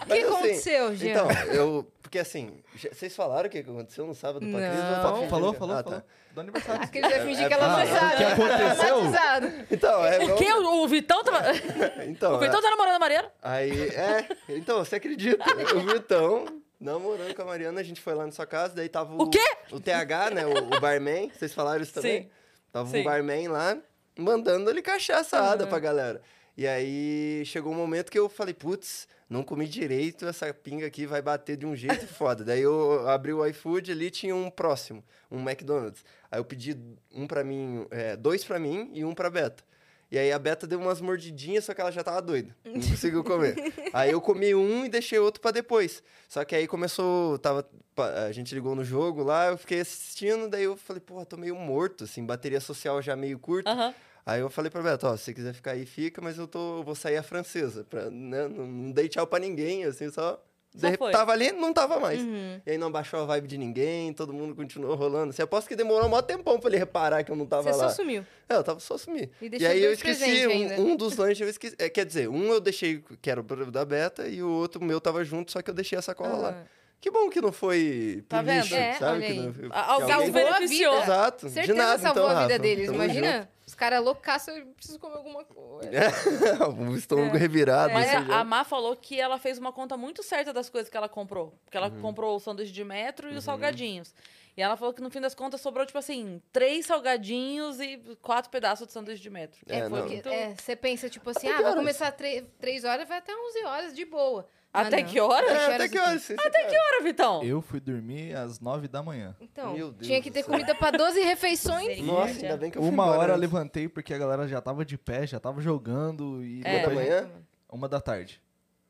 O
Mas,
que
assim,
aconteceu, Jean?
Então, eu. Porque assim, já- vocês falaram o que aconteceu no sábado pra Cris? Pra
Não.
fingir,
falou,
né?
falou,
Ah,
falou.
tá.
Do aniversário.
a Cris vai fingir
é
que ela
pra-
não
Ah, o que
sabe.
aconteceu?
Batizado.
Então, é.
O
vamos-
que? O, o Vitão tava.
Então,
o Vitão
é-
tá namorando a Mariana?
Aí, é, então, você acredita? O Vitão, namorando com a Mariana, a gente foi lá na sua casa, daí tava o.
O quê?
o TH, né? O, o barman, vocês falaram isso também?
Sim.
Tava
Sim.
um barman lá, mandando ele cachaçada pra galera. E aí chegou um momento que eu falei, putz, não comi direito, essa pinga aqui vai bater de um jeito foda. Daí eu abri o iFood ali tinha um próximo, um McDonald's. Aí eu pedi um pra mim, é, dois pra mim e um pra Beta. E aí a Beta deu umas mordidinhas, só que ela já tava doida. Não conseguiu comer. aí eu comi um e deixei outro pra depois. Só que aí começou. Tava, pa- a gente ligou no jogo lá, eu fiquei assistindo, daí eu falei, porra, tô meio morto, assim, bateria social já meio curta.
Aham.
Aí eu falei pra Beto, ó, se você quiser ficar aí, fica, mas eu tô, eu vou sair a francesa, pra, né, não, não dei tchau pra ninguém, assim, só...
Só
de-
foi.
Tava ali, não tava mais. E aí não baixou a vibe de ninguém, todo mundo continuou rolando. Assim, aposto que demorou um maior tempão pra ele reparar que eu não tava
Você
lá.
só sumiu.
É, eu tava só sumir.
E
E,
deixou
aí eu
dois presentes
esqueci,
ainda.
um, um dos lanches eu esqueci. é, quer dizer, um eu deixei, que era o pro- da Beta, e o outro meu tava junto, só que eu deixei a sacola lá. Que bom que não foi pro
Tá vendo?
lixo,
Ah. É,
sabe?
olha
Que
aí.
não- que
A- Alguém
alguém-
se beneficiou.
Salvou a vida.
Exato,
Certeza
de nada, então,
salvou a vida
Rafa.
deles,
Tamo
imagina? Os caras loucaços, eu preciso comer alguma coisa.
junto. É. o estômago
É.
revirado.
Mas
assim, já.
É. a, a Má falou que ela fez uma conta muito certa das coisas que ela comprou. Porque ela
Uhum.
comprou o sanduíche de metro e os salgadinhos. E ela falou que no fim das contas sobrou, tipo assim, três salgadinhos e quatro pedaços de sanduíche de metro. Então,
É,
foi
não.
muito-
É, você pensa, tipo assim,
Até
ah,
que
vai
horas?
começar 3 horas, vai até 11 horas, de boa. Mas
Até
não.
que hora?
É,
horas
até
e
que horas? Vocês ficaram?
Ora, Vitão!
Eu fui dormir às nove da manhã.
Então,
Meu Deus
tinha que
do
ter
céu.
comida pra 12 refeições.
Nossa, ainda bem que né? eu fui
Uma
embora né?
hora eu
antes.
levantei porque a galera já tava de pé, já tava jogando. E
É.
Uma da manhã?
Uma da tarde.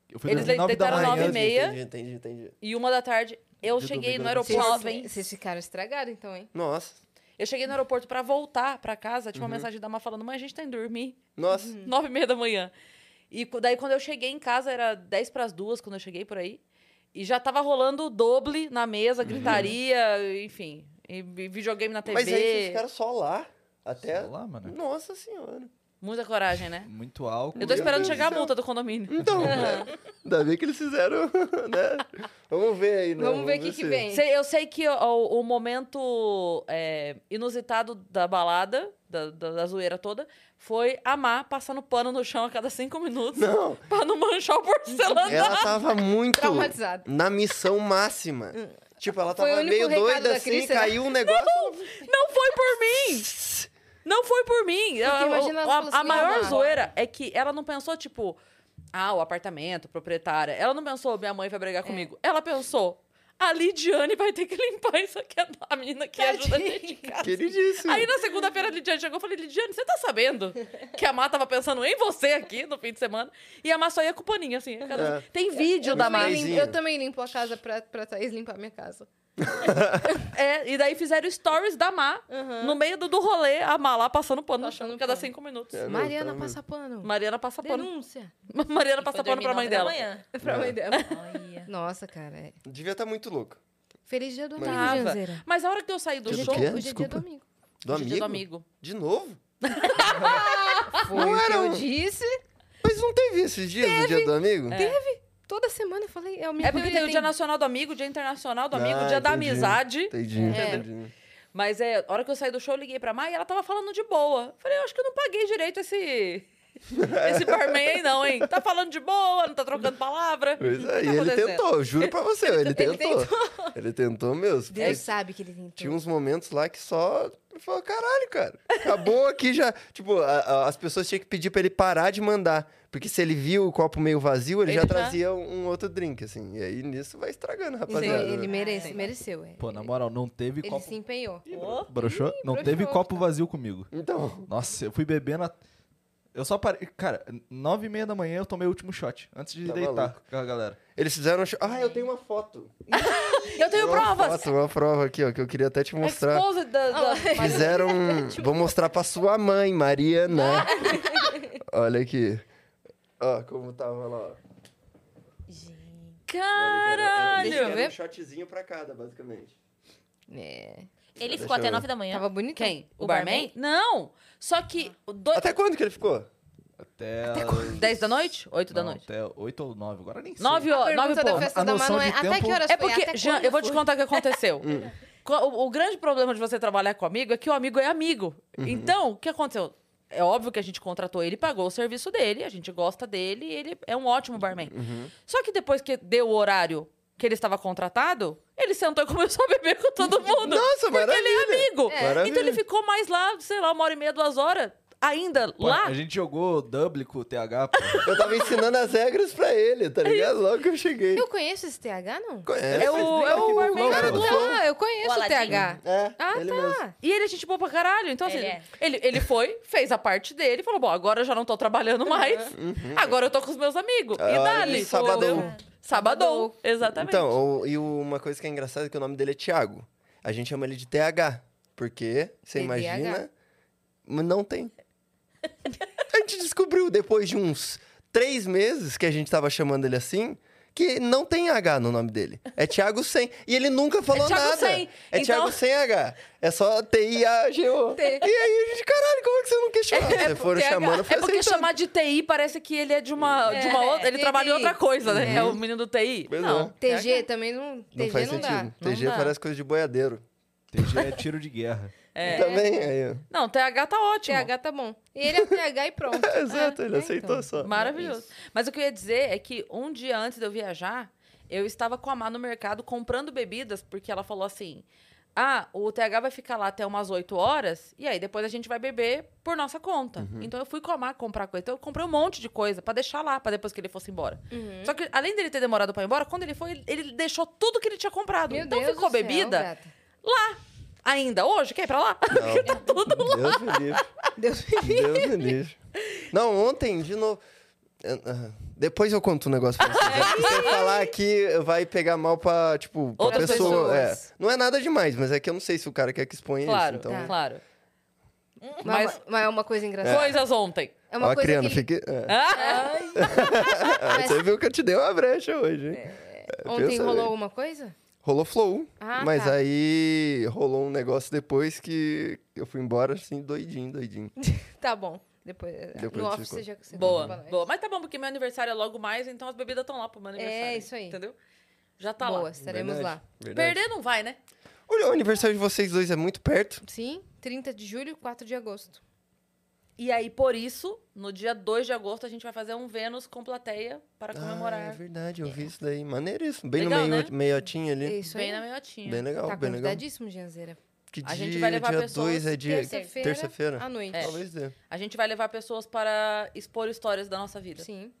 Eu fui
Eles
dormir nove da
deitaram
manhã. assim,
nove e meia.
Entendi, entendi, entendi.
E uma da tarde, eu
De
cheguei
domingo
no
à noite.
Vocês-
aeroporto.
Vocês ficaram estragados, então, hein?
Nossa,
Eu cheguei no aeroporto pra voltar pra casa,
Uhum.
tinha uma mensagem da Má falando, mãe, a gente tá indo dormir.
nossa.
Uhum.
Nove e meia da manhã. E co- daí, quando eu cheguei em casa, era dez pras duas, quando eu cheguei por aí. E já tava rolando o doble na mesa, gritaria, enfim. E, e videogame na TV.
Uhum. Mas aí vocês ficaram só lá. Até.
Sei lá, mano.
Nossa senhora. né?
Muita coragem, né?
Muito álcool.
Eu tô
Meu
esperando
Deus
chegar a
do céu.
multa do condomínio. Uhum.
Então, né? ainda bem que eles fizeram, né? Vamos ver aí, né?
Vamos ver o que, que
se-
vem.
Sei- eu sei que o, o momento é, inusitado da balada, da, da- da zoeira toda, foi a Má passando pano no chão a cada cinco minutos
Não,
pra não manchar o porcelanato.
ela tava muito
Traumatizado.
na missão máxima. Tipo, ela
Hum. Foi o
tava
único
meio
recado
doida
da
assim,
Cris, será?
caiu um negócio.
Não foi por mim! Não foi por mim! Eu-
Ah,
eu-
imagina ela
a-
falando
a,
assim,
maior
"Mamá".
zoeira é que ela não pensou, tipo, ah, o apartamento, proprietária. Ela não pensou, minha mãe vai
É.
brigar comigo. Ela pensou, a Lidiane vai ter que limpar isso aqui, a- a menina que é ajuda a gente em casa.
Queridíssimo.
Aí na segunda-feira a Lidiane chegou e falei, Lidiane, você tá sabendo que a Má tava pensando em você aqui no fim de semana? E a Má só ia com o paninho, assim. a cada-
É.
Tem vídeo
Eu
da
não
Má.
lembro.
Também limpo- eu também limpo a casa pra, pra Thaís limpar a minha casa.
É, e daí fizeram stories da Má no meio do, do rolê, a Má lá passando pano no
Passando
chão, cada
pano.
cinco minutos.
É, não,
Mariana
tá
passa pano.
Mariana passa pano.
Denúncia.
Mariana passa pano pra mãe dela.
Pra mãe dela.
Olha.
Nossa, cara. é.
Devia estar muito louca.
Feliz dia do amigo,
Tava.
Janzeira.
Mas a hora que eu saí do
Dia do
show,
quê?
Hoje é dia do
Desculpa.
amigo.
Do
hoje é
amigo?
dia do amigo.
De novo?
Ah,
Foi o que
era
eu
um-
disse.
Mas não teve esses dias do dia do amigo?
É. Toda semana eu falei, é o amigo
É porque tem o Dia Nacional do Amigo, Dia Internacional do Amigo,
Ah,
Dia da
entendi.
Amizade.
Entendi,
É.
entendi.
Mas é, a hora que eu saí do show, eu liguei pra Mai e ela tava falando de boa. Falei, eu acho que eu não paguei direito esse. Esse barman aí, não, hein? Tá falando de boa, não tá trocando palavra.
Pois
O que
é, e
tá
ele
acontecendo?
tentou, eu juro pra você, ele tentou.
ele
Ele tentou, mesmo.
Deus
porque
sabe que ele tem
Tinha uns momentos lá que só. Eu falava, caralho, cara. Acabou aqui já. Tipo, a- a- as pessoas tinham que pedir pra ele parar de mandar. Porque se ele viu o copo meio vazio, ele,
Ele
já
já-
trazia um outro drink, assim. E aí nisso vai estragando,
Ele,
rapaziada. Tá
ele merece,
Sim.
mereceu, é.
Pô, na moral, não teve
Ele
copo.
se empenhou.
Broxou? não
broxou.
teve copo vazio comigo.
Então,
Nossa, eu fui bebendo. A... Eu só parei. Cara, nove e meia da manhã eu tomei o último shot. Antes de
Tá
deitar
maluco.
com a galera.
eles fizeram. um cho- Ah, eu tenho uma foto.
Eu tenho
uma
provas!
Foto, uma prova aqui, ó, que eu queria até te mostrar.
Exposed da, da...
Fizeram. um- Vou mostrar pra sua mãe, Mariana. Olha aqui. Ó, como tava lá, ó.
Caralho!
Deixa eu ver.
um shotzinho pra cada, basicamente.
É.
Ele
Deixa
ficou até
eu ver.
9 da manhã.
Tava bonito.
Quem? O,
O
barman?
barman?
Não! Só que. Dois...
Até quando que ele ficou?
Até.
10 da noite? 8 da
Não,
noite?
Até oito ou nove, agora nem sei.
9
A
horas. 9
pergunta da
pontos.
festa
A
da
noção
Manoel,
de
até
tempo-
que horas
É
foi?
porque,
Até
Jean,
quando
eu vou te
foi?
contar o que aconteceu. Co- o, o grande problema de você trabalhar com amigo é que o amigo é amigo.
Uhum.
Então, o que aconteceu? É óbvio que a gente contratou ele, pagou o serviço dele, a gente gosta dele, e ele é um ótimo barman.
Uhum.
Só que depois que deu o horário que ele estava contratado, ele sentou e começou a beber com todo mundo.
Nossa,
porque ele é
maravilha.
amigo.
É.
Então ele
Maravilha.
ficou mais lá, sei lá, uma hora e meia, duas horas. ainda
Pô,
lá.
A gente jogou double com o TH, pô. É
Eu tava ensinando as regras pra ele, tá ligado? Logo que eu cheguei.
Eu conheço esse TH, não?
Conhece?
É o, é o,
O cara do som.
Ah, eu conheço o,
Aladim.
TH.
É,
Ah,
ele
tá.
mesmo.
E ele é gente boa pra caralho. Então, assim,
Ele
ele,
é.
ele, foi, fez a parte dele, falou: bom, agora eu já não tô
Uhum.
trabalhando
é?
mais,
Uhum.
agora eu tô com os meus amigos.
Ah,
e dali.
de sabadão.
Sabadão, exatamente.
Então, o- e o- uma coisa que é engraçada é que o nome dele é Thiago. A gente chama ele de TH, porque, você
TDAH.
imagina, mas não tem. A gente descobriu depois de uns três meses que a gente tava chamando ele assim, que não tem H no nome dele. É Thiago sem. E ele nunca falou
Thiago
nada.
sem.
É
Então-
Thiago sem H. É só T-I-A-G-O. E aí a gente, caralho, como é que você não questionou? Vocês foram
TH.
chamando, eu falei,
é
assim, tá.
porque
aceitando.
chamar de TI parece que ele é de uma, de uma
É,
outra. Ele
TI.
trabalha em outra coisa, né? É, o menino do TI.
Uhum. Pois
não.
é.
TG também não.
Não
TG
faz
não
sentido.
dá.
TG
dá.
parece coisa de boiadeiro.
TG é tiro de guerra.
É.
Também, aí, ó.
Não, TH tá ótimo.
TH tá bom. Ele é o TH e pronto.
Exato, ele
né,
aceitou
então.
só.
Ah, Maravilhoso. Mas o que eu ia dizer é que um dia antes de eu viajar, eu estava com a Má no mercado comprando bebidas, porque ela falou assim: ah, o TH vai ficar lá até umas 8 horas, e aí depois a gente vai beber por nossa conta.
Uhum.
Então eu fui com a Má comprar coisa. Então eu comprei um monte de coisa pra deixar lá, pra depois que ele fosse embora.
Uhum.
Só que além dele ter demorado pra ir embora, quando ele foi, ele, ele deixou tudo que ele tinha comprado.
Meu
então
Deus
ficou
do céu,
bebida
gata.
ainda hoje? Quer ir pra lá? Tá
Não. Deus me livre.
Deus
Deus me livre. Não, ontem, de novo. Eh, ah, Depois eu conto um negócio pra vocês. Acho que você falar aqui vai pegar mal pra, tipo, pra
Outras
pessoa. é.
pessoas.
Não é nada demais, mas é que eu não sei se o cara quer que exponha
Claro,
isso. Então...
Tá.
claro.
Mas, mas é uma coisa engraçada.
Coisas ontem.
É uma
Ó,
coisa
criando,
que
fique... é.
Ah,
Ah, Você viu que eu te dei uma brecha hoje, hein?
É. ontem
É, pensa,
rolou
velho.
alguma coisa?
Rolou flow,
Ah,
mas
tá.
aí rolou um negócio depois que eu fui embora, assim, doidinho, doidinho.
Tá bom. Depois,
Depois eu
no
te
office você
conto.
já você
Boa,
conta pra nós.
boa. Mas tá bom, porque meu aniversário é logo mais, então as bebidas estão lá pro meu aniversário.
É isso aí.
Entendeu? Já tá
boa,
lá.
estaremos
Verdade,
lá.
verdade.
Perder não vai, né?
Olha, o aniversário de vocês dois é muito perto.
Sim, 30 de julho, 4 de agosto.
E aí, por isso, no dia 2 de agosto, a gente vai fazer um Vênus com plateia para
Ah, é
comemorar.
verdade, eu vi isso daí. Maneiríssimo. Bem
Legal,
no meio,
né?
meiotinho
É
ali.
isso aí.
Bem na meiotinha.
Bem legal,
tá
bem legal.
convidadíssimo, Gianzeira.
Que
A
dia,
gente vai levar
dia
pessoas
2 é dia
terça-feira
terça-feira?
À noite.
É.
Talvez dê.
A gente vai levar pessoas para expor histórias da nossa vida.
Sim.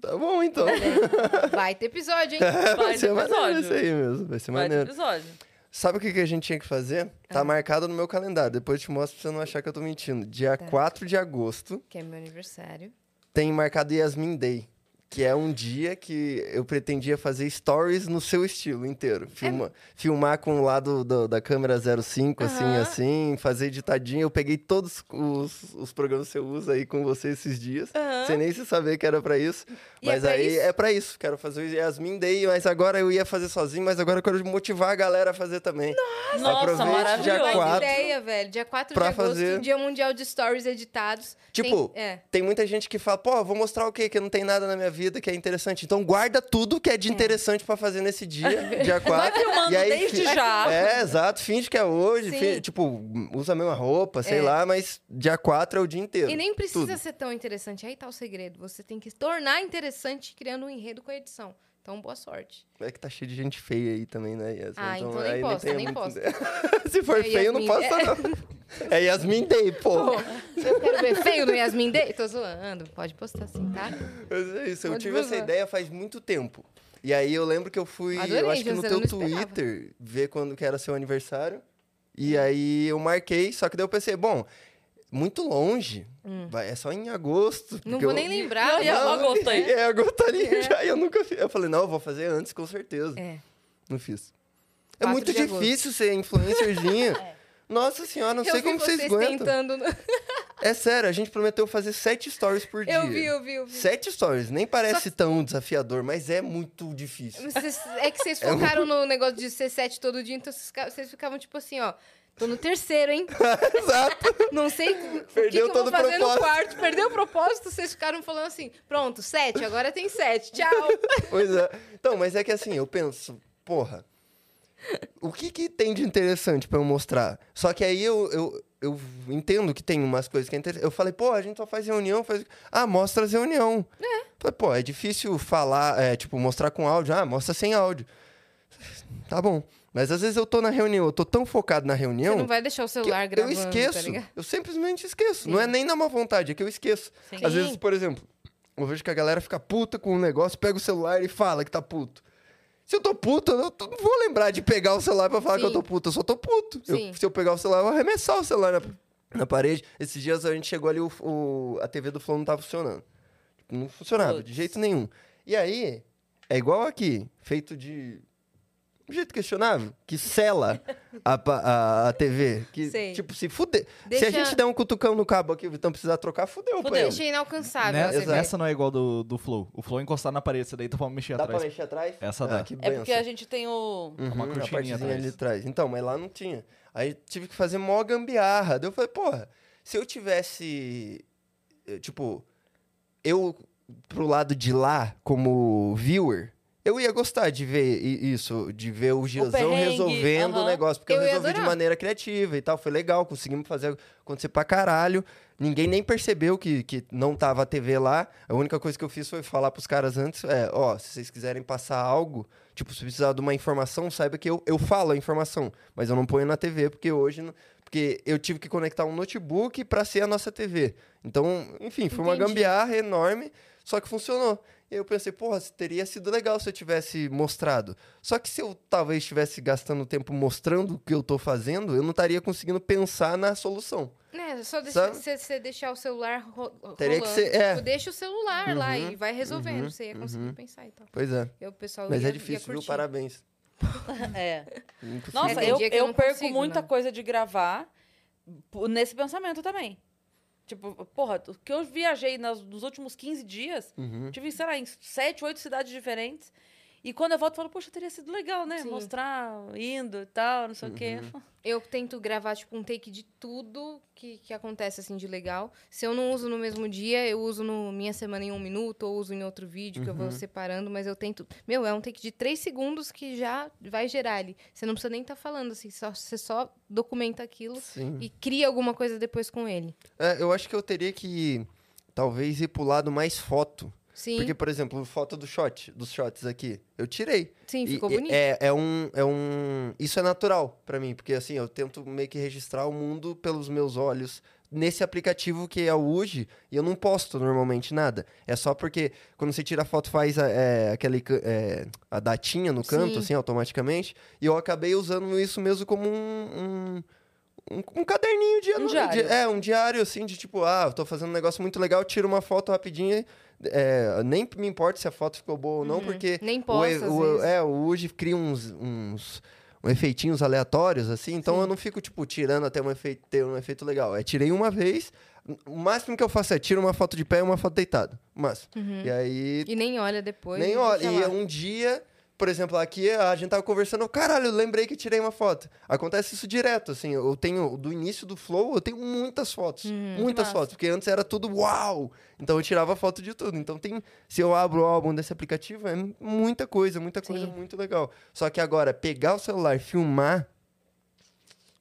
Tá bom, então.
Vai ter episódio, hein?
Vai
Vai
ter
ser maneiro
episódio.
isso aí mesmo. Vai ser
Vai ter
maneiro.
episódio.
Sabe o que, que a gente tinha que fazer? Tá marcado no meu calendário. Depois eu te mostro pra você não achar que eu tô mentindo. Dia
Tá.
4 de agosto
Que é meu aniversário.
tem marcado Yasmin Day. Que é um dia que eu pretendia fazer stories no seu estilo inteiro.
É.
Filma- Filmar com o lado do- da câmera 05, assim,
Aham.
assim, fazer editadinho. Eu peguei todos os, os programas que você usa aí com você esses dias. Sem nem se saber que era pra isso.
E é
mas
pra
aí
isso?
é pra isso. Quero fazer o Yasmin Day, mas agora eu ia fazer sozinho, mas agora eu quero motivar a galera a fazer também.
Nossa,
Aproveite
Maravilhoso.
dia
maravilhoso.
quatro.
ideia, velho. Dia 4 de
pra
agosto,
fazer-
Dia Mundial de Stories Editados.
Tipo,
Tem- é.
Tem muita gente que fala, pô, vou mostrar o quê? Que não tem nada na minha vida que é interessante. Então guarda tudo que é de interessante pra fazer nesse dia, dia 4.
Vai filmando
e aí,
desde
fi-
já.
É, exato. Finge que é hoje.
Sim.
fi- tipo, usa a mesma roupa, sei
É.
lá. Mas dia 4 é o dia inteiro.
E nem precisa
tudo.
ser tão interessante. Aí tá o segredo. Você tem que se tornar interessante criando um enredo com a edição. Então, boa sorte.
É que tá cheio de gente feia aí também, né, Yasmin?
Ah, então nem
aí
posta,
tem
nem
muito-
posta.
Se for
É
feio, não
Yasmin.
posta, não. É Yasmin Day, pô.
Eu quero ver feio no Yasmin Day. Tô zoando. Pode postar sim, tá?
Mas é isso, eu
Pode
tive essa
usar.
ideia faz muito tempo. E aí eu lembro que eu fui,
Adorei,
eu acho que no
José,
teu
eu não esperava.
Twitter, ver quando que era seu aniversário. E aí eu marquei, só que daí eu pensei, bom, muito longe. Vai, é só em agosto.
Hum. Não
porque
vou
eu-
nem lembrar.
Não,
mas-
e é agosto aí.
É, agosto ali já, e eu nunca fiz. Eu falei, não, eu vou fazer antes, com certeza.
É.
Não fiz. É
4
muito
de agosto. É.
difícil ser influencerzinha. Nossa senhora, não
eu
sei
vi
como vocês,
vocês
aguentam.
tentando.
É sério, a gente prometeu fazer sete stories por dia.
Eu vi, eu vi, eu vi.
Sete stories, nem parece tão desafiador, mas é muito difícil.
Vocês- é que vocês
um
focaram no negócio de ser sete todo dia, então vocês fica- vocês ficavam tipo assim, ó. Tô no terceiro, hein?
Exato.
Não sei o que que,
Perdeu
eu
todo
vou
o
fazer no
propósito.
quarto. Perdeu o propósito, vocês ficaram falando assim, pronto, sete, agora tem sete, tchau.
Pois é. Então, mas é que assim, eu penso, porra, o que que tem de interessante pra eu mostrar? Só que aí eu, eu, eu entendo que tem umas coisas que é interessante. Eu falei, pô, a gente só faz reunião, faz... Ah, mostra as reunião. É. Falei, pô, é difícil falar, é, tipo, mostrar com áudio. Ah, mostra sem áudio. Tá bom. Mas às vezes eu tô na reunião, eu tô tão focado na reunião.
Você não vai deixar o
que
celular
eu,
gravando,
eu
tá
esqueço.
ligado?
eu simplesmente esqueço. Não é nem na má vontade, é que eu esqueço. Às vezes, por exemplo, eu vejo que a galera fica puta com um negócio, pega o celular e fala que tá puto. Se eu tô puto, eu não tô- não vou lembrar de pegar o celular pra falar que eu
Sim.
tô puto. Eu só tô puto. Eu-
Sim.
se eu pegar o celular, eu vou arremessar o celular na, na parede. Esses dias a gente chegou ali, o, o- a TV do Flow não tava funcionando. Tipo, Não funcionava, de jeito nenhum. E aí, é igual aqui, feito de um jeito questionável, que sela a, pa- a, a TV. Que,
Sei.
tipo, se fuder. Se a
Deixa-
gente der um cutucão no cabo aqui, o Vitão precisar trocar, fudeu, pra ele.
Deixa inalcançável.
Né?
você
Exato.
vê.
Essa não é igual do, do Flow. O Flow é encostar na parede, você deita pra mexer
Dá pra
atrás.
mexer atrás?
Essa
ah,
dá.
Que
É porque a
benção.
gente tem o.
Uhum,
uma
a
cortininha
partezinha
atrás.
ali atrás. Então, mas lá não tinha. Aí tive que fazer mó gambiarra. Daí eu falei, porra, se eu tivesse. eh, Tipo, eu pro lado de lá, como viewer, eu ia gostar de ver i- isso, de ver o Giazão
perrengue,
resolvendo o
aham.
negócio. Porque eu,
Eu ia
resolvi de
adorar.
maneira criativa e tal. Foi legal, conseguimos fazer acontecer pra caralho. Ninguém nem percebeu que, que não tava a TV lá. A única coisa que eu fiz foi falar pros caras antes, é, ó, se vocês quiserem passar algo, tipo, se precisar de uma informação, saiba que eu, eu falo a informação, mas eu não ponho na TV, porque hoje... não- Porque eu tive que conectar um notebook pra ser a nossa TV. Então, enfim, foi uma
Entendi.
gambiarra enorme, só que funcionou. E eu pensei, porra, teria sido legal se eu tivesse mostrado. Só que se eu talvez estivesse gastando tempo mostrando o que eu tô fazendo, eu não estaria conseguindo pensar na solução.
Né, só deixar,
Sabe?
você, você deixar o celular ro
Teria
rolando.
que ser- é.
Tipo, deixa o celular lá
Uhum,
e vai resolvendo.
uhum,
você ia conseguir
uhum.
pensar e tal.
Pois é.
Eu, o pessoal
Mas
ia,
é
ia
difícil, viu?
curtir.
Parabéns.
É.
Muito
Nossa,
tem
foda.
eu,
dia que eu
eu,
não
perco
consigo, né?
muita
não.
coisa de gravar p- nesse pensamento também. Tipo, porra, o que eu viajei nas- nos últimos 15 dias,
Uhum.
tive, sei lá, em 7, 8 cidades diferentes. E quando eu volto, eu falo, poxa, teria sido legal, né?
Sim.
Mostrar indo e tal, não sei o quê.
Uhum.
Eu tento gravar, tipo, um take de tudo que, que acontece, assim, de legal. Se eu não uso no mesmo dia, eu uso no Minha Semana em um minuto, ou uso em outro vídeo, que eu
Uhum.
vou separando, mas eu tento... Meu, é um take de três segundos que já vai gerar ali. Você não precisa nem estar falando, assim, só, você só documenta aquilo
Sim.
e cria alguma coisa depois com ele.
É, eu acho que eu teria que talvez ir pro lado mais foto.
Sim,
Porque, por exemplo, foto do shot, dos shots aqui, eu tirei.
sim,
E-
ficou
e-
bonito.
É, é um, é um. Isso é natural pra mim, porque assim, eu tento meio que registrar o mundo pelos meus olhos nesse aplicativo que é o Uji, e eu não posto normalmente nada. É só porque quando você tira a foto, faz a, é, aquele, ca- é, a datinha no canto,
Sim.
assim, automaticamente. E eu acabei usando isso mesmo como um. um um- um caderninho de
Um diário.
de- É, um diário assim de tipo, ah, eu tô fazendo um negócio muito legal, tiro uma foto rapidinho. é, nem me importa se a foto ficou boa ou não, porque
Uhum. Nem
o e-
posta, às
o-
vezes.
é, o Uji cria uns, uns, um efeitinhos aleatórios, assim, então eu não fico, tipo, tirando até um efeito, ter um efeito legal. É tirei uma vez, o máximo que eu faço é tiro uma foto de pé e uma foto deitado. O máximo.
Uhum.
Uhum. E aí
E nem olha depois.
nem
deixa
olha. E
lá.
um dia, por exemplo, aqui a gente tava conversando, eu, caralho, eu lembrei que tirei uma foto. Acontece isso direto, assim. Eu tenho, do início do Flow, eu tenho muitas fotos.
Hum,
muitas
massa.
fotos. Porque antes era tudo uau! Então eu tirava foto de tudo. Então tem. Se eu abro o álbum desse aplicativo, é muita coisa, muita coisa
Sim.
muito legal. Só que agora, pegar o celular e filmar.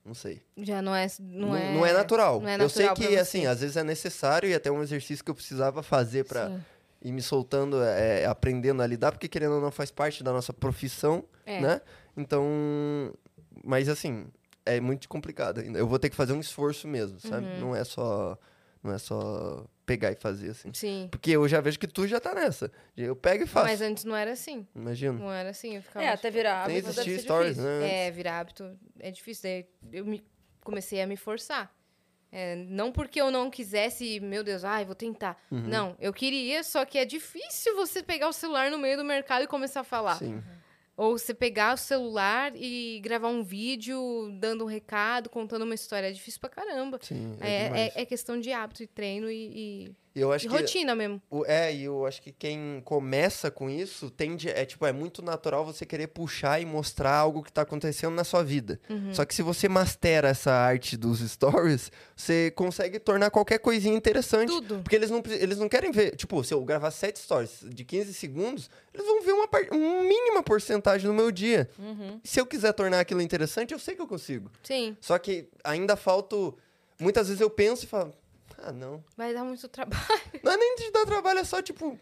Não sei.
Já não é... Não,
Não,
é,
não é natural.
não é
eu sei
natural
que,
pra
assim,
você.
às vezes é necessário e até um exercício que eu precisava fazer pra
Sim.
ir me soltando, é, aprendendo a lidar, porque querendo ou não faz parte da nossa profissão,
É.
né? Então, mas assim, é muito complicado ainda. Eu vou ter que fazer um esforço mesmo, sabe?
Uhum.
Não é só não é só pegar e fazer assim.
Sim.
Porque eu já vejo que tu já tá nessa. Eu pego e faço.
Mas antes não era assim.
Imagina.
Não era assim, eu ficava...
É, até virar
Tem que
hábito deve
existir
ser
stories,
difícil.
né?
É, virar hábito é difícil. Daí eu me- comecei a me forçar. É, não porque eu não quisesse, meu Deus, ai, vou tentar.
Uhum.
Não, eu queria, só que é difícil você pegar o celular no meio do mercado e começar a falar.
Sim.
Ou você pegar o celular e gravar um vídeo dando um recado, contando uma história. É difícil pra caramba.
Sim, é,
É,
demais.
é- é questão de hábito e treino e, e-
eu
e
acho que
rotina mesmo.
O- É, e eu acho que quem começa com isso tende. É tipo, é muito natural você querer puxar e mostrar algo que tá acontecendo na sua vida.
Uhum.
Só que se você mastera essa arte dos stories, você consegue tornar qualquer coisinha interessante.
Tudo.
Porque eles não, pre- eles não querem ver. Tipo, se eu gravar sete stories de 15 segundos, eles vão ver uma, par- uma mínima porcentagem no meu dia.
Uhum.
Se eu quiser tornar aquilo interessante, eu sei que eu consigo.
Uhum. Sim,
Só que ainda falta. Muitas vezes eu penso e falo. Ah, não.
vai dar muito trabalho.
Não é nem de dar trabalho, é só tipo.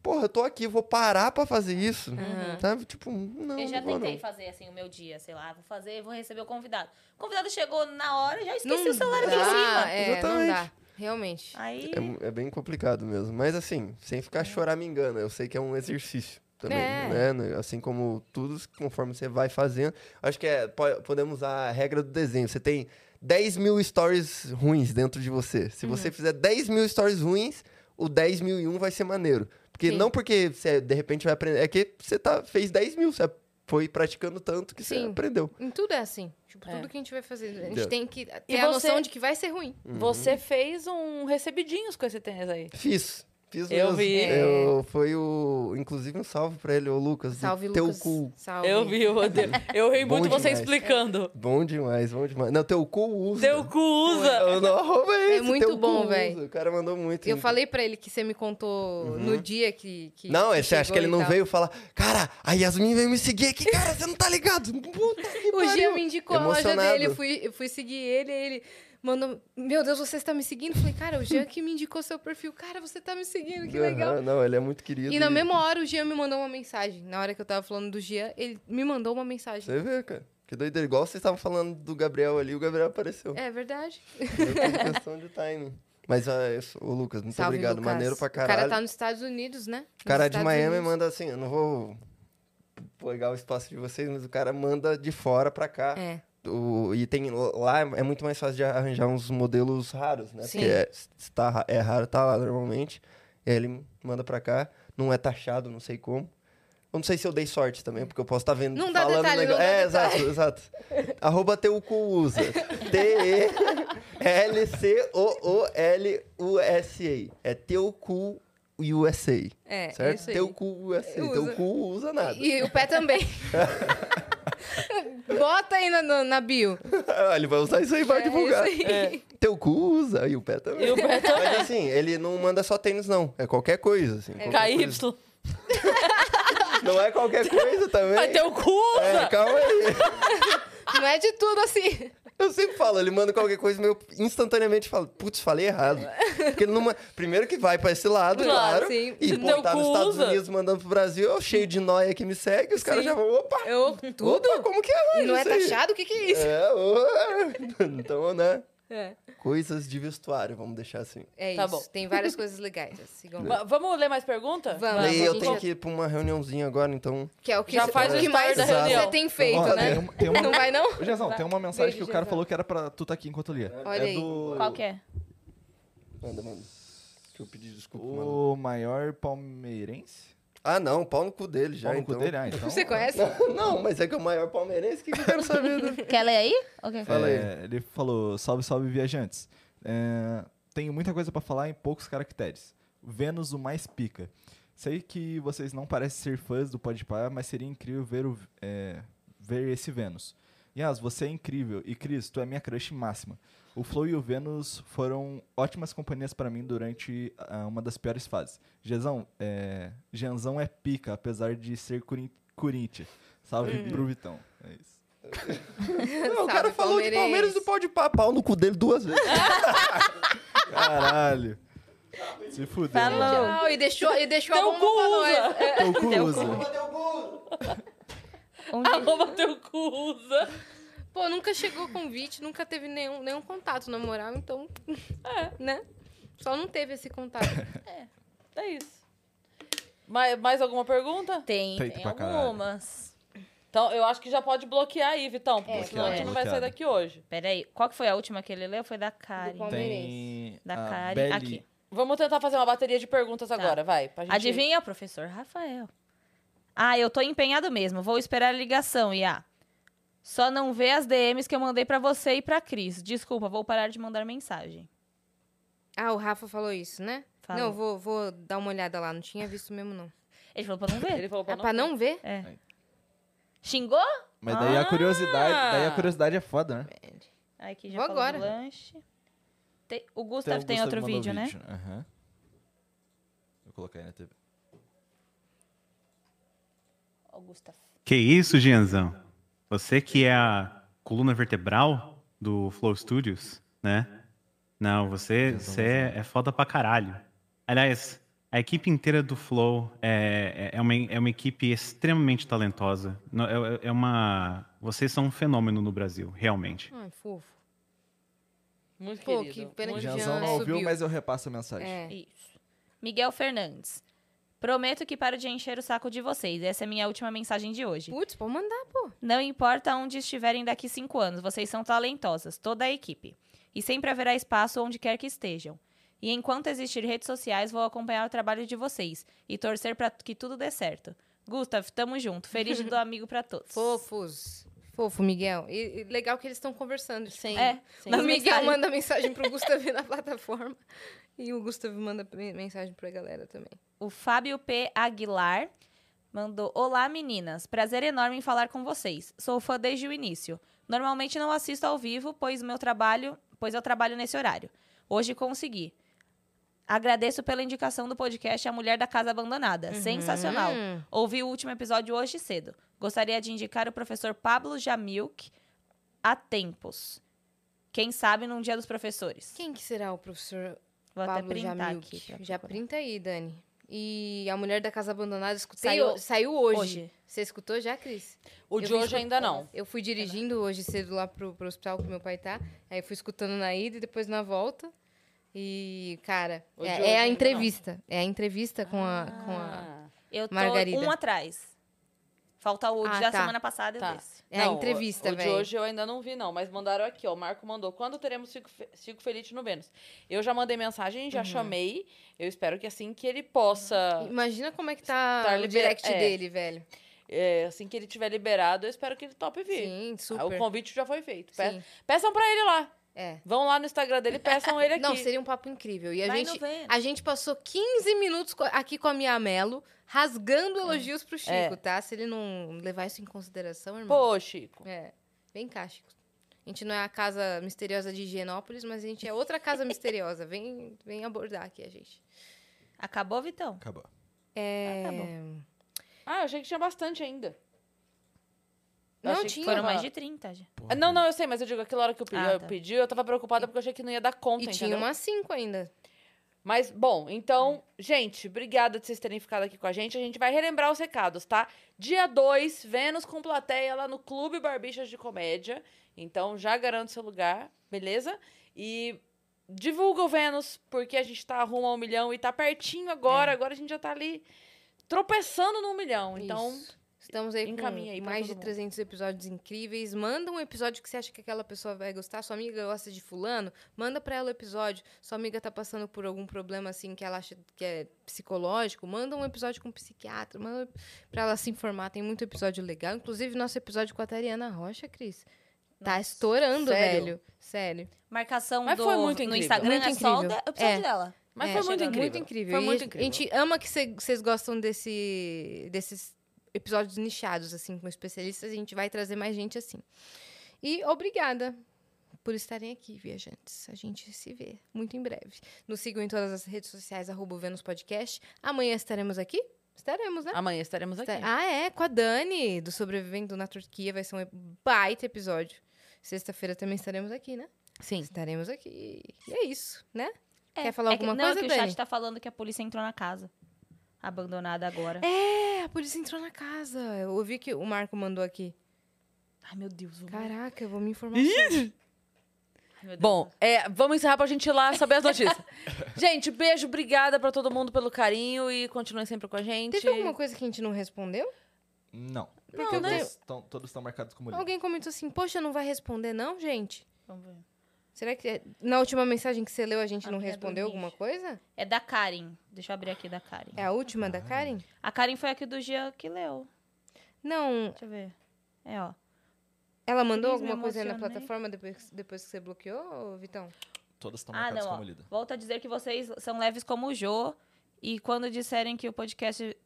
porra, eu tô aqui, vou parar pra fazer isso. Sabe? Tipo, não.
eu já
não vou,
tentei
não.
fazer assim o meu dia, sei lá, vou fazer, vou receber o convidado. O convidado chegou na hora, já esqueci
Não
o celular aqui em
dá,
cima.
É, não
ah, Exatamente.
dá. Realmente.
Aí,
É mu- É, bem complicado mesmo. Mas assim, sem ficar choramingando, eu sei que é um exercício também,
É.
né? Assim como tudo, conforme você vai fazendo. Acho que é, po- podemos usar a regra do desenho. Você tem 10 mil stories ruins dentro de você.
Uhum.
Se
Hum.
você fizer 10 mil stories ruins, o 10 mil e um vai ser maneiro. Porque
Sim.
não porque você de repente vai aprender, é que você tá, fez 10 mil, você foi praticando tanto que você
Sim.
aprendeu.
Em tudo é assim. Tipo,
É.
tudo que a gente vai fazer. A gente
Entendeu?
tem que ter
E
a
você-
noção de que vai ser ruim.
Uhum.
Você fez um recebidinhos com esse tênis aí.
Fiz. Fiz
Eu
mesmo.
vi.
Eu, foi o. Inclusive, um salve pra ele, o Lucas. do
É. Salve,
teu
Lucas.
cu.
Salve.
Eu vi, eu odeio. Eu ri
Bom
muito você
demais.
explicando.
Bom demais, bom demais. Não, teu cu usa.
Teu cu usa.
Eu não arroba esse,
É muito
teu cu
bom,
usa.
véi.
O cara mandou muito.
Eu falei pra ele que você me contou no dia que. que
Uhum. Não, é, você acha
chegou
que ele
e
não
tal.
veio falar, cara, a Yasmin veio me seguir aqui, cara, você não tá ligado? Puta que
O Gia
pariu.
me indicou a loja
Emocionado.
dele, eu fui, eu fui seguir ele, aí ele mandou. Meu Deus, você está me seguindo? Eu falei, cara, o Jean que me indicou seu perfil. Cara, você tá me seguindo, que legal.
Aham, não, ele é muito querido.
E na mesma hora o Jean me mandou uma mensagem. Na hora que eu tava falando do Jean, ele me mandou uma mensagem.
Você vê, cara. Que doideira. Igual vocês estavam falando do Gabriel ali, o Gabriel apareceu.
É verdade.
Eu tenho questão de timing. Mas, ah, eu sou- ô Lucas, muito
Salve,
obrigado.
Lucas.
Maneiro pra
O
caralho.
cara tá nos Estados Unidos, né?
O cara
Nos
de
Estados
Miami
Unidos.
manda assim, eu não vou pegar o espaço de vocês, mas o cara manda de fora pra cá.
É.
O- e tem lá é muito mais fácil de arranjar um. uns modelos raros, né?
Sim.
Porque é, se tá, ra- é raro, tá lá normalmente. E aí ele manda pra cá, não é taxado, não sei como. Eu não sei se eu dei sorte também, porque eu posso estar vendo
Não dá
falando
detalhe,
negócio.
não dá
é,
detalhe.
exato, exato. Arroba Teucuusa. T-E-L-C-O-O-L-U-S-A. É Teucu USA.
É,
Certo?
isso aí.
Teu cu é assim,
Usa.
teu cu usa nada.
E o pé também. Bota aí na, na- na bio.
Ele vai usar isso aí, vai
É
divulgar.
isso aí.
Teu cu usa e o pé também.
E o pé
Mas assim, ele não manda só tênis, não. É qualquer coisa, assim. qualquer
KY.
coisa. Não é qualquer coisa também.
Mas teu cu
É,
usa.
calma aí.
Não é de tudo assim.
Eu sempre falo, ele manda qualquer coisa, meu instantaneamente falo, putz, falei errado. Porque ele não ma- Primeiro que vai pra esse lado, claro.
Claro, sim.
E
Teu
pô, tá nos
cu
Estados
usa.
Unidos mandando pro Brasil, eu cheio de nóia que me segue, os caras já vão, opa!
Eu, tudo.
Opa, como que é?
E não é
isso aí?
taxado? O que, que é isso?
É, ô, então, né?
É.
Coisas de vestuário, vamos deixar assim.
É
Tá
isso.
bom.
Tem várias coisas legais. assim, Sigam lá.
Va- Vamos ler mais pergunta?
Vamos.
e eu
gente
tenho
já-
que ir pra uma reuniãozinha agora, então.
Que é o que,
Já faz
o
o
que mais
story
da
você
reunião.
tem feito,
Ó,
né?
tem uma- tem uma-
Não vai, não?
Ô, Jezão, tem uma mensagem
Beijo,
que o cara
Jezão.
falou que era pra tu tá aqui enquanto eu lia.
Olha
é
aí.
do...
qual que é?
Manda, manda. Deixa eu pedir desculpa, mano.
O maior palmeirense?
Ah, não, pau no cu dele já,
Pau no cu
então.
dele? Ah, então.
Você conhece?
não, mas é que é o maior palmeirense, o que, que eu quero saber? né?
Quer ler aí? Ok.
Fala aí.
É, ele falou: salve, salve, viajantes. É, tenho muita coisa pra falar em poucos caracteres. Vênus, o mais pica. Sei que vocês não parecem ser fãs do Podpah, mas seria incrível ver, o, é, ver esse Vênus. Yas, você é incrível. E Cris, tu é minha crush máxima. O Flow e o Vênus foram ótimas companhias pra mim durante ah, uma das piores fases. Jezão, é, Janzão é pica, apesar de ser corin Corinthians. Salve pro Vitão. É isso.
Não, o
Salve,
cara falou de
palmeirense.
Palmeiras e do pau de pá, pau no cu dele duas vezes.
Caralho. Se fudeu.
Falou.
Não, e deixou, e deixou a
Teu
bomba
cu
pra nós. É.
usa.
Teu cu usa.
Onde...
Arroba teu cu usa.
Pô, nunca chegou convite, nunca teve nenhum, nenhum contato, na moral, então.
É.
Né? Só não teve esse contato.
tá
É isso. Mais, mais alguma pergunta?
Tem,
Tem
tem,
pra caralho.
algumas. É.
Então, eu acho que já pode bloquear aí, Vitão, porque senão a gente
Bloqueado,
não vai
bloqueado.
sair daqui hoje.
Pera aí, qual que foi a última que ele leu? Foi da Karen.
Palmeiras.
Tem
Da
a
Karen.
Belly.
Aqui. Tá.
Vamos tentar fazer uma bateria de perguntas agora, vai. Pra gente...
Adivinha, professor Rafael. Ah, eu tô empenhado mesmo. Vou esperar a ligação, Iá. Só não vê as DMs que eu mandei pra você e pra Cris. Desculpa, vou parar de mandar mensagem.
Ah, o Rafa falou isso, né?
Falou.
Não, vou, vou dar uma olhada lá. Não tinha visto mesmo, não.
Ele falou pra não ver.
Ele falou pra
Ah, pra não ver?
É. Xingou?
Mas daí a curiosidade, daí
Ah!
a curiosidade é foda, né?
Ai, que já
Vou
falou
agora.
do lanche. Tem- O Gustavo tem,
Então, Gustavo
outro
mandou
vídeo, né?
Aham. Vou colocar aí na TV.
Ó, O Gustavo.
Que isso, Gianzão? Você que é a coluna vertebral do Flow Studios, né? Não, você, você é foda pra caralho. Aliás, A equipe inteira do Flow é, é- é uma, é uma equipe extremamente talentosa. No- É, é- é uma. Vocês são um fenômeno no Brasil, realmente.
Ai, fofo.
Muito
Pô,
querido.
que pena
O
muito
que o
Janzão
Jean
não ouviu,
subiu.
mas eu repasso a mensagem.
É.
Isso.
Miguel Fernandes. Prometo que paro de encher o saco de vocês. Essa é minha última mensagem de hoje.
Putz, pode mandar, pô.
Não importa onde estiverem daqui cinco anos, vocês são talentosas, toda a equipe. E sempre haverá espaço onde quer que estejam. E enquanto existir redes sociais, vou acompanhar o trabalho de vocês e torcer para que tudo dê certo. Gustav, tamo junto. Feliz dia do amigo para todos.
Fofos. Fofo, Miguel. E, e legal que eles estão conversando. Sim.
É,
O
nas
Miguel
mensagens.
manda mensagem pro Gustavo na plataforma. E o Gustavo manda pe- mensagem pra galera também.
O Fábio P. Aguilar mandou: Olá meninas, prazer enorme em falar com vocês. Sou fã desde o início. Normalmente não assisto ao vivo, pois meu trabalho, pois eu trabalho nesse horário. Hoje consegui. Agradeço pela indicação do podcast A Mulher da Casa Abandonada.
Uhum.
Sensacional.
Hum.
Ouvi o último episódio hoje cedo. Gostaria de indicar o professor Pablo Jamilk há tempos. Quem sabe num dia dos professores.
Quem que será o professor
Vou até
Pablo
printar
Jamilk?
aqui. pra
Já
procurar.
printa aí, Dani. E a mulher da casa abandonada, escutei.
Saiu-
Saiu, saiu hoje.
hoje.
Você escutou já, Cris?
O
Eu
de
fui
hoje ainda não.
Eu fui dirigindo hoje cedo lá pro, pro hospital que meu pai tá. Aí fui escutando na ida e depois na volta. E, cara,
O de
é-
hoje
é,
ainda
a
não.
entrevista. É a entrevista com a. Com a
Ah.
Eu tô
Margarida.
um atrás. Falta o
Ah,
da
tá.
semana passada e
Tá.
o desse.
é a
Não, o-
entrevista,
o de
velho.
hoje eu ainda não vi, não. Mas mandaram aqui, ó. O Marco mandou. Quando teremos Chico, Fe- Chico Feliz no Vênus? Eu já mandei mensagem,
Uhum.
já chamei. Eu espero que assim que ele possa...
Imagina como é que tá
Tá
o
libera-
direct
é.
dele, velho.
é, assim que ele tiver liberado, eu espero que ele tope vir.
Sim,
Ah, O
super.
convite já foi feito. Pe-
Sim,
Peçam pra ele lá.
é.
Vão lá no Instagram dele, peçam ele aqui.
Não, seria um papo incrível. E a
Vai
gente,
no Vênus.
A gente passou 15 minutos co- aqui com a Mia Mello, rasgando elogios pro Chico,
É.
tá? Se ele não levar isso em consideração, irmão.
Pô, Chico.
É. Vem cá, Chico. A gente não é a casa misteriosa de Higienópolis, mas a gente é outra casa misteriosa. Vem, vem abordar aqui a gente.
Acabou, Vitão?
Acabou.
É...
tá bom.
Ah, eu achei que tinha bastante ainda. Eu
não
achei que
tinha.
Foram
tava-
mais de 30 já.
Ah, Não, não, eu sei, mas eu digo, aquela hora que eu pedi,
Ah,
eu,
tá.
pedi eu tava preocupada porque eu achei que não ia dar conta,
E tinha
entendeu?
umas cinco ainda.
Mas, bom, então, gente, obrigada de vocês terem ficado aqui com a gente. A gente vai relembrar os recados, tá? Dia 2, Vênus com plateia lá no Clube Barbixas de Comédia. Então, já garanto seu lugar, beleza? E divulga o Vênus, porque a gente tá rumo a um milhão e tá pertinho agora. Agora a gente já tá ali tropeçando no um milhão. Então,
Isso. Estamos aí com
encaminha aí pra
mais de
todo mundo.
300 episódios incríveis. Manda um episódio que você acha que aquela pessoa vai gostar. Sua amiga gosta de fulano, manda pra ela o episódio. Sua amiga tá passando por algum problema assim que ela acha que é psicológico, manda um episódio com um psiquiatra, manda pra ela se informar. Tem muito episódio legal, inclusive nosso episódio com a Tariana Rocha, Cris. Tá estourando,
Sério?
velho. Sério.
Marcação
Mas
do,
foi muito
no
incrível.
Instagram
Muito
é só o
incrível.
de- o episódio
É.
dela.
mas
É,
foi muito
chegando.
incrível.
Muito incrível.
Foi
E
muito
a-
incrível.
A gente ama que vocês gostam desse, desses episódios nichados, assim, com especialistas. A gente vai trazer mais gente assim. E obrigada por estarem aqui, viajantes. A gente se vê muito em breve. Nos sigam em todas as redes sociais, arroba o Vênus Podcast. Amanhã estaremos aqui? Estaremos, né?
Amanhã estaremos aqui.
Tá- Ah, é, com a Dani, do Sobrevivendo na Turquia. Vai ser um baita episódio. Sexta-feira também estaremos aqui, né?
Sim.
Estaremos aqui. E é isso, né?
É.
Quer falar
É que-
alguma
não,
coisa,
é que o
Dani?
chat tá falando que a polícia entrou na casa. Abandonada agora.
É, a polícia entrou na casa. Eu ouvi que o Marco mandou aqui.
Ai, meu Deus. vou-
Caraca, eu vou me informar. sobre.
Ai, meu Deus.
Bom, é, vamos encerrar pra gente ir lá saber as notícias. gente, beijo, obrigada pra todo mundo pelo carinho e continuem sempre com a gente.
Teve alguma coisa que a gente não respondeu?
Não.
Porque eu
Todos tão- todos estão marcados como livre.
né? Alguém comentou assim, poxa, não vai responder não, gente?
Vamos ver.
Será que é- na última mensagem que você leu a gente
A
não
minha é do
respondeu
nicho.
alguma coisa?
É da Karen. Deixa eu abrir aqui da Karen.
É a última da Karen?
A Karen foi a que do Jean que leu.
Não,
Deixa eu ver. É, ó.
ela mandou
Cris, me
alguma coisa aí na
emocionei.
plataforma depois, depois que você bloqueou, Vitão?
Todos estão
Ah,
marcados
não, ó.
como lida.
Volto a dizer que vocês são leves como o Jô. E quando disserem que o podcast.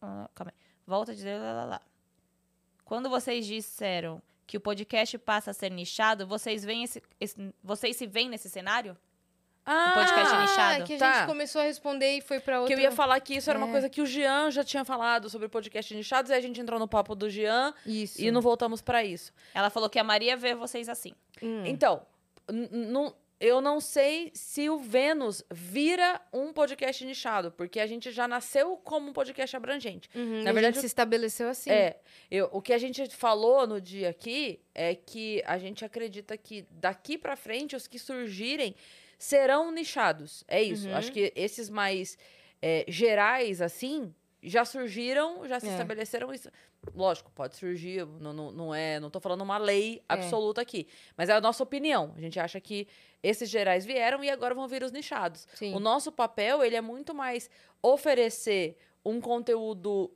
Ah, calma aí. Volto a dizer. Lá, lá, lá. Quando vocês disseram que o podcast passa a ser nichado, vocês, veem esse, esse- vocês se veem nesse cenário?
Ah,
podcast é
ah,
nichado.
que a
Tá.
gente começou a responder e foi pra
Que
outra.
eu ia falar que isso era uma
É.
coisa que o Jean já tinha falado sobre o podcast Nichados, e a gente entrou no papo do Jean
Isso.
e não voltamos pra isso.
Ela falou que a Maria vê vocês assim.
Hum.
Então, n- n- não- Eu não sei se o Vênus vira um podcast nichado, porque a gente já nasceu como um podcast abrangente.
Uhum,
Na
a
verdade,
gente
o-
se estabeleceu assim.
É, eu- o que a gente falou no dia aqui é que a gente acredita que daqui pra frente os que surgirem serão nichados. É isso.
Uhum.
Acho que esses mais é, gerais, assim, já surgiram, já se
É.
estabeleceram. Isso. Lógico, pode surgir, não, não, não é, não tô falando uma lei
É.
absoluta aqui, mas é a nossa opinião. A gente acha que esses gerais vieram e agora vão vir os nichados.
Sim.
O nosso papel, ele é muito mais oferecer um conteúdo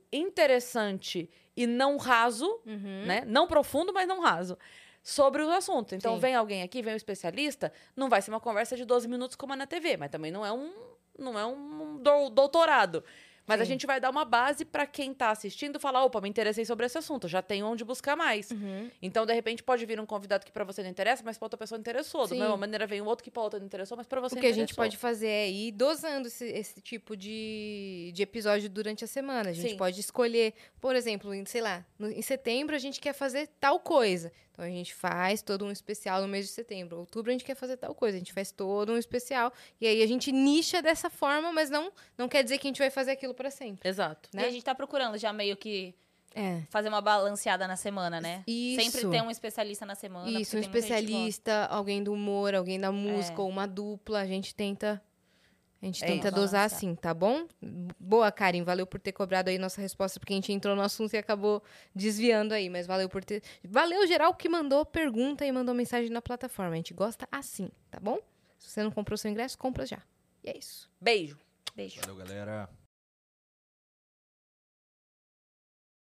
interessante e não raso,
Uhum.
né? Não profundo, mas não raso, sobre o assunto. Então,
Sim.
vem alguém aqui, vem um especialista, não vai ser uma conversa de 12 minutos como é na TV, mas também não é um, não é um dou- doutorado. Mas a
Sim.
gente vai dar uma base para quem tá assistindo falar, opa, me interessei sobre esse assunto, já tenho onde buscar mais.
Uhum.
Então, de repente, pode vir um convidado que para você não interessa, mas para outra pessoa interessou.
Sim.
Da mesma maneira, vem um outro que para outra não interessou, mas para você
O que a gente
interessou.
pode fazer é ir dosando esse, esse tipo de, de episódio durante a semana. A gente
Sim.
pode escolher, por exemplo, em, sei lá, no- em setembro a gente quer fazer tal coisa. Então a gente faz todo um especial no mês de setembro. Outubro a gente quer fazer tal coisa, a gente faz todo um especial. E aí a gente nicha dessa forma, mas não, não quer dizer que a gente vai fazer aquilo pra sempre.
Exato.
né?
E a gente tá procurando já meio que
É.
fazer uma balanceada na semana, né?
Isso.
Sempre tem um especialista na semana.
Isso,
porque tem muita
um
gente que gosta.
especialista, alguém do humor, alguém da música, ou uma dupla, a gente tenta. A gente
É
tenta
isso.
dosar
Balancear.
assim, tá bom? Boa, Karen, valeu por ter cobrado aí nossa resposta, porque a gente entrou no assunto e acabou desviando aí, mas valeu por ter. Valeu geral que mandou pergunta e mandou mensagem na plataforma. A gente gosta assim, tá bom? Se você não comprou seu ingresso, compra já. E é isso.
Beijo.
Beijo.
Valeu, galera.